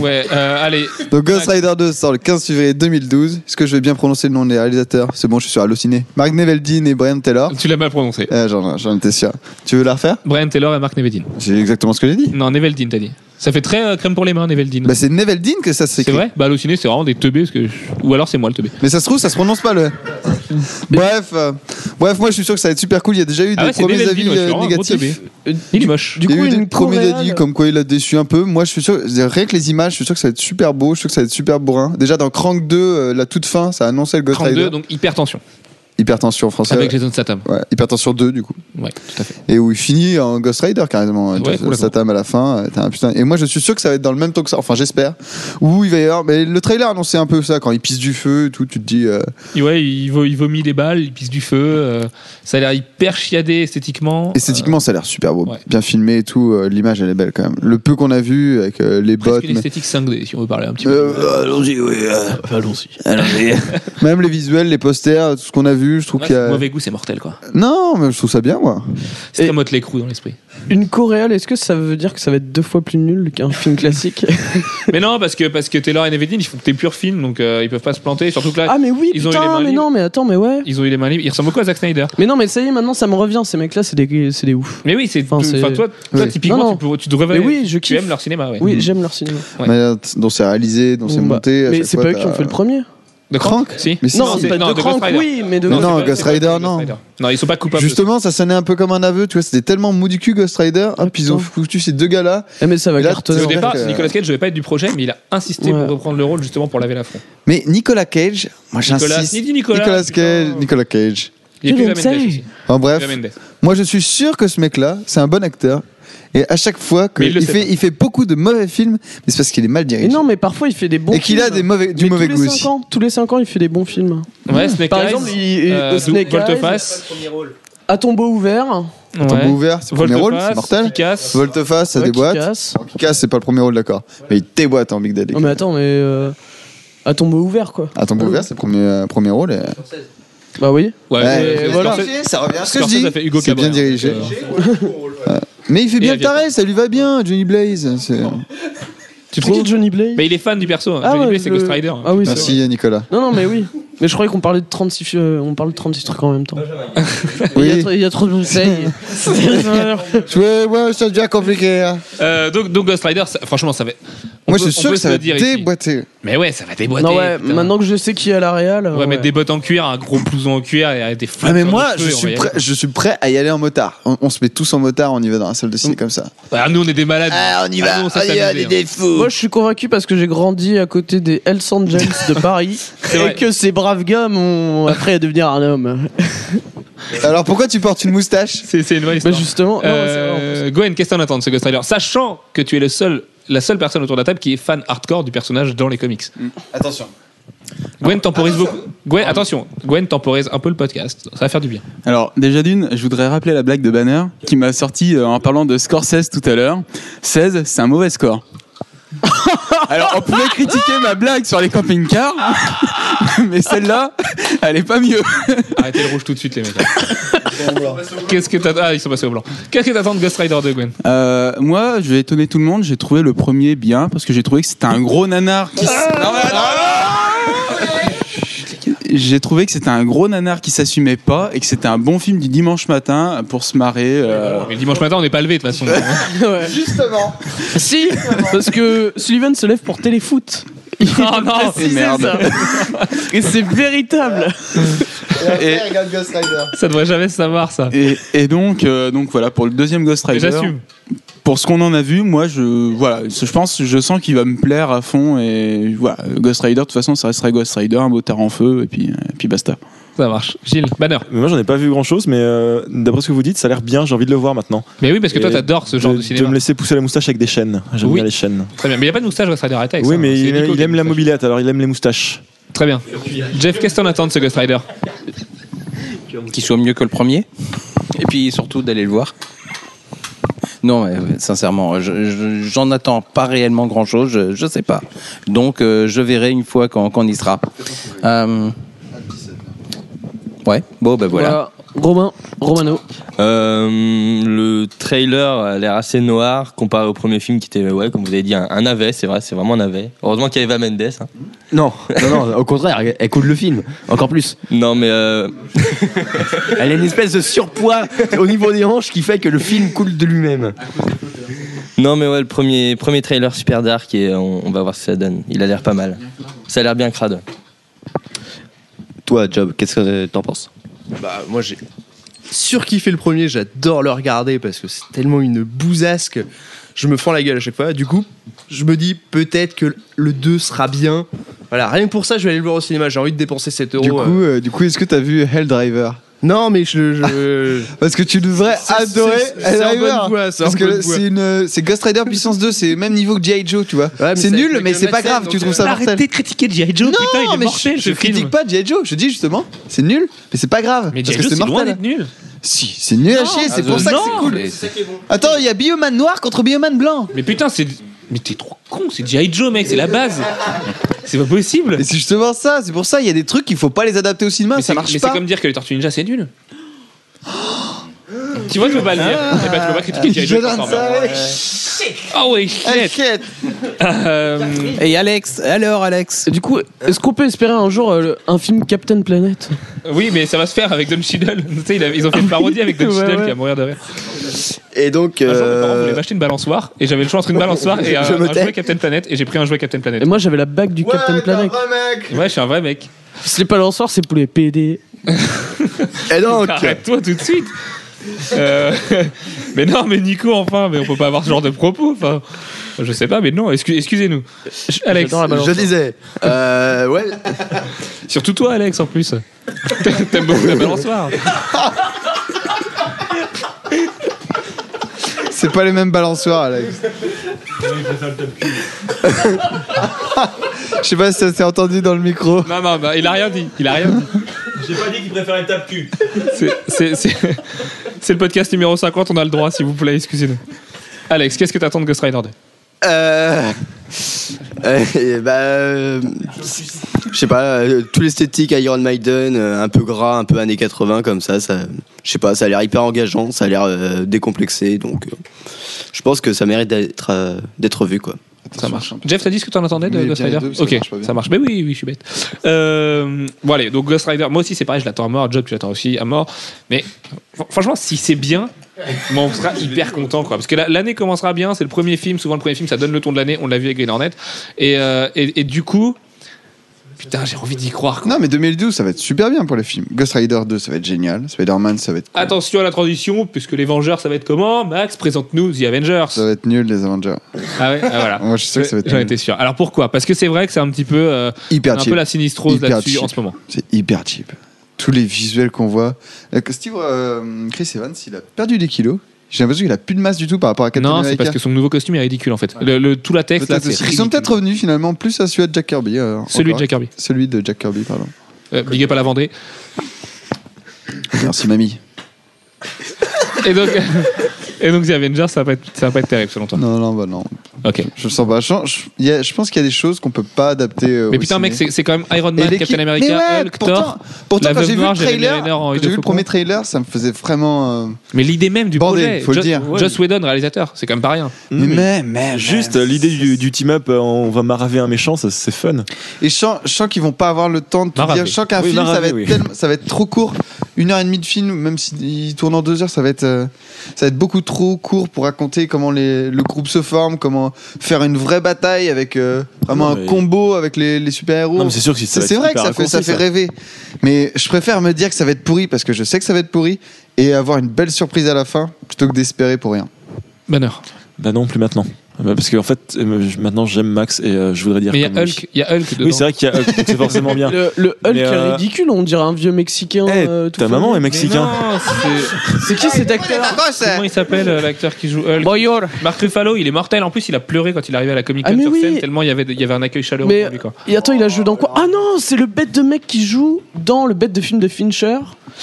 Speaker 2: Ouais, euh, allez.
Speaker 6: Donc Ghost Rider 2 sort le 15 février 2012. Est-ce que je vais bien prononcer le nom des réalisateurs C'est bon, je suis sur Allociné. Mark Neveldine et Brian Taylor.
Speaker 2: Tu l'as mal prononcé.
Speaker 6: Eh, j'en, j'en étais sûr. Tu veux la refaire
Speaker 2: Brian Taylor et Marc Neveldine.
Speaker 6: C'est exactement ce que j'ai dit.
Speaker 2: Non, Neveldine, t'as dit. Ça fait très euh, crème pour les mains, Neveldine.
Speaker 6: Bah, c'est Neveldine que ça
Speaker 2: c'est
Speaker 6: s'écrit.
Speaker 2: vrai Bah, halluciné, c'est vraiment des teubés. Parce que je- Ou alors, c'est moi le teubé.
Speaker 6: Mais ça se trouve, ça se prononce
Speaker 2: [laughs]
Speaker 6: pas le. bref, euh, bref, moi je suis sûr que ça va être super cool. Il y a déjà eu
Speaker 2: Ah
Speaker 6: des
Speaker 2: ouais, c'est
Speaker 6: premiers
Speaker 2: Neveldine,
Speaker 6: avis
Speaker 2: ouais, je suis
Speaker 6: euh,
Speaker 2: vraiment un gros teubé.
Speaker 6: négatifs.
Speaker 2: Il est moche.
Speaker 5: Du
Speaker 6: il y a
Speaker 5: coup,
Speaker 6: eu des
Speaker 5: une
Speaker 6: premiers
Speaker 5: pro-réal.
Speaker 6: avis comme quoi il a déçu un peu. Moi je suis sûr, je veux dire, rien que les images, je suis sûr que ça va être super beau. Je suis sûr que ça va être super bourrin. Déjà dans Crank 2, euh, la toute fin, ça annonçait le Ghost
Speaker 2: 32,
Speaker 6: Rider.
Speaker 2: donc hypertension.
Speaker 6: Hypertension en français.
Speaker 2: Avec Jason Statham.
Speaker 6: Ouais, Hypertension 2 du coup.
Speaker 2: Ouais, tout à fait.
Speaker 6: Et où il finit en Ghost Rider carrément.
Speaker 2: Ouais,
Speaker 6: Tu vois,
Speaker 2: complètement.
Speaker 6: Statham à la fin. euh, t'as un putain- Et moi je suis sûr que ça va être dans le même temps que ça. Enfin j'espère. Où il va y avoir. Mais le trailer annonçait un peu ça. Quand il pisse du feu et tout, tu te dis. euh,
Speaker 2: Et ouais, il, vo- il vomit des balles, il pisse du feu. euh, ça a l'air hyper chiadé esthétiquement. Euh,
Speaker 6: Esthétiquement, ça a l'air super beau,
Speaker 2: ouais.
Speaker 6: bien filmé et tout. euh, L'image, elle est belle quand même. Le peu qu'on a vu avec euh, les
Speaker 2: Euh, presque
Speaker 6: bottes,
Speaker 2: une esthétique 5D, si on veut parler un petit
Speaker 6: mais-
Speaker 2: peu.
Speaker 6: Euh, euh,
Speaker 3: Allons-y, oui.
Speaker 2: [laughs]
Speaker 6: même les visuels, les posters, tout ce qu'on a vu, je trouve
Speaker 2: Ouais,
Speaker 6: qu'il y
Speaker 2: c'est
Speaker 6: a.
Speaker 2: Mauvais goût, c'est mortel, quoi.
Speaker 6: Non, mais je trouve ça bien, moi.
Speaker 2: C'est
Speaker 5: Et-
Speaker 2: comme Motley Crue dans l'esprit.
Speaker 5: Une coréale, est-ce que ça veut dire que ça va être deux fois plus nul qu'un
Speaker 2: [laughs]
Speaker 5: film classique
Speaker 2: mais non, parce que, parce que Taylor et Nevedine, ils font des purs films, donc euh, ils peuvent pas se planter. Surtout que là,
Speaker 5: Ah mais oui,
Speaker 2: Ils ont eu les mains
Speaker 5: putain, mais
Speaker 2: libres.
Speaker 5: non, mais attends, mais ouais.
Speaker 2: ils ont eu les mains libres. Ils ressemblent beaucoup à Zack Snyder.
Speaker 5: Mais non, mais ça y est, maintenant ça me revient, ces mecs-là, c'est des, c'est des ouf.
Speaker 2: Mais oui, c'est.
Speaker 5: Enfin, c'est-
Speaker 2: Enfin, toi, toi,
Speaker 6: Oui.
Speaker 2: typiquement,
Speaker 5: Non, non.
Speaker 2: Tu, pourrais- tu devrais.
Speaker 5: Mais oui, je
Speaker 2: tu
Speaker 5: kiffe.
Speaker 2: aimes leur cinéma, ouais.
Speaker 5: Oui, j'aime leur cinéma.
Speaker 2: Ouais.
Speaker 6: Mais, euh, dont c'est réalisé, dont c'est
Speaker 5: Bah,
Speaker 6: monté. à
Speaker 5: mais
Speaker 6: chaque
Speaker 5: c'est
Speaker 6: fois,
Speaker 5: pas eux qui ont
Speaker 6: t'as-
Speaker 5: fait le premier.
Speaker 2: De Crank Si.
Speaker 6: Mais si,
Speaker 5: Non,
Speaker 6: si.
Speaker 2: c'est-
Speaker 5: pas
Speaker 2: non,
Speaker 5: de
Speaker 2: de
Speaker 5: Crank,
Speaker 2: Ghost Rider.
Speaker 5: oui, mais de
Speaker 6: Non,
Speaker 5: Ghost-
Speaker 6: non,
Speaker 2: c'est pas-
Speaker 6: Ghost
Speaker 2: c'est pas
Speaker 6: Rider,
Speaker 2: Ghost
Speaker 6: non.
Speaker 2: Non, ils sont pas coupables. de ça.
Speaker 6: Justement, ça sonnait un peu comme un aveu, tu vois. C'était tellement mou du cul Ghost Rider.
Speaker 5: Ah,
Speaker 6: Hop, ils ont
Speaker 5: putain.
Speaker 6: foutu ces deux gars-là.
Speaker 5: Eh, mais ça va
Speaker 6: Mais là,
Speaker 5: cartonner.
Speaker 6: c'est
Speaker 2: Au
Speaker 5: en fait.
Speaker 2: départ,
Speaker 6: que-
Speaker 2: Nicolas Cage devait pas être du projet, mais il a insisté
Speaker 5: Ouais.
Speaker 2: pour reprendre le rôle justement pour laver l'affront.
Speaker 6: Mais Nicolas Cage, moi
Speaker 2: Nicolas,
Speaker 6: j'insiste.
Speaker 2: il dit Nicolas.
Speaker 6: Nicolas
Speaker 2: putain.
Speaker 6: Cage, Nicolas Cage.
Speaker 2: Il y a plus
Speaker 5: Tu
Speaker 2: la
Speaker 5: l'aimes, ça
Speaker 2: Mendes aussi.
Speaker 6: En bref,
Speaker 2: La Mendes.
Speaker 6: moi je suis sûr que ce mec-là, c'est un bon acteur. Et à chaque fois
Speaker 2: Mais il
Speaker 6: qu'il
Speaker 2: le sait
Speaker 6: fait, il fait beaucoup de mauvais films, mais c'est parce qu'il est mal
Speaker 5: Mais
Speaker 6: dirigé.
Speaker 5: non, mais parfois il fait des bons
Speaker 6: et qu'il a
Speaker 5: films.
Speaker 6: des mauvais, du
Speaker 5: Mais
Speaker 6: mauvais
Speaker 5: tous
Speaker 6: goût
Speaker 5: les
Speaker 6: aussi.
Speaker 5: cinq ans, tous les 5 ans, il fait des bons films.
Speaker 2: Ouais, Snake
Speaker 5: Par
Speaker 2: Eyes,
Speaker 5: exemple, il,
Speaker 2: euh,
Speaker 5: euh, Snake Eyes,
Speaker 2: Volteface.
Speaker 5: à tombeau ouvert,
Speaker 6: Tombeau
Speaker 2: Ouais.
Speaker 6: ouvert, c'est le premier rôle, c'est
Speaker 2: Volteface,
Speaker 6: mortel.
Speaker 2: Kick-Ass.
Speaker 6: Volteface, ça
Speaker 5: ouais, qui
Speaker 6: déboîte.
Speaker 5: casse.
Speaker 6: Casse, c'est pas le premier rôle, d'accord. Mais il déboîte en Big Daddy.
Speaker 5: Non mais attends, mais euh, à tombeau ouvert quoi.
Speaker 6: Ah, Tombeau ouvert, c'est le premier, euh, premier rôle. et-
Speaker 5: Bah oui.
Speaker 2: Ouais,
Speaker 6: Ouais, euh,
Speaker 2: mais-
Speaker 6: voilà.
Speaker 2: Scorsese-
Speaker 6: Ça revient à ce que je
Speaker 2: Scorsese a fait Hugo
Speaker 6: dis. C'est bien
Speaker 2: Cabrera.
Speaker 6: dirigé.
Speaker 2: Euh,
Speaker 6: Mais il fait bien le
Speaker 2: Aviator.
Speaker 6: taré, ça lui va bien, Johnny Blaze. c'est-
Speaker 2: Tu
Speaker 5: C'est qui
Speaker 2: trouves
Speaker 5: Johnny Blaze
Speaker 2: Mais il est fan du perso. hein.
Speaker 5: Ah
Speaker 2: Johnny
Speaker 5: ouais,
Speaker 2: Blaze, c'est
Speaker 5: le-
Speaker 2: Ghost Rider.
Speaker 5: Ah oui, c'est vrai.
Speaker 6: Merci Nicolas.
Speaker 5: Non non mais oui. Mais je croyais qu'on parlait de 36 fi- euh, on parle de 36 trucs en même temps. Il y a
Speaker 6: Oui.
Speaker 5: tr- il y a trop de bouteilles.
Speaker 6: [laughs] Ouais, ouais, ça devient compliqué. hein.
Speaker 2: Euh, donc, donc Ghost Rider, ça- franchement, ça va. on
Speaker 6: Moi,
Speaker 2: peut-
Speaker 6: je suis
Speaker 2: on
Speaker 6: sûr
Speaker 2: peut
Speaker 6: que
Speaker 2: se
Speaker 6: ça
Speaker 2: le
Speaker 6: va
Speaker 2: dire ici.
Speaker 6: déboîter.
Speaker 2: Mais ouais, ça va déboîter.
Speaker 5: non ouais,
Speaker 2: putain.
Speaker 5: maintenant que je sais qui est à la réal. euh,
Speaker 2: On va mettre des bottes en cuir, un gros blouson en cuir et euh, des
Speaker 6: Ah,
Speaker 2: flingues
Speaker 6: mais
Speaker 2: sur
Speaker 6: moi,
Speaker 2: nos
Speaker 6: je
Speaker 2: cheveux, on va
Speaker 6: suis,
Speaker 2: y
Speaker 6: prêt, je suis prêt à y aller en motard. On, on se met tous en motard, on y va dans la salle de ciné comme ça.
Speaker 2: aller. Bah, nous, on est des malades.
Speaker 6: Ah, on y va,
Speaker 2: Ah, non, ça
Speaker 6: on y va,
Speaker 2: s'amusait,
Speaker 6: on est
Speaker 2: hein.
Speaker 6: des fous.
Speaker 5: Moi, je suis convaincu parce que j'ai grandi à côté des Hells
Speaker 2: [laughs]
Speaker 5: Angels de Paris
Speaker 2: vrai.
Speaker 5: et que ces braves gars m'ont appris à devenir un homme.
Speaker 6: Alors pourquoi tu portes une moustache
Speaker 2: C'est c'est une vraie
Speaker 5: Bah
Speaker 2: histoire.
Speaker 5: justement, non, c'est vrai, en
Speaker 2: Euh, Gwen, qu'est-ce que t'en attends de ce Ghost Rider Sachant que tu es le seul, la seule personne autour de la table qui est fan hardcore du personnage dans les comics.
Speaker 6: Attention.
Speaker 2: Gwen temporise beaucoup. Gwen, attention, Gwen temporise un peu le podcast. Ça va faire du bien.
Speaker 1: Alors, déjà d'une, je voudrais rappeler la blague de Banner qui m'a sorti euh, en parlant de score 16 tout à l'heure. 16, c'est un mauvais score. Alors, on pouvait critiquer ma blague sur les camping-cars, [laughs] mais celle-là, elle est pas mieux.
Speaker 2: [laughs] Arrêtez le rouge tout de suite, les mecs. Qu'est-ce que t'attends Ah, ils sont passés au blanc. Qu'est-ce que t'attends de Ghost Rider de Gwen
Speaker 1: Euh, moi, je vais étonner tout le monde, j'ai trouvé le premier bien parce que j'ai trouvé que c'était un gros nanar qui. s- Non, mais attends j'ai trouvé que c'était un gros nanar qui s'assumait pas et que c'était un bon film du dimanche matin pour se marrer. euh,
Speaker 2: Mais le dimanche matin, on n'est pas levé de
Speaker 1: [laughs]
Speaker 2: toute façon.
Speaker 5: plus. Ouais.
Speaker 6: Justement.
Speaker 5: Si, parce que Sullivan se lève pour téléfoot.
Speaker 2: Oh,
Speaker 5: [laughs]
Speaker 2: non, non,
Speaker 1: c'est merde.
Speaker 5: ça. Et c'est véritable.
Speaker 6: Et après, regarde Ghost Rider.
Speaker 2: ça devrait jamais se savoir ça.
Speaker 1: Et, et donc, euh, donc voilà pour le deuxième Ghost
Speaker 2: Mais
Speaker 1: Rider.
Speaker 2: J'assume.
Speaker 1: Pour ce qu'on en a vu, moi je voilà, je pense, je sens qu'il va me plaire à fond et voilà, Ghost Rider de toute façon ça restera Ghost Rider, un beau terre en feu et puis et puis basta.
Speaker 2: Ça marche. Gilles, banner.
Speaker 4: Mais moi j'en ai pas vu grand chose, mais euh, d'après ce que vous dites, ça a l'aire bien, j'ai envie de le voir maintenant.
Speaker 2: Mais oui, parce que toi,
Speaker 4: Et
Speaker 2: t'adores ce genre de,
Speaker 4: de, de
Speaker 2: cinéma.
Speaker 4: me laisser pousser la moustache avec des chaînes. J'aime
Speaker 2: Oui.
Speaker 4: bien les chaînes.
Speaker 2: Très bien. Mais il n'y a pas de moustache Ghost Rider à la tête,
Speaker 4: Oui,
Speaker 2: ça.
Speaker 4: mais
Speaker 2: hein, C'est
Speaker 4: il,
Speaker 2: Nico
Speaker 4: il
Speaker 2: qui a
Speaker 4: aime
Speaker 2: une
Speaker 4: la
Speaker 2: moustache.
Speaker 4: mobilette, alors il aime les moustaches.
Speaker 2: Très bien. Jeff, qu'est-ce que t'en attends de ce Ghost Rider
Speaker 8: Qu'il soit mieux que le premier. Et puis surtout d'aller le voir. Non, ouais, ouais, sincèrement, je- je- j'en attends pas réellement grand chose, je, je sais pas. Donc euh, je verrai une fois quand, quand on y sera. Euh, Ouais, bon ben voilà.
Speaker 5: Romain, Romano.
Speaker 9: Euh, le trailer a l'air assez noir comparé au premier film qui était, ouais, comme vous avez dit, un, un navet, c'est vrai, c'est vraiment un navet. Heureusement qu'il y a Eva Mendes. hein.
Speaker 7: Non, non, non, au contraire, elle coule le film, encore plus.
Speaker 9: Non, mais euh, [laughs]
Speaker 7: Elle a une espèce de surpoids au niveau des hanches qui fait que le film coule de lui-même.
Speaker 9: non, mais ouais, le premier, premier trailer super dark et euh, on, on va voir ce que ça donne. Il a l'air pas mal. Ça a l'air bien crade.
Speaker 3: Toi, Job, qu'est-ce que t'en penses
Speaker 7: Bah, moi j'ai surkiffé le premier, j'adore le regarder parce que c'est tellement une bousasque. Je me fends la gueule à chaque fois. Du coup, je me dis peut-être que le 2 sera bien. Voilà, rien que pour ça, je vais aller le voir au cinéma. J'ai envie de dépenser 7 euros.
Speaker 6: Du
Speaker 7: euh.
Speaker 6: coup, euh, du coup, est-ce que t'as vu Hell Driver
Speaker 7: Non, mais je. je-
Speaker 6: [laughs] Parce que tu devrais
Speaker 7: C'est-
Speaker 6: adorer
Speaker 7: c'est- c'est
Speaker 6: Hell
Speaker 7: en bonne
Speaker 6: Driver.
Speaker 7: voie, c'est en
Speaker 6: Parce
Speaker 7: bonne
Speaker 6: que
Speaker 7: voie.
Speaker 6: c'est une, euh, c'est Ghost Rider puissance 2, c'est même niveau que G.I. Joe, tu vois.
Speaker 7: mais
Speaker 6: c'est
Speaker 7: c'est
Speaker 6: nul,
Speaker 7: avec
Speaker 6: mais
Speaker 7: Michael
Speaker 6: c'est pas
Speaker 7: Madsen,
Speaker 6: grave, tu
Speaker 7: donc,
Speaker 6: trouves
Speaker 7: euh,
Speaker 6: ça mortel.
Speaker 2: Arrêtez de critiquer G.I. Joe, putain, il est
Speaker 6: mais
Speaker 2: mortel
Speaker 6: je, je
Speaker 2: ce film.
Speaker 6: critique pas G.I. Joe, je dis justement, c'est nul, mais c'est pas grave.
Speaker 2: Mais
Speaker 6: parce
Speaker 2: G.I.
Speaker 6: que
Speaker 2: Joe,
Speaker 6: c'est
Speaker 2: c'est loin
Speaker 6: mortel.
Speaker 2: d'être nul.
Speaker 6: Si, c'est nul à chier, c'est pour ça que c'est cool. Attends, il y a Bioman noir contre Bioman blanc.
Speaker 2: Mais putain, c'est. Mais t'es trop con, c'est G.I. Joe, mec, c'est la base. C'est pas possible.
Speaker 6: Et c'est justement ça, c'est pour ça, il y a des trucs qu'il faut pas les adapter au cinéma,
Speaker 2: Mais
Speaker 6: ça
Speaker 2: c'est-
Speaker 6: marche
Speaker 2: mais
Speaker 6: pas.
Speaker 2: c'est comme dire que les Tortues Ninja, c'est nul. [gasps] Tu vois, je peux pas le dire. Eh ben, tu peux pas critiquer G.I.
Speaker 6: Ah. Je
Speaker 2: Joe.
Speaker 6: donne ça avec
Speaker 2: Oh, ouais, shit. [laughs]
Speaker 6: Shit.
Speaker 2: Euh,
Speaker 8: Et Alex, alors Alex
Speaker 5: Du coup, est-ce qu'on peut espérer un jour euh, le- un film Captain Planet
Speaker 2: Oui, mais ça va se faire avec Don Cheadle. [laughs] Tu sais, il a- ils ont fait une parodie avec Don
Speaker 5: Ouais,
Speaker 2: Cheadle
Speaker 5: ouais.
Speaker 2: qui a mourir de rire.
Speaker 3: Et donc,
Speaker 2: Un jour, mes parents
Speaker 3: euh,
Speaker 2: voulaient m'acheter une balançoire et j'avais le choix entre une balançoire et un,
Speaker 3: [laughs] Je me
Speaker 2: un
Speaker 3: tais.
Speaker 2: jouet Captain Planet et j'ai pris un jouet Captain Planet.
Speaker 5: Et moi, j'avais la bague du Captain Planet.
Speaker 2: Ouais, je suis un vrai mec.
Speaker 5: C'est pas le soir, c'est pour les PD.
Speaker 3: et Eh donc,
Speaker 2: Arrête-toi tout de suite. Euh, [laughs] mais non, mais Nico, enfin, mais on peut pas avoir ce genre de propos. Enfin, je sais pas, mais non, excu- excusez-nous. Alex,
Speaker 5: J'adore la balance.
Speaker 3: je disais, euh, ouais,
Speaker 2: [laughs] surtout toi, Alex, en plus. T'aimes beaucoup la balançoire.
Speaker 6: [laughs] C'est pas les mêmes balançoires, Alex. [laughs] Je sais pas si ça s'est entendu dans le micro.
Speaker 2: Non, non, non, il a rien dit. Il a rien dit.
Speaker 10: J'ai pas dit qu'il préférait le tape-cul.
Speaker 2: C'est- C'est c'est- c'est le podcast numéro 50, on a le droit, s'il vous plaît, excusez-nous. Alex, qu'est-ce que t'attends de Ghost Rider 2
Speaker 3: Euh, euh, et bah, euh, je sais pas, euh, tout l'esthétique Iron Maiden, euh, un peu gras, un peu années 80 comme ça, ça je sais pas, ça a l'air hyper engageant, ça a l'air euh, décomplexé, donc euh, je pense que ça mérite d'être euh, d'être vu quoi.
Speaker 2: Ça marche. Jeff, t'as dit ce que t'en attendais de
Speaker 6: Mais
Speaker 2: Ghost
Speaker 6: hein. bien les
Speaker 2: Rider
Speaker 6: deux, ça
Speaker 2: Ok,
Speaker 6: marche pas bien.
Speaker 2: ça marche. Mais oui, oui, je suis bête. Euh, bon, allez, donc Ghost Rider, moi aussi c'est pareil, je l'attends à mort. Job, tu l'attends aussi à mort. Mais fr- franchement, si c'est bien, moi, on sera hyper content quoi. Parce que la- l'année commencera bien, c'est le premier film. Souvent, le premier film, ça donne le ton de l'année. On l'a vu avec Green Hornet. Et, euh, et, et du coup, putain, j'ai envie d'y croire. quoi.
Speaker 6: Non, mais 2012, ça va être super bien pour les films. Ghost Rider 2, ça va être génial. Spider-Man, ça va être. cool.
Speaker 2: Attention à la transition, puisque les Vengeurs, ça va être comment Max, présente-nous The Avengers.
Speaker 6: Ça va être nul, les Avengers.
Speaker 2: Ah ouais, ah, voilà.
Speaker 6: [laughs] Moi, je sais que ça va être
Speaker 2: J'en
Speaker 6: nul.
Speaker 2: étais sûr. Alors pourquoi Parce que c'est vrai que c'est un petit peu, euh,
Speaker 6: hyper
Speaker 2: un
Speaker 6: cheap.
Speaker 2: peu la sinistrose
Speaker 6: Hyper
Speaker 2: là-dessus
Speaker 6: cheap.
Speaker 2: en ce moment.
Speaker 6: C'est hyper cheap. Tous les visuels qu'on voit. Euh, que Steve, euh, Chris Evans, il a perdu des kilos. J'ai l'impression qu'il a plus de masse du tout par rapport à Captain
Speaker 2: Non, c'est
Speaker 6: America.
Speaker 2: parce que son nouveau costume est ridicule en fait. Le, le- tout la texte, là,
Speaker 6: Peut-être
Speaker 2: c'est
Speaker 6: aussi. Ils sont
Speaker 2: ridicule.
Speaker 6: peut-être revenus finalement plus à celui de Jack Kirby. euh,
Speaker 2: Celui de
Speaker 6: encore.
Speaker 2: Jack Kirby.
Speaker 6: Celui de Jack Kirby, pardon.
Speaker 2: Euh, big up à la Vendée.
Speaker 6: Merci, mamie.
Speaker 2: Et donc, [laughs] et donc The Avengers, ça va, pas être, ça va pas être terrible selon toi.
Speaker 6: Non, non, bah non.
Speaker 2: Ok.
Speaker 6: Je le sens pas. Je, je- il y a- je pense qu'il y a des choses qu'on peut pas adapter. euh,
Speaker 2: Mais
Speaker 6: au
Speaker 2: putain,
Speaker 6: ciné.
Speaker 2: mec, c'est c'est quand même Iron
Speaker 6: Et
Speaker 2: Man,
Speaker 6: l'équipe-
Speaker 2: Captain
Speaker 6: Mais
Speaker 2: America,
Speaker 6: ouais,
Speaker 2: Hulk,
Speaker 6: pourtant,
Speaker 2: Thor.
Speaker 6: pourtant
Speaker 2: la
Speaker 6: quand
Speaker 2: Veuve
Speaker 6: j'ai vu
Speaker 2: Noire,
Speaker 6: le
Speaker 2: Jeremy
Speaker 6: trailer,
Speaker 2: Renner en
Speaker 6: quand
Speaker 2: Age
Speaker 6: j'ai
Speaker 2: of
Speaker 6: vu le
Speaker 2: Ultron.
Speaker 6: premier trailer, ça me faisait vraiment. euh,
Speaker 2: hein, Mais l'idée même du
Speaker 6: Bandé,
Speaker 2: projet,
Speaker 6: faut le
Speaker 2: Joss-
Speaker 6: dire.
Speaker 2: Joss Whedon, réalisateur, c'est quand même pas rien.
Speaker 4: Mm, mais-
Speaker 6: mais, mais,
Speaker 4: Juste
Speaker 6: mais-
Speaker 4: euh, l'idée du, du team-up, euh, on va maraver un méchant, ça, c'est fun.
Speaker 6: Et je sens, je sens qu'ils vont pas avoir le temps de tout
Speaker 2: Maravé.
Speaker 6: dire. Je sens qu'un
Speaker 4: Oui,
Speaker 6: film, ça va,
Speaker 4: Maravé,
Speaker 6: être
Speaker 4: oui.
Speaker 6: tellement- ça va être trop court. Une heure et demie de film, même s'il tourne en deux heures, ça va être, euh, ça va être beaucoup trop court pour raconter comment les- le groupe se forme, comment faire une vraie bataille avec euh, vraiment
Speaker 4: Non, mais-
Speaker 6: un combo avec les, les super-héros.
Speaker 4: Non, mais c'est sûr que ça
Speaker 6: C'est
Speaker 4: va
Speaker 6: c'est
Speaker 4: être hein.
Speaker 6: vrai que
Speaker 4: hyper
Speaker 6: ça fait, ça
Speaker 4: raccourci,
Speaker 6: fait rêver. Mais je préfère me dire que ça va être pourri parce que je sais que ça va être pourri et avoir une belle surprise à la fin plutôt que d'espérer pour rien.
Speaker 2: Banner.
Speaker 4: Bah non, plus maintenant. Bah, Parce qu'en fait, euh, je- maintenant j'aime Max et euh, je voudrais dire.
Speaker 2: Mais il y a
Speaker 4: comme lui.
Speaker 2: Hulk, il y a Hulk dedans.
Speaker 4: Oui, c'est vrai qu'il y a Hulk, donc
Speaker 5: [laughs]
Speaker 4: c'est forcément
Speaker 2: [laughs]
Speaker 4: bien.
Speaker 5: Le, le Hulk
Speaker 4: Mais, euh,
Speaker 5: est ridicule, on dirait un vieux Mexicain.
Speaker 4: Eh,
Speaker 5: euh, tout
Speaker 4: ta maman
Speaker 5: fendu.
Speaker 4: est mexicain.
Speaker 2: Non, Ah, c'est-
Speaker 5: C'est qui cet acteur
Speaker 2: Comment il s'appelle euh, l'acteur qui joue Hulk
Speaker 5: Boyor.
Speaker 2: Marc Ruffalo, il est mortel. En plus, il a pleuré quand il est arrivé à la Comic Con
Speaker 5: Ah, mais
Speaker 2: sur
Speaker 5: oui.
Speaker 2: scène, tellement il y avait, il y avait un accueil chaleureux
Speaker 5: Mais-
Speaker 2: pour lui. Quoi.
Speaker 5: Et attends, il a joué dans quoi Ah non, c'est le bête de mec qui joue dans le bête de film de Fincher.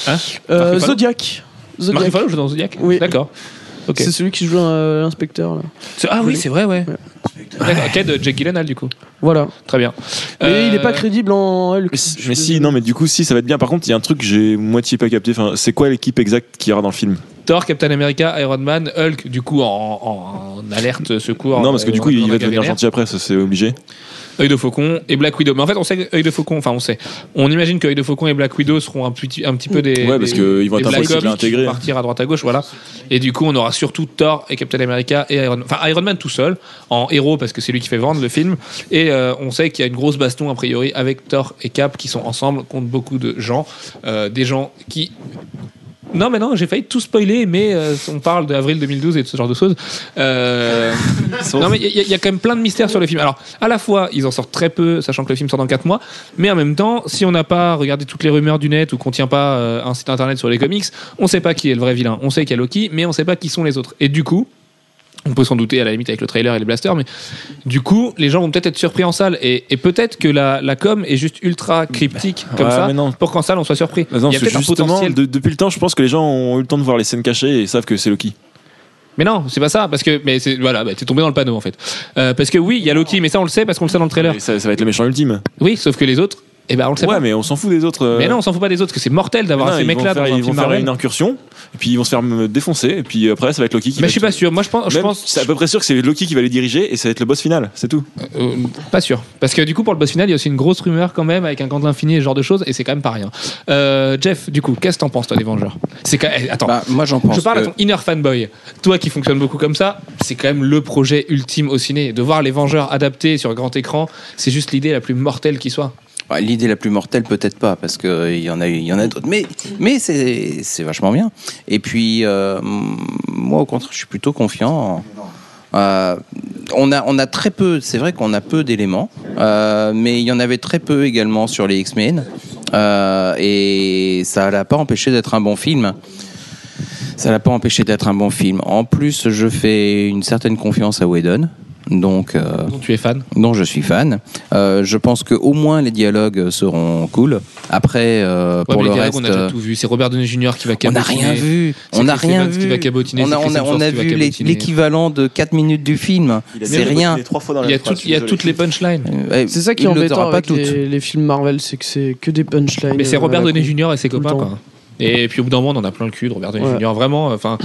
Speaker 2: Hein
Speaker 5: Euh,
Speaker 2: Marc Ruffalo
Speaker 5: Zodiac.
Speaker 2: Marc
Speaker 5: Zodiac.
Speaker 2: Ruffalo joue dans Zodiac
Speaker 5: Oui.
Speaker 2: D'accord. Ok.
Speaker 5: C'est celui qui joue euh, l'inspecteur. là.
Speaker 2: C'est- Ah oui, c'est vrai, ouais.
Speaker 5: Ouais.
Speaker 2: D'accord, ok, de Jake Gyllenhaal, du coup.
Speaker 5: Voilà.
Speaker 2: Très bien.
Speaker 5: Mais
Speaker 2: Euh,
Speaker 5: il est pas crédible en Hulk.
Speaker 4: Mais si- mais si, non, mais du coup, si, ça va être bien. Par contre, il y a un truc que j'ai moitié pas capté. Enfin, c'est quoi l'équipe exacte qu'il y aura dans le film
Speaker 2: Thor, Captain America, Iron Man, Hulk, du coup, en, en- en alerte secours.
Speaker 4: Non, parce que
Speaker 2: euh,
Speaker 4: du coup, il va devenir
Speaker 2: vénère.
Speaker 4: gentil après, ça c'est obligé.
Speaker 2: Œil de Faucon et Black Widow. Mais en fait, on sait que Œil de Faucon, enfin, on sait. On imagine que Œil de Faucon et Black Widow seront un petit, un petit peu des.
Speaker 4: Ouais, parce
Speaker 2: des-
Speaker 4: que ils vont
Speaker 2: des
Speaker 4: être
Speaker 2: Black
Speaker 4: impossibles
Speaker 2: Ops
Speaker 4: à
Speaker 2: qui
Speaker 4: intégrer.
Speaker 2: vont partir à droite à gauche, voilà. Et du coup, on aura surtout Thor et Captain America et Iron Man. Enfin, Iron Man tout seul, en héros, parce que c'est lui qui fait vendre le film. Et euh, on sait qu'il y a une grosse baston, a priori, avec Thor et Cap qui sont ensemble contre beaucoup de gens. Euh, des gens qui. Non, mais non, j'ai failli tout spoiler, mais euh, on parle d'avril 2012 et de ce genre de choses. Euh, non, mais il y, a- il y a quand même plein de mystères sur le film. Alors, à la fois, ils en sortent très peu, sachant que le film sort dans 4 mois, mais en même temps, si on n'a pas regardé toutes les rumeurs du net ou qu'on tient pas euh, un site internet sur les comics, on sait pas qui est le vrai vilain. On sait qu'il y a Loki, mais on sait pas qui sont les autres. Et du coup, on peut s'en douter à la limite avec le trailer et les blasters, mais du coup, les gens vont peut-être être surpris en salle. Et, et peut-être que la, la com est juste ultra cryptique comme
Speaker 4: Bah, Ouais,
Speaker 2: ça
Speaker 4: mais non.
Speaker 2: pour qu'en salle on soit surpris.
Speaker 4: Bah non,
Speaker 2: Il y a
Speaker 4: parce
Speaker 2: peut-être
Speaker 4: que
Speaker 2: un
Speaker 4: justement,
Speaker 2: potentiel.
Speaker 4: de- depuis le temps, je pense que les gens ont eu le temps de voir les scènes cachées et savent que c'est Loki.
Speaker 2: Mais non, c'est pas ça, parce que mais c'est voilà, bah, t'es tombé dans le panneau en fait. Euh, parce que oui, il y a Loki, mais ça on le sait parce qu'on le sait dans le trailer.
Speaker 4: Et ça, ça va être le méchant ultime.
Speaker 2: Oui, sauf que les autres, eh ben on le sait
Speaker 4: Ouais,
Speaker 2: pas.
Speaker 4: mais on s'en fout des autres. euh,
Speaker 2: Mais non, on s'en fout pas des autres, parce que c'est mortel
Speaker 4: non,
Speaker 2: d'avoir
Speaker 4: ils
Speaker 2: ces
Speaker 4: vont
Speaker 2: mecs-là dans
Speaker 4: faire,
Speaker 2: un
Speaker 4: ils vont
Speaker 2: film
Speaker 4: faire
Speaker 2: Marvel.
Speaker 4: une incursion, et puis ils vont se faire me défoncer, et puis après ça va être Loki qui. va
Speaker 2: Mais je suis
Speaker 4: être-
Speaker 2: pas sûr. Moi, je pense, je
Speaker 4: Même,
Speaker 2: pense,
Speaker 4: C'est à peu près sûr que c'est Loki qui va les diriger et ça va être le boss final, c'est tout.
Speaker 2: euh, pas sûr. Parce que du coup, pour le boss final, il y a aussi une grosse rumeur quand même avec un camp de l'infini et ce genre de choses, et c'est quand même pas rien. Euh, Jeff, du coup, qu'est-ce que t'en penses toi des Vengeurs C'est quand- eh, attends.
Speaker 8: Bah, moi, j'en pense.
Speaker 2: je parle
Speaker 8: que-
Speaker 2: à ton inner fanboy. Toi qui fonctionne beaucoup comme ça, c'est quand même le projet ultime au ciné. De voir les Vengeurs adaptés sur grand écran, c'est juste l'idée la plus mortelle qui soit.
Speaker 8: Ouais, Bah, L'idée la plus mortelle, peut-être pas, parce que euh, il y en a, il y en a d'autres. Mais, mais c'est c'est vachement bien. Et puis, euh, m- moi, au contraire, je suis plutôt confiant. Euh, on, a, on a très peu, c'est vrai qu'on a peu d'éléments, euh, mais il y en avait très peu également sur les X-Men. Euh, et ça l'a pas empêché d'être un bon film. Ça l'a pas empêché d'être un bon film. En plus, je fais une certaine confiance à Whedon. Donc, euh,
Speaker 2: Dont tu es fan.
Speaker 8: dont je suis fan. Euh, je pense que au moins les dialogues seront cool. Après, euh,
Speaker 2: Ouais,
Speaker 8: pour
Speaker 2: mais
Speaker 8: le
Speaker 2: les dialogues,
Speaker 8: reste,
Speaker 2: on a déjà
Speaker 8: euh,
Speaker 2: tout vu. C'est Robert Downey Jr. qui va
Speaker 8: on n'a
Speaker 2: cabotiner.
Speaker 8: rien vu.
Speaker 2: C'est
Speaker 8: On n'a
Speaker 2: Chris
Speaker 8: rien
Speaker 2: Evans
Speaker 8: vu.
Speaker 2: qui va cabotiner,
Speaker 8: on a,
Speaker 2: c'est
Speaker 8: on a,
Speaker 2: Chris
Speaker 8: on a
Speaker 2: Hemsworth qui va
Speaker 8: vu l'é-
Speaker 2: cabotiner.
Speaker 8: l'équivalent de 4 minutes du film. C'est rien.
Speaker 2: Il y a, tout- il y a toutes les punchlines.
Speaker 4: Eh,
Speaker 8: Euh,
Speaker 5: C'est ça qui est
Speaker 8: il le
Speaker 5: embêtant
Speaker 8: t'aura pas
Speaker 5: avec
Speaker 8: toutes.
Speaker 5: les, les films Marvel, c'est que c'est que des punchlines.
Speaker 2: Mais c'est
Speaker 5: euh,
Speaker 2: Robert
Speaker 5: à la
Speaker 2: Downey
Speaker 5: con.
Speaker 2: Jr. et ses
Speaker 5: Tout le
Speaker 2: copains,
Speaker 5: temps.
Speaker 2: quoi. Et puis au bout d'un moment, on en a plein le cul de Robert Downey
Speaker 5: Ouais.
Speaker 2: Jr. Vraiment, enfin,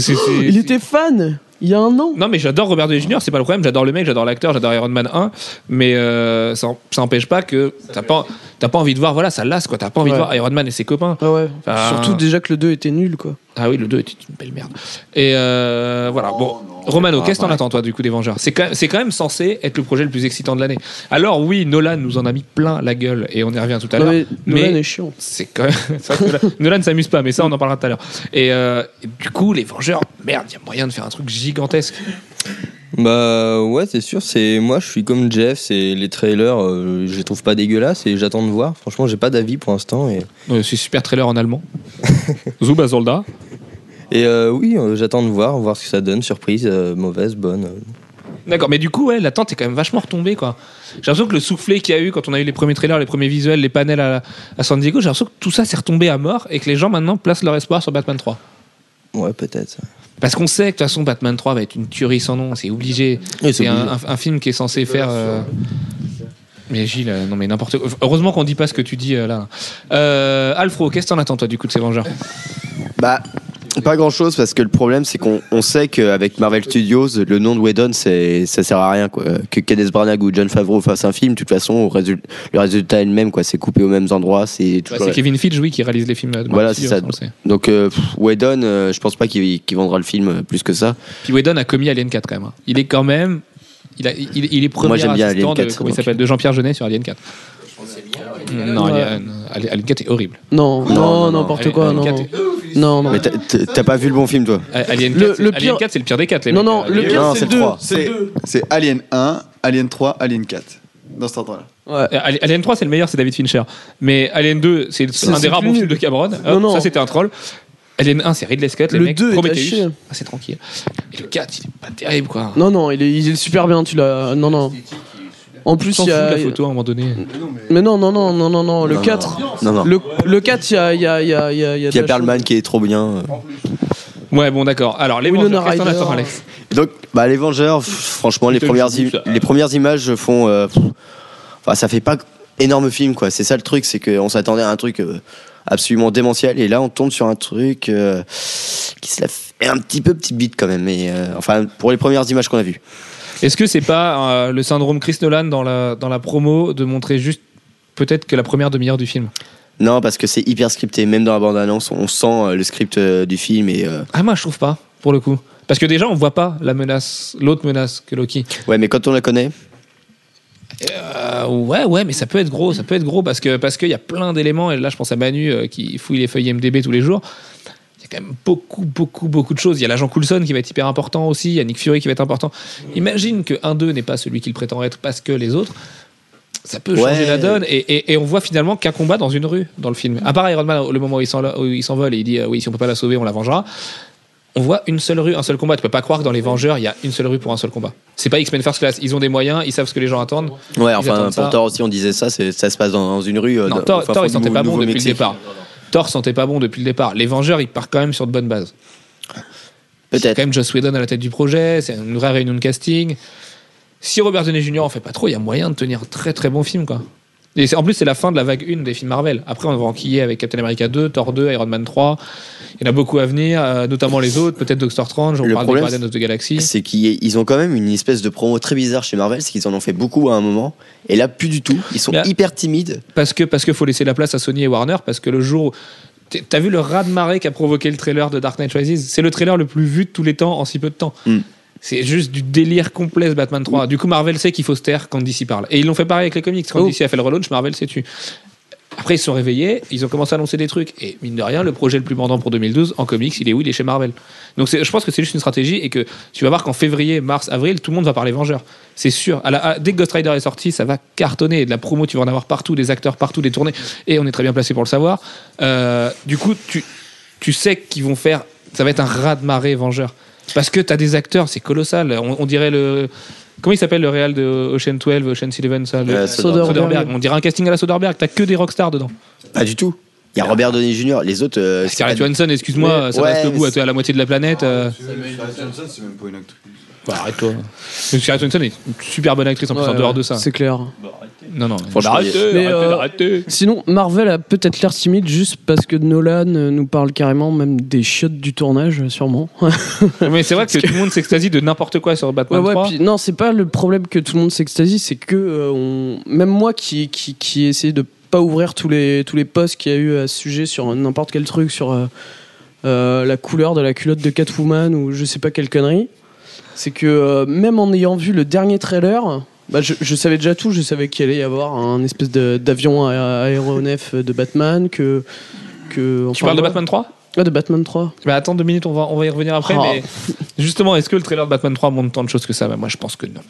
Speaker 8: [gasps]
Speaker 2: c'est- c'est-
Speaker 5: Il était fan il y a un an.
Speaker 2: Non, mais j'adore Robert Downey Jr. C'est pas le problème. J'adore le mec, j'adore l'acteur, j'adore Iron Man 1. Mais euh, ça, ça empêche pas que t'as pas, t'as pas envie de voir. Voilà, ça lasse, quoi. T'as pas envie de
Speaker 5: Ouais.
Speaker 2: voir Iron Man et ses copains.
Speaker 5: Ah ouais.
Speaker 2: Ah.
Speaker 5: Surtout déjà que le 2 était nul quoi.
Speaker 2: Ah oui, le 2 était une belle merde. Et euh, voilà. Bon, Romano, qu'est-ce que t'en attends toi du coup des Vengeurs C'est quand, c'est quand même censé être le projet le plus excitant de l'année. Alors oui, Nolan nous en a mis plein la gueule et on y revient tout à
Speaker 5: Non,
Speaker 2: l'heure.
Speaker 5: mais
Speaker 2: mais-
Speaker 5: Nolan est chiant.
Speaker 2: C'est quand même. [laughs] c'est vrai que Nolan- Nolan ne s'amuse pas, mais ça, on en parlera tout à l'heure. Et, euh, et du coup, les Vengeurs, merde, il y a moyen de faire un truc gigantesque.
Speaker 9: Bah ouais, c'est sûr. C'est moi, je suis comme Jeff. C'est les trailers, euh, je les trouve pas dégueulasses et j'attends de voir. Franchement, j'ai pas d'avis pour l'instant. Et,
Speaker 2: Euh, c'est super trailer en
Speaker 9: [laughs]
Speaker 2: allemand. Zuba Zolda.
Speaker 9: et euh, oui, euh, j'attends de voir, voir ce que ça donne. Surprise, euh, mauvaise, bonne. euh.
Speaker 2: D'accord, mais du coup, ouais, l'attente est quand même vachement retombée, quoi. J'ai l'impression que le soufflet qu'il y a eu quand on a eu les premiers trailers, les premiers visuels, les panels à, à San Diego, j'ai l'impression que tout ça s'est retombé à mort et que les gens maintenant placent leur espoir sur Batman 3.
Speaker 9: Ouais, peut-être.
Speaker 2: Parce qu'on sait que de toute façon, Batman 3 va être une tuerie sans nom, c'est obligé. C'est un, un- un film qui est censé faire. euh, Mais Gilles, euh, non mais n'importe quoi. Heureusement qu'on dit pas ce que tu dis euh, là. Euh, Alfro, qu'est-ce que t'en attends toi du coup de ces Vengeurs
Speaker 3: Bah, pas grand chose parce que le problème c'est qu'on on sait qu'avec Marvel Studios, le nom de Whedon c'est ça sert à rien quoi. Que Kenneth Branagh ou John Favreau fassent un film, de toute façon résul- le résultat est le même quoi. C'est coupé aux mêmes endroits, c'est
Speaker 2: Bah,
Speaker 3: toujours.
Speaker 2: C'est Kevin Feige, oui, qui réalise les films. euh, de
Speaker 3: Voilà,
Speaker 2: Marvel
Speaker 3: c'est
Speaker 2: Studios,
Speaker 3: ça.
Speaker 2: on le sait.
Speaker 3: Donc euh, pff, Whedon, euh, je pense pas qu'il qu'il vendra le film euh, plus que ça.
Speaker 2: Puis Whedon a commis Alien 4 quand même. hein. Il est quand même. Il, a, il, il est premier
Speaker 3: Moi, j'aime bien
Speaker 2: assistant
Speaker 3: Alien 4,
Speaker 2: de, comment il
Speaker 3: donc.
Speaker 2: s'appelle, de Jean-Pierre Jeunet sur Alien 4. Non,
Speaker 5: Mm, Ouais.
Speaker 2: Alien, Alien- Alien 4 est horrible.
Speaker 5: Non,
Speaker 3: Non,
Speaker 5: non,
Speaker 3: non, non.
Speaker 5: n'importe
Speaker 2: Alien-
Speaker 5: quoi.
Speaker 2: Alien
Speaker 5: Non,
Speaker 2: 4
Speaker 5: non, non.
Speaker 3: Mais t'as- t'as t'as pas vu le bon film toi
Speaker 2: A- Alien 4,
Speaker 5: Le-
Speaker 2: c'est-
Speaker 5: le
Speaker 2: Alien
Speaker 5: pire-
Speaker 2: 4, c'est le pire des 4. Les
Speaker 5: Non,
Speaker 2: mecs.
Speaker 5: non, le
Speaker 2: Euh,
Speaker 5: pire
Speaker 3: Non,
Speaker 5: c'est
Speaker 3: c'est
Speaker 5: le
Speaker 3: le
Speaker 5: 2.
Speaker 3: trois.
Speaker 6: C'est c'est Alien 1, Alien 3, Alien 4. Dans cet ordre-là.
Speaker 2: Ali- Alien 3, c'est le meilleur, c'est David Fincher. Mais Alien 2, c'est le- un
Speaker 5: c'est
Speaker 2: des rares
Speaker 5: plus
Speaker 2: bons
Speaker 5: nul.
Speaker 2: films de Cameron. Hop,
Speaker 5: Non, non.
Speaker 2: Ça, c'était un troll. Alien 1, c'est Ridley Scott. Les
Speaker 5: Le
Speaker 2: mecs,
Speaker 5: 2 est hein. à
Speaker 2: Prometheus.
Speaker 5: chier.
Speaker 2: Ah, c'est tranquille. Et le 4, il est pas terrible, quoi.
Speaker 5: Non, non, il est, il est super bien, tu l'as. Non, non. En
Speaker 2: On
Speaker 5: plus,
Speaker 2: s'en
Speaker 5: il y
Speaker 2: fout de
Speaker 5: a.
Speaker 2: la photo à un moment donné.
Speaker 5: Mais non, non, non, non, non, non. Le
Speaker 3: Non,
Speaker 5: 4.
Speaker 3: Non non.
Speaker 5: Le, le 4, il y a. Il y a, il y a, il y a, il y a
Speaker 3: Puis Il y a
Speaker 5: de la
Speaker 3: Perlman qui est trop bien. euh.
Speaker 2: Ouais, bon, d'accord. Alors, les
Speaker 5: Winona
Speaker 2: Vengeurs, qu'est-ce que t'en
Speaker 5: Ryder.
Speaker 2: attends, Alex
Speaker 3: Donc, bah, les Vengeurs, pff, franchement, les
Speaker 2: Little
Speaker 3: premières,
Speaker 2: Juju,
Speaker 3: im-
Speaker 2: ça.
Speaker 3: les premières images font. euh, pff, enfin, ça fait pas énorme film, quoi. C'est ça le truc, c'est qu'on s'attendait à un truc euh, absolument démentiel, et là, on tombe sur un truc euh, qui se la fait un petit peu petite bite, quand même. Mais, euh, enfin, pour les premières images qu'on a vues.
Speaker 2: Est-ce que c'est pas euh, le syndrome Chris Nolan dans la, dans la promo de montrer juste peut-être que la première demi-heure du film
Speaker 3: Non, parce que c'est hyper scripté, même dans la bande-annonce, on sent euh, le script euh, du film, et. euh,
Speaker 2: Ah, moi, je trouve pas, pour le coup. Parce que déjà, on voit pas la menace, l'autre menace que Loki.
Speaker 3: ouais, mais quand on la connaît.
Speaker 2: Euh, ouais, ouais, mais ça peut être gros, ça peut être gros parce que parce qu'il y a plein d'éléments. Et là, je pense à Manu euh, qui fouille les feuilles MDB tous les jours. Il y a quand même beaucoup, beaucoup, beaucoup de choses. Il y a l'agent Coulson qui va être hyper important aussi. Il y a Nick Fury qui va être important. Imagine que un d'eux n'est pas celui qu'il prétend être parce que les autres. Ça peut changer
Speaker 3: Ouais.
Speaker 2: la donne et, et- et on voit finalement qu'un combat dans une rue dans le film. À part Iron Man, le moment où il s'en- où il s'envole et il dit euh, oui si on peut pas la sauver on la vengera. On voit une seule rue, un seul combat. Tu peux pas croire que dans les Vengeurs il y a une seule rue pour un seul combat. C'est pas X-Men First Class. Ils ont des moyens, ils savent ce que les gens attendent.
Speaker 3: Ouais,
Speaker 2: Ils
Speaker 3: enfin,
Speaker 2: attendent
Speaker 3: pour
Speaker 2: ça.
Speaker 3: Thor aussi, on disait ça, c'est- ça se passe dans, dans une rue. euh,
Speaker 2: Non,
Speaker 3: dans- au
Speaker 2: Thor,
Speaker 3: fin
Speaker 2: Thor,
Speaker 3: fond
Speaker 2: il
Speaker 3: du
Speaker 2: sentait pas bon depuis le
Speaker 3: Nouveau-Mexique.
Speaker 2: départ. Thor sentait pas bon depuis le départ. Les Vengeurs, ils partent quand même sur de bonnes bases. C'est
Speaker 3: Peut-être.
Speaker 2: quand même Joss Whedon à la tête du projet, c'est une vraie réunion de casting. Si Robert Downey Jr. en fait pas trop, il y a moyen de tenir un très très bon film, quoi. Et c'est- en plus, c'est la fin de la vague 1 des films Marvel. Après, on va enquiller avec Captain America 2, Thor 2, Iron Man 3. Il y en a beaucoup à venir, euh, notamment les autres, peut-être Doctor Strange, on
Speaker 3: Le
Speaker 2: parle
Speaker 3: problème,
Speaker 2: de Guardians of the Galaxy.
Speaker 3: c'est qu'ils ils ont quand même une espèce de promo très bizarre chez Marvel, c'est qu'ils en ont fait beaucoup à un moment, et là plus du tout. Ils sont
Speaker 2: Là-
Speaker 3: hyper timides.
Speaker 2: Parce que parce que faut laisser la place à Sony et Warner, parce que le jour. où- t'es- T'as vu le raz-de-marée qu'a provoqué le trailer de Dark Knight Rises C'est le trailer le plus vu de tous les temps en si peu de temps.
Speaker 8: Hmm.
Speaker 3: Mm.
Speaker 2: C'est juste du délire complet ce Batman 3. Du coup, Marvel sait qu'il faut se taire quand DC parle. Et ils l'ont fait pareil avec les comics. Quand
Speaker 5: Oh.
Speaker 2: DC a fait le relaunch, Marvel s'est tu. Après, ils se sont réveillés, ils ont commencé à annoncer des trucs. Et mine de rien, le projet le plus vendant pour 2012 en comics, il est où Il est chez Marvel. Donc c'est- je pense que c'est juste une stratégie et que tu vas voir qu'en février, mars, avril, tout le monde va parler Vengeurs. C'est sûr. À la- à- dès que Ghost Rider est sorti, ça va cartonner. Et de la promo, tu vas en avoir partout, des acteurs partout, des tournées. Et on est très bien placé pour le savoir. Euh, du coup, tu, tu sais qu'ils vont faire. Ça va être un raz de marée Vengeurs. Parce que tu as des acteurs, c'est colossal. On, on dirait le. Comment il s'appelle le réal de Ocean 12, Ocean 11 ça, le-
Speaker 3: Euh, Soderbergh.
Speaker 2: Soderbergh. On dirait un casting à la Soderbergh. T'as que des rockstars dedans.
Speaker 3: Pas du tout. Il y a Robert Downey Jr. Les autres, euh, c'est
Speaker 2: Ah, Scarlett
Speaker 3: pas-
Speaker 2: Johansson, excuse-moi,
Speaker 3: Ouais,
Speaker 2: ça reste le
Speaker 3: mais
Speaker 2: goût
Speaker 3: c'est-
Speaker 2: à, à la moitié de la planète. euh.
Speaker 6: c'est même pas une actrice.
Speaker 2: Bah, arrête-toi. Mais Scarlett Johansson est une super bonne actrice en plus en
Speaker 5: Ouais,
Speaker 2: dehors
Speaker 5: ouais,
Speaker 2: de ça.
Speaker 5: C'est clair.
Speaker 2: Non, non.
Speaker 3: Franchement,
Speaker 2: arrêtez,
Speaker 5: Mais,
Speaker 2: arrêtez,
Speaker 5: euh,
Speaker 2: arrêtez.
Speaker 5: Sinon, Marvel a peut-être l'air timide juste parce que Nolan euh, nous parle carrément même des chiottes du tournage, sûrement. [laughs]
Speaker 2: Mais c'est vrai que, tout le monde s'extasie de n'importe quoi sur
Speaker 5: Ouais,
Speaker 2: Batman
Speaker 5: ouais,
Speaker 2: 3.
Speaker 5: puis, non, c'est pas le problème que tout le monde s'extasie, c'est que euh, on... même moi qui, qui, qui ai essayé de pas ouvrir tous les, tous les posts qu'il y a eu à ce sujet sur n'importe quel truc, sur euh, euh, la couleur de la culotte de Catwoman ou je sais pas quelle connerie, c'est que euh, même en ayant vu le dernier trailer, bah, je, je savais déjà tout, je savais qu'il allait y avoir un espèce de- d'avion à- aéronef de Batman, que. que
Speaker 2: Tu parles de Batman 3
Speaker 5: Ouais, de Batman 3.
Speaker 2: Bah attends deux minutes, on va, on va y revenir après.
Speaker 5: Oh.
Speaker 2: Mais justement, est-ce que le trailer de Batman 3 montre tant de choses que ça Bah, Moi, je pense que non.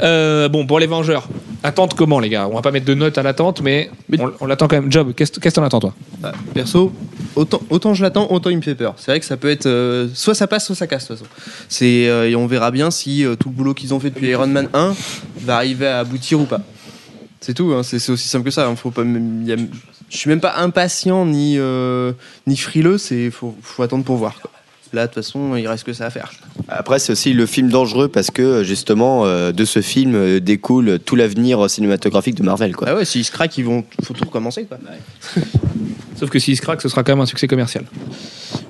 Speaker 2: Euh, bon, pour les Vengeurs, attente comment, les gars On va pas mettre de notes à l'attente, mais,
Speaker 7: Mais-
Speaker 2: on, on l'attend quand même. Job, qu'est-ce qu'est-ce que t'en attends, toi
Speaker 7: Bah, perso, autant, autant je l'attends, autant il me fait peur. C'est vrai que ça peut être. euh, soit ça passe, soit ça casse, de toute façon. C'est, euh, et on verra bien si euh, tout le boulot qu'ils ont fait depuis Iron Man 1 va arriver à aboutir ou pas. C'est tout, hein, c'est c'est aussi simple que ça. hein, faut pas, me- y a- je suis même pas impatient ni, euh, ni frileux, c'est faut, faut attendre pour voir. quoi. Là, de toute façon, il reste que ça à faire.
Speaker 3: Après, c'est aussi le film dangereux parce que justement, euh, de ce film euh, découle tout l'avenir cinématographique de Marvel,
Speaker 7: [laughs]
Speaker 3: quoi.
Speaker 7: Ah ouais, s'ils se craquent, ils vont faut tout recommencer. Quoi.
Speaker 2: Sauf que s'il se craque, ce sera quand même un succès commercial.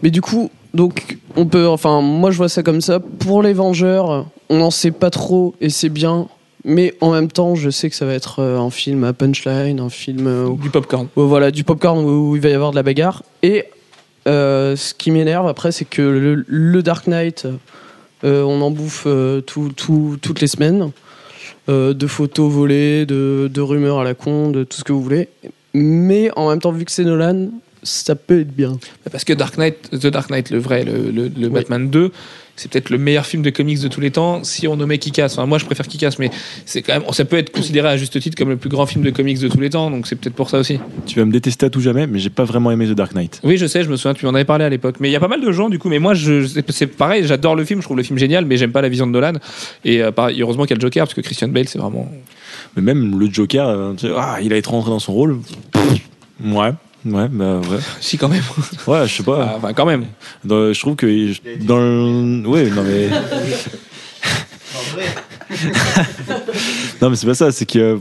Speaker 5: Mais du coup, donc, on peut. Enfin, moi, je vois ça comme ça. Pour les Vengeurs, on n'en sait pas trop et c'est bien. Mais en même temps, je sais que ça va être euh, un film à punchline, un film euh, où,
Speaker 2: Du popcorn.
Speaker 5: où, voilà, du popcorn où, il va y avoir de la bagarre. Et euh, ce qui m'énerve après, c'est que le, le Dark Knight, euh, on en bouffe euh, tout, tout- toutes les semaines. euh, de photos volées, de, de rumeurs à la con, de tout ce que vous voulez. Mais en même temps, vu que c'est Nolan, ça peut être bien.
Speaker 2: Parce que Dark Knight, The Dark Knight, le vrai, le, le- le Batman 2, c'est peut-être le meilleur film de comics de tous les temps si on nommait Kikas. Enfin, moi, je préfère Kikas, mais c'est quand même, ça peut être considéré à juste titre comme le plus grand film de comics de tous les temps, donc c'est peut-être pour ça aussi.
Speaker 4: Tu vas me détester à tout jamais, mais j'ai pas vraiment aimé The Dark Knight.
Speaker 2: Oui, je sais, je me souviens, tu en avais parlé à l'époque. Mais il y a pas mal de gens, du coup. Mais moi, je, c'est- c'est pareil, j'adore le film, je trouve le film génial, mais j'aime pas la vision de Nolan. Et euh, pareil, heureusement qu'il y a le Joker, parce que Christian Bale, c'est vraiment.
Speaker 4: Mais même le Joker, euh, tu sais, ah, il a été rentré dans son rôle. Pff, ouais. Ouais, bah ouais.
Speaker 2: [laughs] Si, quand même.
Speaker 4: Ouais, je sais pas.
Speaker 2: Ah, Enfin, quand même.
Speaker 4: Dans- je trouve que je- dans le... ouais non mais [laughs] non mais c'est pas ça c'est que euh,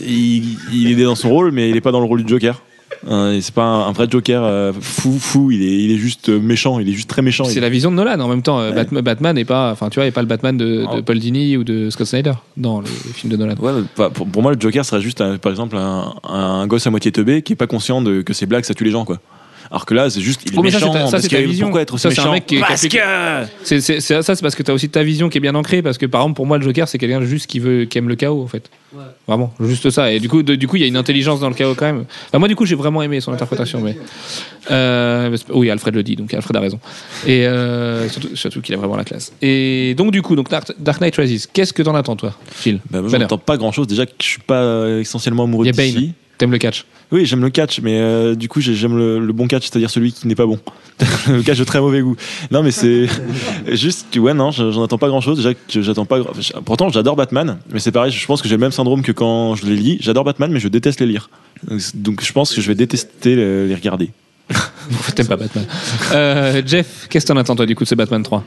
Speaker 4: il, il est dans son rôle mais il est pas dans le rôle du Joker Hein, et c'est pas un, un vrai Joker euh, fou fou il est il est juste euh, méchant il est juste très méchant
Speaker 2: C'est
Speaker 4: Il-
Speaker 2: la vision de Nolan en même temps. euh, Batman- Batman n'est pas, enfin, tu vois, est pas le Batman de, de Paul Dini ou de Scott Snyder dans le film de Nolan.
Speaker 4: Ouais, mais pas- pour, pour moi, le Joker serait juste, un- par exemple, un, un gosse à moitié teubé qui est pas conscient de, que ses blagues ça tue les gens, quoi. Alors que là, c'est juste, il est
Speaker 2: Oh, mais ça,
Speaker 4: méchant.
Speaker 2: c'est ta- ça,
Speaker 4: parce
Speaker 2: c'est
Speaker 4: que
Speaker 2: ta vision.
Speaker 4: Pourquoi être aussi
Speaker 2: Ça, c'est un
Speaker 4: méchant
Speaker 2: mec qui est- qui
Speaker 4: Parce
Speaker 2: applique-
Speaker 4: que
Speaker 2: C'est, c'est- c'est- ça, c'est parce que t'as aussi ta vision qui est bien ancrée. Parce que par exemple, pour moi, le Joker, c'est quelqu'un juste qui veut, qui aime le chaos en fait. Vraiment, juste ça. Et du coup, de- du coup, il y a une intelligence dans le chaos quand même. Enfin, moi, du coup, j'ai vraiment aimé son interprétation. Mais Euh, parce- oui, Alfred le dit, donc Alfred a raison. Et euh, surtout, surtout qu'il a vraiment la classe. Et donc, du coup, donc Dark, Dark Knight Rises. Qu'est-ce que t'en attends toi, Phil
Speaker 4: Bah, moi,
Speaker 2: Banner.
Speaker 4: j'entends pas grand chose. Déjà que je suis pas euh, essentiellement amoureux
Speaker 2: Il y
Speaker 4: de
Speaker 2: a Bane.
Speaker 4: DC.
Speaker 2: T'aimes le catch
Speaker 4: Oui, j'aime le catch, mais euh, du coup, j'ai- j'aime le, le bon catch, c'est-à-dire celui qui n'est pas bon. [laughs] le catch de très mauvais goût. Non, mais c'est [laughs] juste que, ouais, non, j'en attends pas grand-chose. Déjà, que j'attends pas. gra- j'- Pourtant, j'adore Batman, mais c'est pareil, je pense que j'ai le même syndrome que quand je les lis. J'adore Batman, mais je déteste les lire. Donc, c'est- Donc, je pense que je vais détester le- les regarder.
Speaker 2: [laughs] T'aimes pas Batman. Euh, Jeff, qu'est-ce que t'en attends toi du coup de ce Batman 3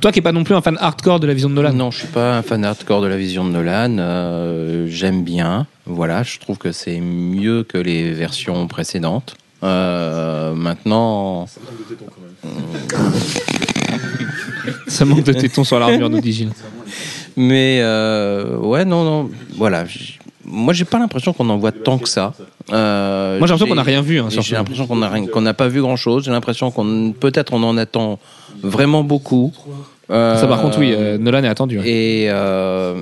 Speaker 2: Toi qui n'es pas non plus un fan hardcore de la vision de Nolan.
Speaker 8: Non, je suis pas un fan hardcore de la vision de Nolan. euh, J'aime bien. Voilà, je trouve que c'est mieux que les versions précédentes. Euh, maintenant,
Speaker 2: Ça manque de tétons sur l'armure, nous dit Gilles.
Speaker 8: mais euh, ouais, non, non, voilà. j- Moi, j'ai pas l'impression qu'on en voit tant que ça. Euh,
Speaker 2: Moi, j'ai l'impression qu'on n'a rien vu. hein,
Speaker 8: Et
Speaker 2: surtout.
Speaker 8: J'ai l'impression qu'on n'a rien- qu'on n'a pas vu grand chose. J'ai l'impression qu'on peut-être on en attend vraiment beaucoup. Euh,
Speaker 2: Ça, par contre, oui, euh, Nolan est attendu. ouais.
Speaker 8: Et, euh,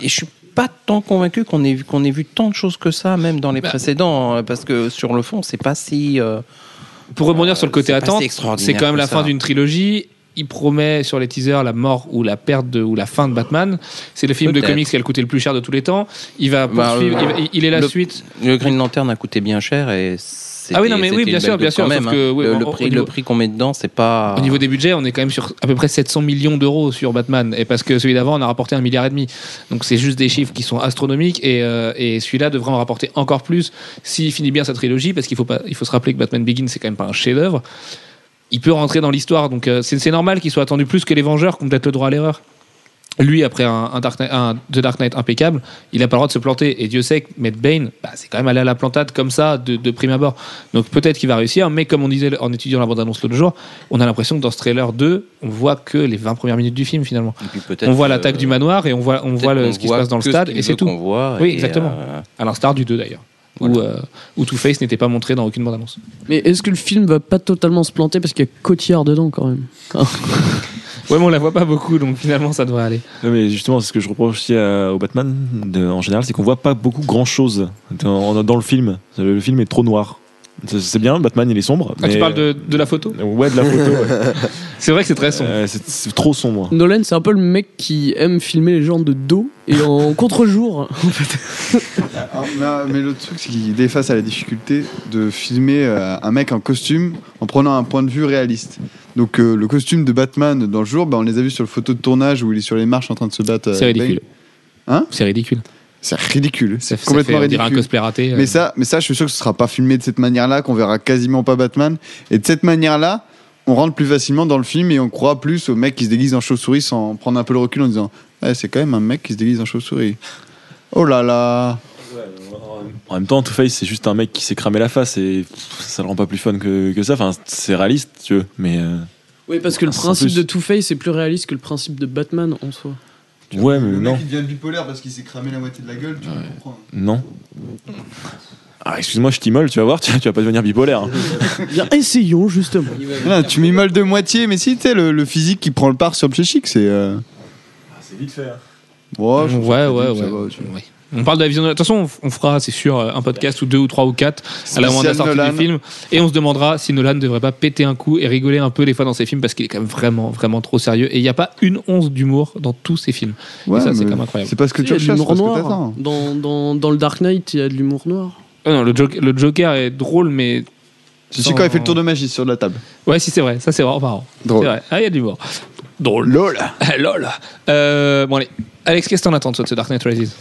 Speaker 8: et je suis pas tant convaincu qu'on ait, vu- qu'on ait vu tant de choses que ça, même dans les
Speaker 2: Bah.
Speaker 8: précédents, hein, parce que sur le fond, c'est pas si. euh,
Speaker 2: Pour rebondir sur le côté
Speaker 8: c'est pas
Speaker 2: attente,
Speaker 8: si extraordinaire
Speaker 2: c'est quand même
Speaker 8: que
Speaker 2: la
Speaker 8: ça.
Speaker 2: fin d'une trilogie. Il promet sur les teasers la mort ou la perte de, ou la fin de Batman. C'est le film de
Speaker 8: Peut-être.
Speaker 2: comics qui a le coûté le plus cher de tous les temps. Il va
Speaker 8: Bah,
Speaker 2: poursuivre.
Speaker 8: euh,
Speaker 2: il, va- il est la
Speaker 8: le-
Speaker 2: suite.
Speaker 8: Le Green Lantern a coûté bien cher et. c'était-
Speaker 2: Ah oui, non, mais oui,
Speaker 8: c'était
Speaker 2: bien
Speaker 8: une
Speaker 2: sûr,
Speaker 8: belle
Speaker 2: bien
Speaker 8: dose
Speaker 2: sûr,
Speaker 8: quand même,
Speaker 2: sauf que,
Speaker 8: hein.
Speaker 2: oui,
Speaker 8: le,
Speaker 2: on-
Speaker 8: le
Speaker 2: on-
Speaker 8: prix, le prix qu'on met dedans, c'est pas. [laughs]
Speaker 2: Au niveau des budgets, on est quand même sur à peu près 700 millions d'euros sur Batman. Et parce que celui d'avant, on a rapporté un milliard et demi. Donc c'est juste des chiffres qui sont astronomiques. Et, euh, et celui-là devrait en rapporter encore plus s'il finit bien sa trilogie. Parce qu'il faut, pas- il faut se rappeler que Batman Begins, c'est quand même pas un chef-d'œuvre. Il peut rentrer dans l'histoire. Donc euh, c'est c'est normal qu'il soit attendu plus que les Vengeurs, qui ont peut-être le droit à l'erreur. Lui, après un, un Dark Knight- un The Dark Knight impeccable, il n'a pas le droit de se planter. Et Dieu sait que Matt Bane, bah, c'est quand même aller à la plantade comme ça, de, de prime abord. Donc peut-être qu'il va réussir, mais comme on disait en étudiant la bande-annonce l'autre jour, on a l'impression que dans ce trailer 2, on voit que les 20 premières minutes du film finalement.
Speaker 8: Et puis peut-être,
Speaker 2: On voit l'attaque
Speaker 8: euh,
Speaker 2: du manoir et on voit, on
Speaker 8: peut-être
Speaker 2: voit le-
Speaker 8: qu'on
Speaker 2: ce qui se passe dans le
Speaker 8: que ce
Speaker 2: stade
Speaker 8: qu'il
Speaker 2: et c'est
Speaker 8: veut qu'on
Speaker 2: tout.
Speaker 8: voit
Speaker 2: Oui,
Speaker 8: et,
Speaker 2: exactement.
Speaker 8: euh,
Speaker 2: À l'instar du 2 d'ailleurs, où, euh, où Two-Face n'était pas montré dans aucune bande-annonce.
Speaker 5: Mais est-ce que le film va pas totalement se planter parce qu'il y a Cotillard dedans quand même
Speaker 2: Ouais, mais on la voit pas beaucoup, donc finalement ça devrait aller.
Speaker 4: Ouais, mais justement, c'est ce que je reproche aussi à- au Batman de- en général, c'est qu'on voit pas beaucoup grand-chose dans, dans le film. Le, le film est trop noir. C'est- C'est bien, Batman il est sombre.
Speaker 2: Ah, tu
Speaker 4: mais- euh,
Speaker 2: parles de, de la photo
Speaker 4: Ouais, de la photo.
Speaker 2: [laughs]
Speaker 4: ouais.
Speaker 2: C'est vrai que c'est très sombre.
Speaker 4: Euh, c'est- c'est trop sombre.
Speaker 5: Nolan, c'est un peu le mec qui aime filmer les gens de dos et [laughs] en contre-jour.
Speaker 6: Ah, là, mais le truc, c'est qu'il est face à la difficulté de filmer euh, un mec en costume en prenant un point de vue réaliste. Donc, euh, le costume de Batman dans le jour, bah, on les a vus sur le photo de tournage où il est sur les marches en train de se battre. euh,
Speaker 2: C'est
Speaker 6: avec
Speaker 2: ridicule.
Speaker 6: Hein
Speaker 2: C'est ridicule.
Speaker 6: Bane. C'est ridicule.
Speaker 2: Ça,
Speaker 6: C'est
Speaker 2: ça
Speaker 6: complètement
Speaker 2: fait, on dirait
Speaker 6: ridicule.
Speaker 2: un cosplay raté. euh.
Speaker 6: Mais ça, mais ça, je suis sûr que ce sera pas filmé de cette manière-là, qu'on verra quasiment pas Batman. Et de cette manière-là, on rentre plus facilement dans le film et on croit plus au mec qui se déguise en chauve-souris sans prendre un peu le recul en disant Eh, c'est quand même un mec qui se déguise en chauve-souris. Oh là là
Speaker 4: En même temps, Two-Face, c'est juste un mec qui s'est cramé la face et pff, ça le rend pas plus fun que, que ça. Enfin, c'est réaliste, tu veux. Mais euh,
Speaker 5: Oui, parce que le
Speaker 4: Ah, c'est
Speaker 5: principe
Speaker 4: plus-
Speaker 5: de Two-Face est plus réaliste que le principe de Batman en soi.
Speaker 4: ouais, mais non.
Speaker 6: devient bipolaire parce qu'il s'est cramé la moitié de la gueule, tu comprends.
Speaker 4: Non. Ah, excuse-moi, je t'immole, tu vas voir, tu, tu vas pas devenir bipolaire. hein.
Speaker 5: [laughs] Bien, essayons justement.
Speaker 6: Non, tu m'immoles de moitié, mais si, tu sais, le, le physique qui prend le part sur le psychique, c'est. euh, Ouais, je pense
Speaker 2: ouais,
Speaker 6: que
Speaker 2: ouais,
Speaker 6: ça
Speaker 2: ouais.
Speaker 6: va, tu vois.
Speaker 2: Oui. On parle de la vision de De toute façon, on f- on fera, c'est sûr, euh, un podcast ou deux ou trois ou quatre à la moment de la
Speaker 6: Spécial
Speaker 2: sortie
Speaker 6: Nolan.
Speaker 2: du film. Et on se demandera si Nolan ne devrait pas péter un coup et rigoler un peu des fois dans ses films parce qu'il est quand même vraiment, vraiment trop sérieux. Et il n'y a pas une once d'humour dans tous ses films.
Speaker 6: Ouais,
Speaker 2: ça, c'est
Speaker 6: mais
Speaker 2: quand même incroyable.
Speaker 6: C'est pas ce que
Speaker 5: Il y
Speaker 6: tu
Speaker 5: a de
Speaker 6: recherches, c'est
Speaker 5: l'humour
Speaker 6: pas ce que
Speaker 5: noir.
Speaker 6: t'attends.
Speaker 5: Dans, dans, dans le Dark Knight, il y a de l'humour noir.
Speaker 2: Ah non, le, Joker- le Joker est drôle, mais.
Speaker 6: Je sais quand il fait le tour de magie sur la table.
Speaker 2: Ouais, si, c'est vrai. Ça, c'est vraiment marrant. C'est
Speaker 6: Drôle.
Speaker 2: vrai. Ah, il y a de l'humour. Drôle.
Speaker 6: LOL
Speaker 2: [laughs] LOL. Euh, bon, allez. Alex, qu'est-ce que t'en attends toi, de ce Dark Knight Rises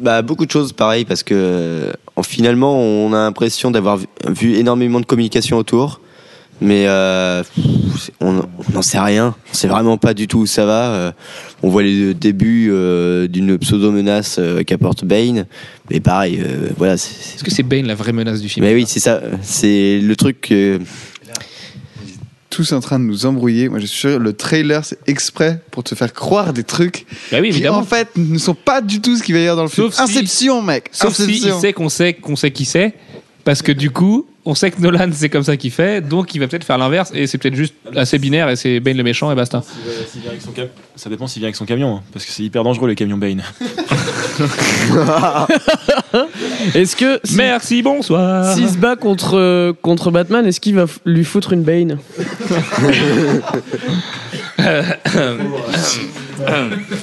Speaker 3: Bah, beaucoup de choses pareil parce que euh, en- finalement, on a l'impression d'avoir vu, vu énormément de communication autour, mais euh, pff, on on n'en sait rien. On sait vraiment pas du tout où ça va. Euh, on voit les débuts euh, d'une pseudo-menace euh, qu'apporte Bane, mais pareil, euh, voilà. c'est- c'est-
Speaker 2: Est-ce que c'est Bane la vraie menace du film
Speaker 3: Mais oui, c'est ça. C'est le truc. euh,
Speaker 6: Tous en train de nous embrouiller. Moi, je suis sûr, le trailer, c'est exprès pour te faire croire des trucs
Speaker 2: Bah oui,
Speaker 6: qui,
Speaker 2: évidemment.
Speaker 6: en fait, ne sont pas du tout ce qu'il va y avoir dans le film.
Speaker 2: Sauf si-
Speaker 6: Inception, mec
Speaker 2: Sauf si il
Speaker 6: Inception.
Speaker 2: sait qu'on sait qu'on sait qui c'est, parce que du coup, on sait que Nolan c'est comme ça qu'il fait, donc il va peut-être faire l'inverse et c'est peut-être juste assez binaire et c'est Bane le méchant et basta.
Speaker 4: Ça dépend s'il vient avec son camion, hein, parce que c'est hyper dangereux les camions Bane.
Speaker 5: [laughs]
Speaker 3: Hein
Speaker 5: Est-ce que si-
Speaker 2: Merci, bonsoir.
Speaker 5: [laughs] s'il se bat contre, euh, contre Batman, est-ce qu'il va f- lui foutre une Bane
Speaker 2: [laughs]
Speaker 5: [laughs]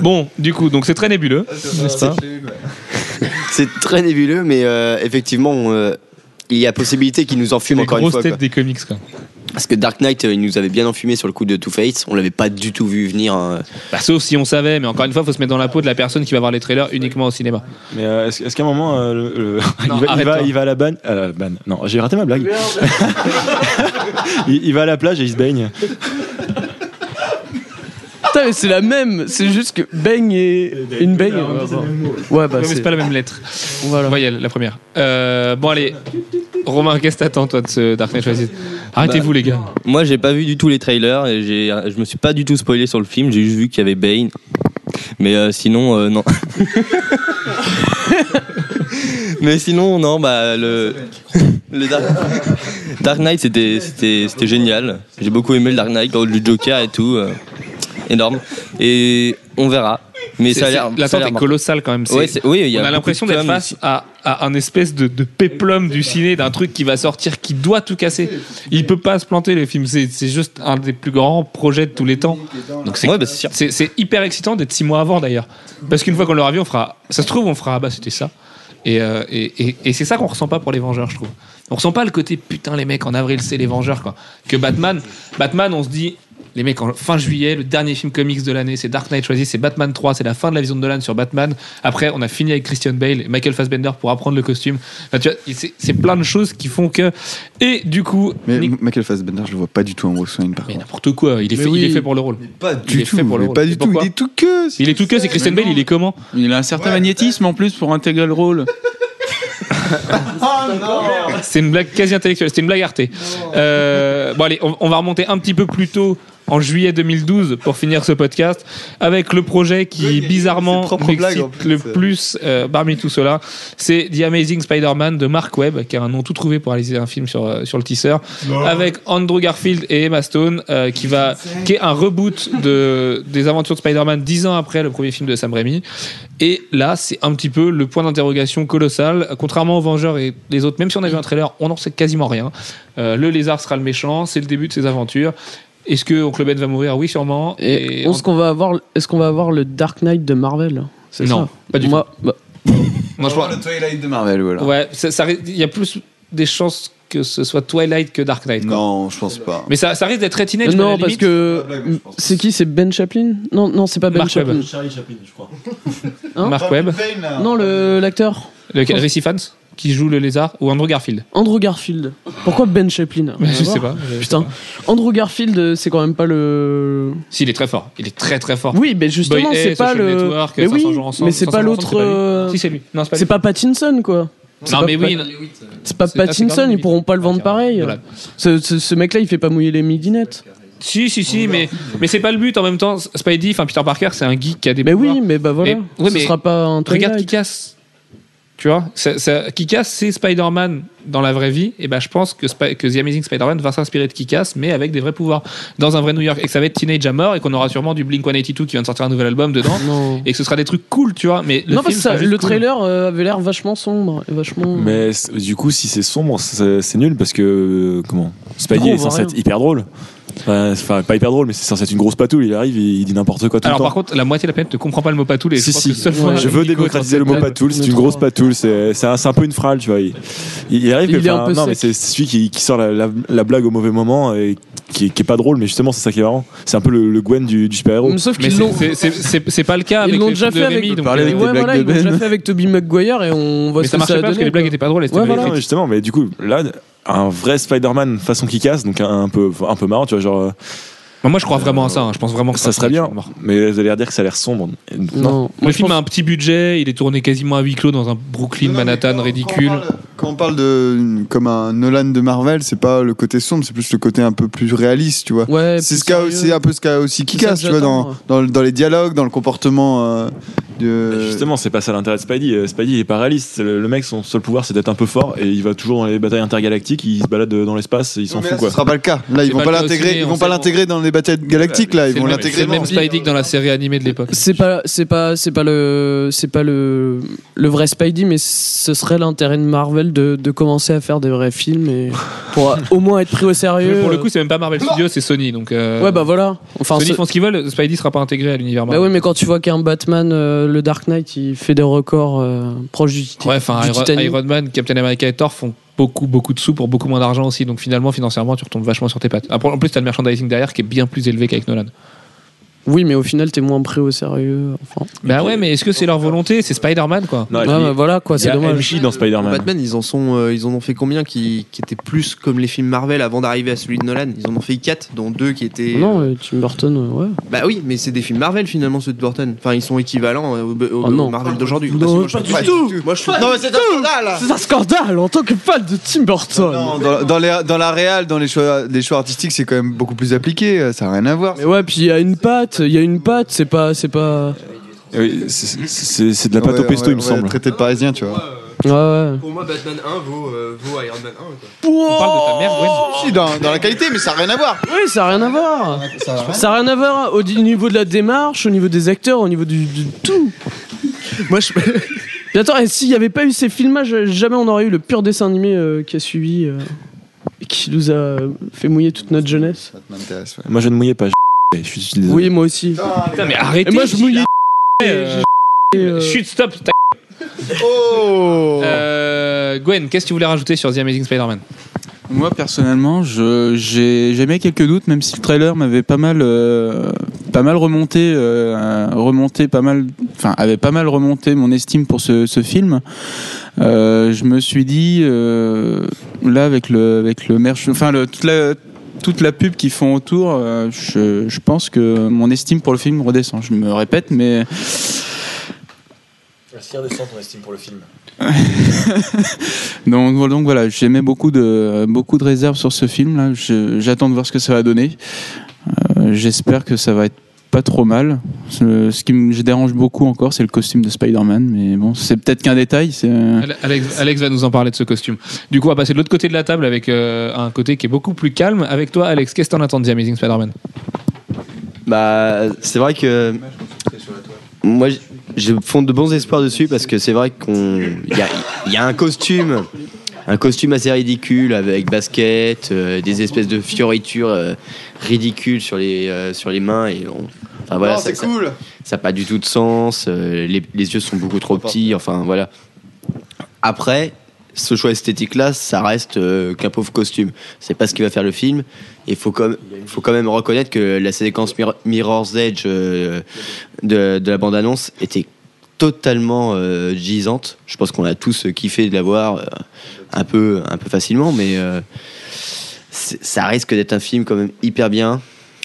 Speaker 2: Bon, du coup, donc c'est très nébuleux. n'est-ce pas
Speaker 3: [laughs] C'est très nébuleux, mais euh, effectivement, on, euh, il y a possibilité qu'il nous enfume
Speaker 2: Les
Speaker 3: encore une
Speaker 2: grosses
Speaker 3: fois.
Speaker 2: têtes
Speaker 3: quoi.
Speaker 2: des comics quoi.
Speaker 3: Parce que Dark Knight, euh, il nous avait bien enfumé sur le coup de Two Face. On l'avait pas du tout vu venir. hein.
Speaker 2: Bah, sauf si on savait, mais encore une fois, faut se mettre dans la peau de la personne qui va voir les trailers uniquement au cinéma.
Speaker 4: Mais euh, est-ce est-ce qu'à un moment, euh, le- le-
Speaker 2: Non,
Speaker 4: il, va, il,
Speaker 2: arrête-toi.
Speaker 4: va, il va à la banne. à la banne. Non, j'ai raté ma blague. [laughs] il, il va à la plage et il se baigne.
Speaker 5: Putain, mais c'est la même, c'est juste que bang et une bang. Ouais, bah, ouais, bah,
Speaker 2: Ouais, mais c'est
Speaker 5: c'est
Speaker 2: pas la même lettre.
Speaker 5: voilà.
Speaker 2: Voyelle, la première. Euh, bon, allez. Romain, qu'est-ce que t'attends, toi, de ce Euh, Dark Knight Rises Arrêtez-vous, les gars.
Speaker 9: Bah, Moi, j'ai pas vu du tout les trailers et j'ai, euh, je me suis pas du tout spoilé sur le film. J'ai juste vu qu'il y avait Bane. Mais euh, sinon, euh, non. [laughs] Mais sinon, non, bah, le, le Dark, Dark Knight, c'était, c'était, c'était génial. J'ai beaucoup aimé le Dark Knight, le Joker et tout. euh, énorme. Et on verra. Mais ça a
Speaker 2: C'est- c'est-
Speaker 9: l'air. ça a
Speaker 2: L'attente
Speaker 9: l'air
Speaker 2: est
Speaker 9: marrant.
Speaker 2: colossale, quand même. C'est-
Speaker 9: Ouais, c'est- oui, il y
Speaker 2: on a
Speaker 9: beaucoup
Speaker 2: l'impression
Speaker 9: de
Speaker 2: d'être
Speaker 9: com,
Speaker 2: face à, à un espèce de, de péplum du ciné, d'un truc qui va sortir, qui doit tout casser. Il peut pas se planter, le film. C'est c'est juste un des plus grands projets de tous les temps. Donc c'est
Speaker 9: Ouais, bah, c'est sûr.
Speaker 2: c'est- c'est hyper excitant d'être six mois avant, d'ailleurs. Parce qu'une fois qu'on l'aura vu, on fera. Ça se trouve, on fera. Ah bah, c'était ça. Et, euh, et, et- et c'est ça qu'on ressent pas pour les Vengeurs, je trouve. On ressent pas le côté putain, les mecs, en avril, c'est les Vengeurs, quoi. Que Batman, Batman, on se dit, les mecs, en fin juillet, le dernier film comics de l'année, c'est Dark Knight Rises, c'est Batman 3, c'est la fin de la vision de Nolan sur Batman. Après, on a fini avec Christian Bale et Michael Fassbender pour apprendre le costume. Enfin, tu vois, c'est- c'est plein de choses qui font que. Et du coup.
Speaker 6: Mais
Speaker 2: Nick-
Speaker 6: Michael Fassbender, je le vois pas du tout en Bruce Wayne, par
Speaker 2: Mais
Speaker 6: contre.
Speaker 2: n'importe quoi, il est,
Speaker 6: Mais
Speaker 2: fait,
Speaker 6: oui.
Speaker 2: il est fait pour le rôle.
Speaker 6: Pas
Speaker 2: il est
Speaker 6: du tout.
Speaker 2: fait pour le
Speaker 6: mais
Speaker 2: rôle.
Speaker 6: Pas
Speaker 2: Et
Speaker 6: du tout.
Speaker 2: pourquoi
Speaker 6: Il est tout que.
Speaker 2: Il est tout que, c'est Christian
Speaker 1: Mais
Speaker 2: Bale, il est comment
Speaker 1: Il a un certain magnétisme en plus pour intégrer le rôle.
Speaker 6: Ah,
Speaker 2: C'est une blague quasi intellectuelle, c'était une blague artée. Euh, bon allez, on, on va remonter un petit peu plus tôt en juillet 2012 pour finir ce podcast avec le projet qui bizarrement
Speaker 6: ses propres blagues, en
Speaker 2: m'excite
Speaker 6: plus.
Speaker 2: le plus euh, parmi tout cela. C'est The Amazing Spider-Man de Mark Webb, qui a un nom tout trouvé pour réaliser un film sur, euh, sur le tisseur, avec Andrew Garfield et Emma Stone, euh, qui, va, qui est un reboot de, des aventures de Spider-Man dix ans après le premier film de Sam Raimi. Et là, c'est un petit peu le point d'interrogation colossal. Contrairement aux Vengeurs et les autres, même si on a vu un trailer, on n'en sait quasiment rien. Euh, le lézard sera le méchant, c'est le début de ses aventures. Est-ce que Oncle Ben va mourir Oui, sûrement.
Speaker 5: Et on- est-ce qu'on va avoir, est-ce qu'on va avoir le Dark Knight de Marvel hein C'est
Speaker 2: Non,
Speaker 5: ça
Speaker 2: pas du
Speaker 5: Moi, bah,
Speaker 2: Non, je crois-
Speaker 6: Le Twilight de Marvel, voilà.
Speaker 2: Ouais, ça- ça ri- il y a plus des chances que ce soit Twilight que Dark Knight. quoi.
Speaker 6: Non, je pense pas.
Speaker 2: Mais ça, ça risque d'être très teenage. mais à
Speaker 5: euh, non,
Speaker 2: la
Speaker 5: parce
Speaker 2: limite-
Speaker 5: que
Speaker 6: C'est pas la blague, je pense.
Speaker 5: c'est qui C'est Ben Chaplin Non, non, c'est pas Ben
Speaker 2: Mark
Speaker 5: Chaplin.
Speaker 2: Webb. [laughs]
Speaker 5: Hein
Speaker 2: Mark Webb,
Speaker 5: Non, le l'acteur
Speaker 2: le Ricci Fans, qui joue le lézard, ou Andrew Garfield.
Speaker 5: Andrew Garfield. Pourquoi Ben Chaplin On
Speaker 2: [laughs]
Speaker 5: va
Speaker 2: je sais
Speaker 5: voir.
Speaker 2: pas. je-
Speaker 5: Putain, Andrew Garfield, euh, c'est quand même pas le.
Speaker 2: Si, il est très fort. Il est très très fort.
Speaker 5: Oui, mais justement,
Speaker 2: Boy A,
Speaker 5: c'est pas
Speaker 2: Social
Speaker 5: le.
Speaker 2: Network,
Speaker 5: mais oui,
Speaker 2: 500 jours ensemble,
Speaker 5: mais c'est
Speaker 2: 500
Speaker 5: pas
Speaker 2: jours
Speaker 5: l'autre.
Speaker 2: ensemble, c'est pas lui.
Speaker 5: euh,
Speaker 2: Si, c'est lui. Non, c'est pas
Speaker 5: C'est
Speaker 2: lui.
Speaker 5: pas Pattinson, quoi. c'est
Speaker 2: Non,
Speaker 5: pas-
Speaker 2: mais oui. non.
Speaker 5: C'est pas
Speaker 2: C'est- ah, c'est
Speaker 5: Pattinson,
Speaker 2: Gordon
Speaker 5: ils pourront pas le vendre
Speaker 2: Levitt.
Speaker 5: pareil.
Speaker 2: Ah, Voilà.
Speaker 5: Ce, ce- ce mec-là, il fait pas mouiller les midinettes.
Speaker 2: Si, si, si, mais, mais c'est pas le but en même temps. Spidey, enfin Peter Parker, c'est un geek qui a des
Speaker 5: Mais
Speaker 2: pouvoirs.
Speaker 5: oui, mais bah voilà.
Speaker 2: Mais- oui,
Speaker 5: ce
Speaker 2: mais
Speaker 5: sera pas un truc.
Speaker 2: Regarde qui casse. Tu vois, ça, ça- Kick-Ass, c'est Spider-Man dans la vraie vie. Et ben, je pense que, Spi- que The Amazing Spider-Man va s'inspirer de Kick-Ass, mais avec des vrais pouvoirs. Dans un vrai New York. Et que ça va être Teenage à mort et qu'on aura sûrement du Blink 182 qui vient de sortir un nouvel album dedans.
Speaker 5: Non.
Speaker 2: et que ce sera des trucs cool, tu vois. Mais le film
Speaker 5: non, parce que
Speaker 2: sera
Speaker 5: ça-
Speaker 2: juste
Speaker 5: le
Speaker 2: cool.
Speaker 5: trailer euh, avait l'air vachement sombre. et Vachement...
Speaker 4: Mais c- du coup, si c'est sombre, c'est c'est nul parce que euh, comment Spidey
Speaker 5: Pourquoi on
Speaker 4: est
Speaker 5: voit
Speaker 4: censé
Speaker 5: rien
Speaker 4: être hyper drôle. Enfin, c'est- enfin, pas hyper drôle, mais c'est censé être une grosse patoule. Il arrive, il, il dit n'importe quoi tout
Speaker 2: Alors
Speaker 4: le temps.
Speaker 2: par contre, la moitié de la planète ne comprend pas le mot patoule. Et
Speaker 4: si,
Speaker 2: je pense
Speaker 4: si.
Speaker 2: que seule fois,
Speaker 4: je veux
Speaker 2: Nico
Speaker 4: démocratiser le
Speaker 2: transmet
Speaker 4: mot patoule. C'est une grosse patoule. C'est c'est un, c'est un peu une frale, tu vois. Il, il- il arrive que.
Speaker 5: Il est un
Speaker 4: enfin,
Speaker 5: peu
Speaker 4: non,
Speaker 5: sec.
Speaker 4: mais c'est c'est celui qui, qui sort la, la- la blague au mauvais moment et qui, qui est pas drôle, mais justement, c'est ça qui est marrant. C'est un peu le, le Gwen du, du super-héros.
Speaker 5: Sauf
Speaker 2: Mais
Speaker 5: qu'ils l'ont.
Speaker 2: c'est- c'est- c'est c'est- c'est pas le cas Ah,
Speaker 5: Ils
Speaker 2: avec
Speaker 5: l'ont
Speaker 2: les
Speaker 5: déjà
Speaker 2: films de
Speaker 5: fait avec.
Speaker 2: Rémi. donc,
Speaker 5: Ouais,
Speaker 6: parler avec
Speaker 2: euh,
Speaker 6: tes blagues
Speaker 5: voilà,
Speaker 6: de
Speaker 5: ils l'ont déjà
Speaker 6: Ben.
Speaker 5: fait avec Toby Maguire et on voit
Speaker 2: Mais
Speaker 5: ce que
Speaker 2: ça marchait
Speaker 5: ça a
Speaker 2: pas parce que
Speaker 5: donné,
Speaker 2: les blagues
Speaker 5: quoi.
Speaker 2: étaient pas drôles. elles
Speaker 5: Ouais,
Speaker 2: étaient
Speaker 5: voilà.
Speaker 4: Non, mais justement, mais du coup, là, un vrai Spider-Man façon qui casse, donc un, un peu, un peu marrant, tu vois, genre, euh,
Speaker 2: Mais Moi, je crois vraiment à ça. hein. Je pense vraiment que
Speaker 4: ça serait bien, mais vous allez dire que ça a l'air sombre. Et donc, non.
Speaker 5: Non.
Speaker 2: Le film a un petit budget, il est tourné quasiment à huis clos dans un Brooklyn,
Speaker 6: Non, non, mais
Speaker 2: Manhattan
Speaker 6: quand-
Speaker 2: ridicule.
Speaker 6: Quand on parle, quand on parle de comme un Nolan de Marvel, c'est pas le côté sombre, c'est plus le côté un peu plus réaliste, tu vois.
Speaker 5: Ouais,
Speaker 6: C'est
Speaker 5: plus
Speaker 6: ce qu'a-
Speaker 5: sérieux.
Speaker 6: c'est un peu ce qu'a aussi qui
Speaker 5: C'est ça
Speaker 6: casse,
Speaker 5: que
Speaker 6: tu vois,
Speaker 5: j'attends,
Speaker 6: dans,
Speaker 5: ouais.
Speaker 6: dans, le- dans les dialogues, dans le comportement euh,
Speaker 4: Mais
Speaker 6: de.
Speaker 4: Justement, c'est pas ça l'intérêt de Spidey. Euh, Spidey il est pas réaliste. C'est Le, le mec, son seul pouvoir, c'est d'être un peu fort et il va toujours dans les batailles intergalactiques. Il se balade euh, dans l'espace, et il
Speaker 6: Non,
Speaker 4: s'en
Speaker 6: mais
Speaker 4: fout
Speaker 6: là,
Speaker 4: quoi.
Speaker 6: Ce sera pas le cas. Là, ils
Speaker 2: C'est
Speaker 6: vont
Speaker 2: pas le
Speaker 6: pas
Speaker 2: cas au ciné,
Speaker 6: l'intégrer. Ils
Speaker 2: on
Speaker 5: hein.
Speaker 6: vont pas
Speaker 2: sait,
Speaker 6: l'intégrer dans les batailles galactiques. Là, ils
Speaker 2: C'est
Speaker 6: vont
Speaker 2: le même-
Speaker 6: l'intégrer.
Speaker 2: C'est le
Speaker 6: dans-
Speaker 2: même Spidey que dans la série animée de l'époque.
Speaker 5: C'est pas, c'est pas, c'est pas le, c'est pas le, le vrai Spidey, mais ce serait l'intérêt de Marvel de, de commencer à faire des vrais
Speaker 2: [laughs]
Speaker 5: films et pour au moins être pris au sérieux. euh.
Speaker 2: Mais Pour le coup, c'est même pas Marvel Studios, c'est Sony. Donc, euh,
Speaker 5: ouais bah voilà. Enfin,
Speaker 2: Sony
Speaker 5: ce-
Speaker 2: font ce qu'ils veulent, Spidey sera pas intégré à l'univers
Speaker 5: bah
Speaker 2: Marvel.
Speaker 5: ouais, mais quand tu vois qu'un Batman, euh, le Dark Knight, il fait des records euh, proches du, Titan-
Speaker 2: Ouais, enfin,
Speaker 5: du
Speaker 2: hein, Iron,
Speaker 5: Titanic.
Speaker 2: Iron Man, Captain America et Thor font beaucoup, beaucoup de sous pour beaucoup moins d'argent aussi. Donc finalement, financièrement, tu retombes vachement sur tes pattes. Après, En plus, t'as le merchandising derrière qui est bien plus élevé qu'avec Nolan.
Speaker 5: Oui, mais au final, t'es moins pris au sérieux. Enfin,
Speaker 2: Bah ouais, mais est-ce que c'est leur volonté C'est Spider-Man, quoi.
Speaker 4: Non, et
Speaker 5: ouais,
Speaker 4: puis,
Speaker 5: bah voilà quoi,
Speaker 4: il y
Speaker 5: c'est
Speaker 4: a
Speaker 5: dommage.
Speaker 4: MJ dans Spider-Man.
Speaker 7: Batman, ils en, sont, euh, ils en ont fait combien qui, qui étaient plus comme les films Marvel avant d'arriver à celui de Nolan Ils en ont fait 4, dont 2 qui étaient.
Speaker 5: Non, euh, Tim Burton, euh, ouais.
Speaker 7: Bah oui, mais c'est des films Marvel finalement ceux de Burton. Enfin, ils sont équivalents euh, au, au-
Speaker 5: Oh
Speaker 7: au
Speaker 5: non.
Speaker 7: Marvel d'aujourd'hui.
Speaker 5: Non,
Speaker 7: Bah, si, moi,
Speaker 5: pas
Speaker 7: je
Speaker 5: du
Speaker 7: suis- ouais.
Speaker 5: tout.
Speaker 7: Moi, je suis- Non, mais c'est un scandale
Speaker 5: C'est un scandale en tant que fan de Tim Burton.
Speaker 6: Non, dans, dans les, dans la réal, dans les choix, les choix artistiques, c'est quand même beaucoup plus appliqué. euh, Ça n'a rien à voir.
Speaker 5: Mais ouais, puis il y a une patte, il y a une patte, c'est pas, c'est pas.
Speaker 4: Eh Oui, c'est- c'est c'est de la pâte
Speaker 6: Ouais,
Speaker 4: au pesto,
Speaker 6: ouais,
Speaker 4: il me
Speaker 6: ouais,
Speaker 4: semble.
Speaker 6: Traité de parisien, tu vois.
Speaker 5: Ouais, ouais.
Speaker 7: Pour moi, Batman 1 vaut, Iron Man 1.
Speaker 2: On parle de ta mère, Gwen.
Speaker 6: Si, dans, dans la qualité, mais ça n'a rien à voir.
Speaker 5: Oui, ça n'a rien à voir. Ça n'a rien à voir au di- niveau de la démarche, au niveau des acteurs, au niveau du, du tout.
Speaker 7: Moi, je.
Speaker 5: Mais attends, et s'il n'y avait pas eu ces filmages, euh, jamais on aurait eu le pur dessin animé euh, qui a suivi, euh, et qui nous a fait mouiller toute notre jeunesse.
Speaker 6: Ça te m'intéresse, ouais.
Speaker 4: Moi, je ne mouillais pas. Je suis je suis désolé.
Speaker 5: Oui, moi aussi.
Speaker 2: Putain, mais arrêtez.
Speaker 5: Et moi, je mouillais.
Speaker 2: euh,
Speaker 5: et, euh,
Speaker 2: Chut, stop. ta-
Speaker 6: Oh
Speaker 2: [laughs] Euh, Gwen, qu'est-ce que tu voulais rajouter sur The Amazing Spider-Man
Speaker 1: Moi personnellement, je- j'ai j'aimais quelques doutes, même si le trailer m'avait pas mal, euh, pas mal remonté, euh, remonté pas mal, enfin avait pas mal remonté mon estime pour ce, ce film. Euh, je me suis dit euh, là avec le avec le merch, enfin le- toute la toute la pub qu'ils font autour, euh, je, je pense que mon estime pour le film redescend. Je me répète, mais [laughs] Donc, donc voilà, j'aimais beaucoup de, beaucoup de réserves sur ce film. là. Je- J'attends de voir ce que ça va donner. Euh, J'espère que ça va être pas trop mal. Ce, ce qui me dérange beaucoup encore, c'est le costume de Spider-Man. Mais bon, c'est peut-être qu'un détail. c'est-
Speaker 2: Hein Alex, Alex va nous en parler de ce costume. Du coup, on va passer de l'autre côté de la table avec euh, un côté qui est beaucoup plus calme. Avec toi, Alex, qu'est-ce que t'en attends de The Amazing Spider-Man
Speaker 3: Bah, c'est vrai que. Moi, j- je fonde de bons espoirs dessus parce que c'est vrai qu'on. Il y a, il y a un costume. Un costume assez ridicule avec basket, euh, des espèces de fioritures euh, ridicules sur les, euh, sur les mains. Et on- Enfin voilà,
Speaker 6: Non,
Speaker 3: ça-
Speaker 6: c'est
Speaker 3: ça-
Speaker 6: cool.
Speaker 3: ça n'a pas du tout de sens, euh, les, les yeux sont beaucoup trop petits, enfin voilà. Après, ce choix esthétique-là, ça reste euh, qu'un pauvre costume. C'est pas ce qui va faire le film. Et faut comme, faut quand même reconnaître que la séquence Mir- Mirror's Edge euh, de, de la bande-annonce était totalement euh, gisante. Je pense qu'on a tous euh, kiffé de la voir euh, un peu, un peu facilement, mais euh, c'est- ça risque d'être un film quand même hyper bien.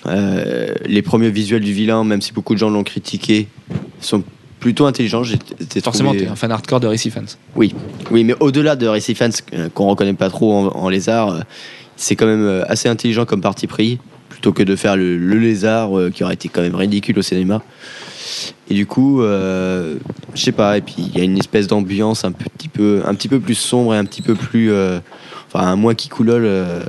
Speaker 3: Euh, les premiers visuels du vilain, même si beaucoup de gens l'ont critiqué, sont plutôt intelligents. J'ai j'ai trouvé-
Speaker 2: Forcément, t'es un fan hardcore de Racy Fans.
Speaker 3: Oui, mais au-delà de Racy Fans euh, qu'on reconnaît pas trop en, en lézard, euh, c'est quand même euh, assez intelligent comme parti pris, plutôt que de faire le, le lézard euh, qui aurait été quand même ridicule au cinéma. Et du coup, euh, je sais pas. Et puis il y a une espèce d'ambiance un petit peu, un petit peu plus sombre et un petit peu plus, euh, enfin un moins qui coulole. euh,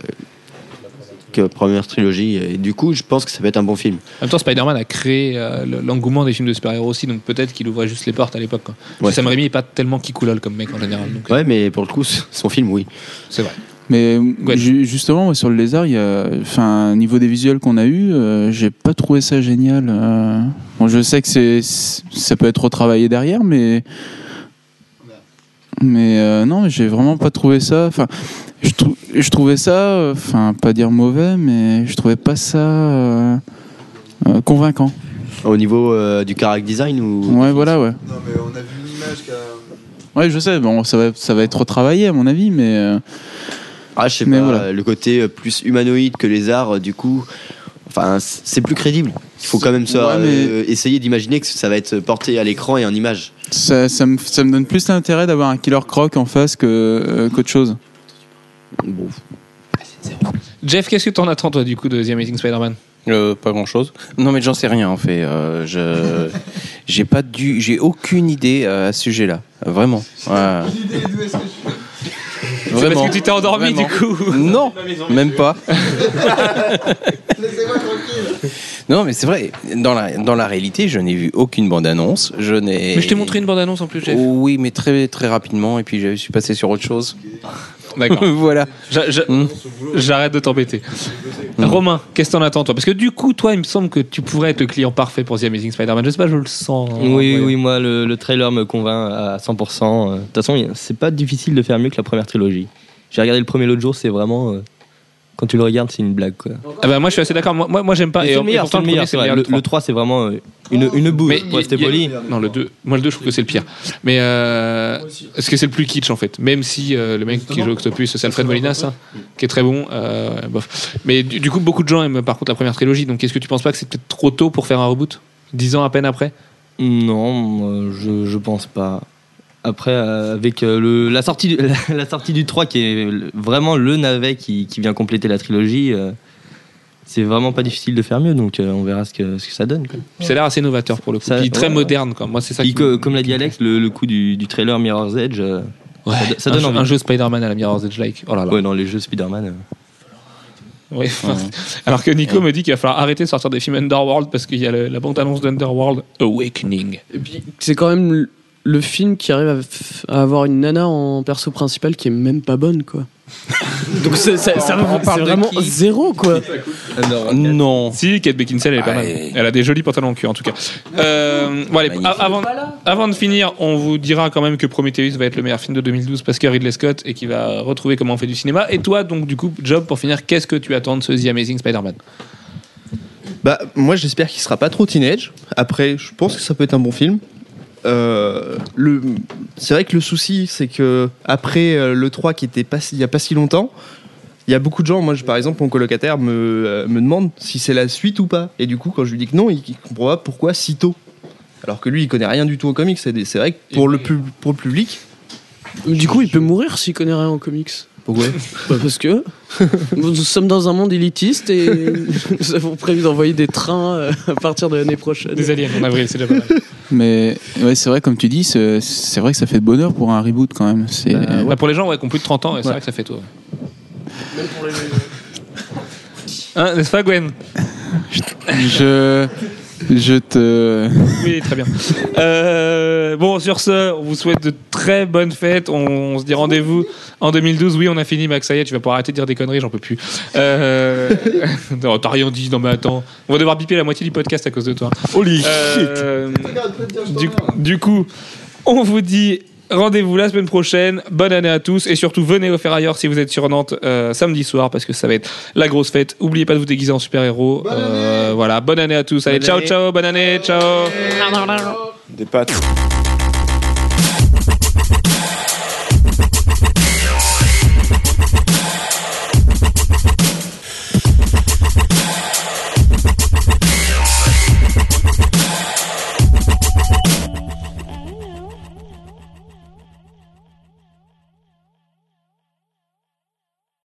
Speaker 3: que première trilogie et du coup je pense que ça va être un bon film
Speaker 2: En même temps, Spider-Man a créé euh, le- l'engouement des films de super-héros aussi, donc peut-être qu'il ouvrait juste les portes à l'époque. quoi. Parce que
Speaker 3: Ouais.
Speaker 2: Sam Raimi est pas tellement qui coulole comme mec en général. Ah, donc, euh,
Speaker 3: ouais mais pour le coup son film oui
Speaker 2: C'est vrai.
Speaker 1: Mais euh,
Speaker 2: Ouais.
Speaker 1: ju- justement, moi, sur le lézard, il y a, enfin, niveau des visuels qu'on a eu, euh, j'ai pas trouvé ça génial. euh. Bon, je sais que c'est, c'est- ça peut être retravaillé derrière, mais, mais euh, non, j'ai vraiment pas trouvé ça. Enfin, je, trou- je trouvais ça, euh, enfin, pas dire mauvais, mais je trouvais pas ça euh, euh, convaincant.
Speaker 3: Au niveau euh, du character design ou
Speaker 1: Ouais, voilà, ouais.
Speaker 6: Non, mais on a vu une image qui a.
Speaker 1: Ouais, je sais. Bon, ça va, ça va être retravaillé à mon avis, mais euh,
Speaker 3: Ah, je sais
Speaker 1: Mais
Speaker 3: pas,
Speaker 1: voilà.
Speaker 3: euh, le côté euh, plus humanoïde que lézard, euh, du coup, enfin, c- c'est plus crédible. Il faut quand même ça,
Speaker 1: Ouais, mais-
Speaker 3: euh, essayer d'imaginer que ça va être porté à l'écran et en image.
Speaker 1: ça, ça me, ça me donne plus l'intérêt d'avoir un killer croc en face que euh, qu'autre chose.
Speaker 3: Bon,
Speaker 2: Jeff, qu'est-ce que t'en attends, toi, du coup, de The Amazing Spider-Man
Speaker 8: Euh, pas grand chose. Non, mais j'en sais rien en fait. Euh,
Speaker 2: [laughs]
Speaker 8: je j'ai pas dû, j'ai aucune idée euh, à ce sujet-là, vraiment. Ouais. [laughs]
Speaker 2: C'est
Speaker 8: Vraiment.
Speaker 2: parce que tu t'es endormi,
Speaker 8: Vraiment.
Speaker 2: du
Speaker 8: [laughs]
Speaker 2: coup.
Speaker 8: Non, même pas. Non, mais c'est vrai. Dans la dans la réalité, je n'ai vu aucune bande-annonce. Je n'ai.
Speaker 2: Mais je t'ai montré une bande-annonce en plus, Jeff.
Speaker 8: Oui, mais très très rapidement, et puis je suis passé sur autre chose. [laughs]
Speaker 2: [laughs] D'accord.
Speaker 8: voilà.
Speaker 2: J'a- j'a-
Speaker 8: Hmm.
Speaker 2: J'arrête de t'embêter.
Speaker 9: Hmm.
Speaker 2: Romain, qu'est-ce que t'en attends, toi Parce que du coup, toi, il me semble que tu pourrais être le client parfait pour The Amazing Spider-Man. Je sais pas, je le sens.
Speaker 9: Oui,
Speaker 2: Ouais.
Speaker 9: oui, moi le, le trailer me convainc à 100%. euh, De toute façon, y- c'est pas difficile de faire mieux que la première trilogie. J'ai regardé le premier l'autre jour, c'est vraiment. euh, quand tu le regardes, c'est une blague quoi.
Speaker 2: Ah bah, moi, je suis assez d'accord. Moi, moi, moi, j'aime pas.
Speaker 9: Mais c'est
Speaker 2: et
Speaker 9: le meilleur,
Speaker 2: pourtant,
Speaker 9: c'est le meilleur, c'est vrai.
Speaker 2: meilleur,
Speaker 9: Le,
Speaker 2: le trois.
Speaker 9: le 3, c'est vraiment euh, une, une bouse.
Speaker 2: Mais
Speaker 9: pour
Speaker 2: il-
Speaker 9: rester
Speaker 2: il y a-
Speaker 9: poli.
Speaker 2: Non, le 2, moi le 2, je trouve que c'est le pire. Mais euh, parce que c'est le plus kitsch en fait. Même si euh, le mec qui joue Octopus, c'est Alfred Molinas, hein, qui est très bon. euh, bof. Mais du, du coup, beaucoup de gens aiment par contre la première trilogie. Donc est-ce que tu penses pas que c'est peut-être trop tôt pour faire un reboot 10 ans à peine après
Speaker 9: Non, euh, je, je pense pas. Après, euh, avec euh, le, la, sortie du, [laughs] la, sortie du 3, qui est le- vraiment le navet qui, qui vient compléter la trilogie, euh, c'est vraiment pas difficile de faire mieux, donc euh, on verra ce que, ce que ça donne. quoi.
Speaker 2: Ça a l'air assez novateur pour le coup.
Speaker 9: Ça-
Speaker 2: Puis très
Speaker 9: ouais.
Speaker 2: moderne quand Moi, c'est ça
Speaker 9: Puis
Speaker 2: qui
Speaker 9: que-
Speaker 2: me-
Speaker 9: comme l'a dit Alex, le, le coup du, du trailer Mirror's Edge, euh,
Speaker 2: Ouais,
Speaker 9: ça, do- ça
Speaker 2: un
Speaker 9: donne
Speaker 2: jeu-
Speaker 9: envie.
Speaker 2: Un jeu Spider-Man à la Mirror's Edge Like. Oh là là.
Speaker 9: Ouais, dans les jeux Spider-Man. euh.
Speaker 2: Ouais, enfin, [laughs] Alors que Nico me dit qu'il va falloir arrêter de sortir des films Underworld parce qu'il y a le- la bande-annonce d'Underworld Awakening.
Speaker 5: Et puis, c'est quand même le- le film qui arrive à, f- à avoir une nana en perso principal qui est même pas bonne, quoi. Donc c'est, ça, ça-
Speaker 8: On
Speaker 5: c'est
Speaker 8: parle de
Speaker 5: vraiment
Speaker 8: qui
Speaker 5: zéro, quoi.
Speaker 8: Non.
Speaker 2: Si, Kate Beckinsale, elle
Speaker 5: Ah,
Speaker 2: est pas mal.
Speaker 8: Ouais.
Speaker 2: Elle a des jolis pantalons en cul, en tout cas. Euh, bon, allez,
Speaker 8: Magnifique.
Speaker 2: a- avant, avant de finir, on vous dira quand même que Prometheus va être le meilleur film de 2012 parce qu'il y a Ridley Scott et qu'il va retrouver comment on fait du cinéma. Et toi, donc, du coup, Job, pour finir, qu'est-ce que tu attends de ce The Amazing Spider-Man
Speaker 7: Bah, moi, j'espère qu'il sera pas trop teenage. Après, je pense que ça peut être un bon film. Euh, le, c'est vrai que le souci, c'est que après euh, le 3 qui était pas si- il y a pas si longtemps, il y a beaucoup de gens. Moi, je- par exemple, mon colocataire me, euh, me demande si c'est la suite ou pas. Et du coup, quand je lui dis que non, il, il comprend pas pourquoi si tôt. Alors que lui, il connaît rien du tout aux comics. C'est, des- c'est vrai que pour le, pub- pour le public,
Speaker 5: Du coup, il peut mourir s'il connaît rien en [laughs] comics.
Speaker 7: pourquoi
Speaker 5: Bah, parce que nous sommes dans un monde élitiste et [laughs] nous avons prévu d'envoyer des trains euh, à partir de l'année prochaine.
Speaker 2: Des aliens en avril, c'est déjà pas mal.
Speaker 1: Mais ouais, c'est vrai, comme tu dis, c'est c'est vrai que ça fait de bonheur pour un reboot quand même. C'est
Speaker 2: Bah, pour les gens ouais, qui ont plus de 30 ans, ouais, c'est vrai que ça fait tout. ouais. Hein, N'est-ce pas, Gwen
Speaker 1: je euh, je te
Speaker 2: Oui, très bien. Euh, bon, sur ce, on vous souhaite de très bonnes fêtes. On, on se dit rendez-vous en 2012. Oui, on a fini, Max. Ça y est, tu vas pouvoir arrêter de dire des conneries, j'en peux plus. Euh, [laughs] non, t'as rien dit. Non, mais attends. On va devoir biper la moitié du podcast à cause de toi.
Speaker 4: Holy
Speaker 2: Euh, du, du coup, on vous dit rendez-vous la semaine prochaine. Bonne année à tous et surtout venez au Ferrailleur si vous êtes sur Nantes euh, samedi soir parce que ça va être la grosse fête. Oubliez pas de vous déguiser en super-héros. Euh, voilà, bonne année à tous. Allez, ciao, ciao, bonne année, ciao.
Speaker 4: Des pattes.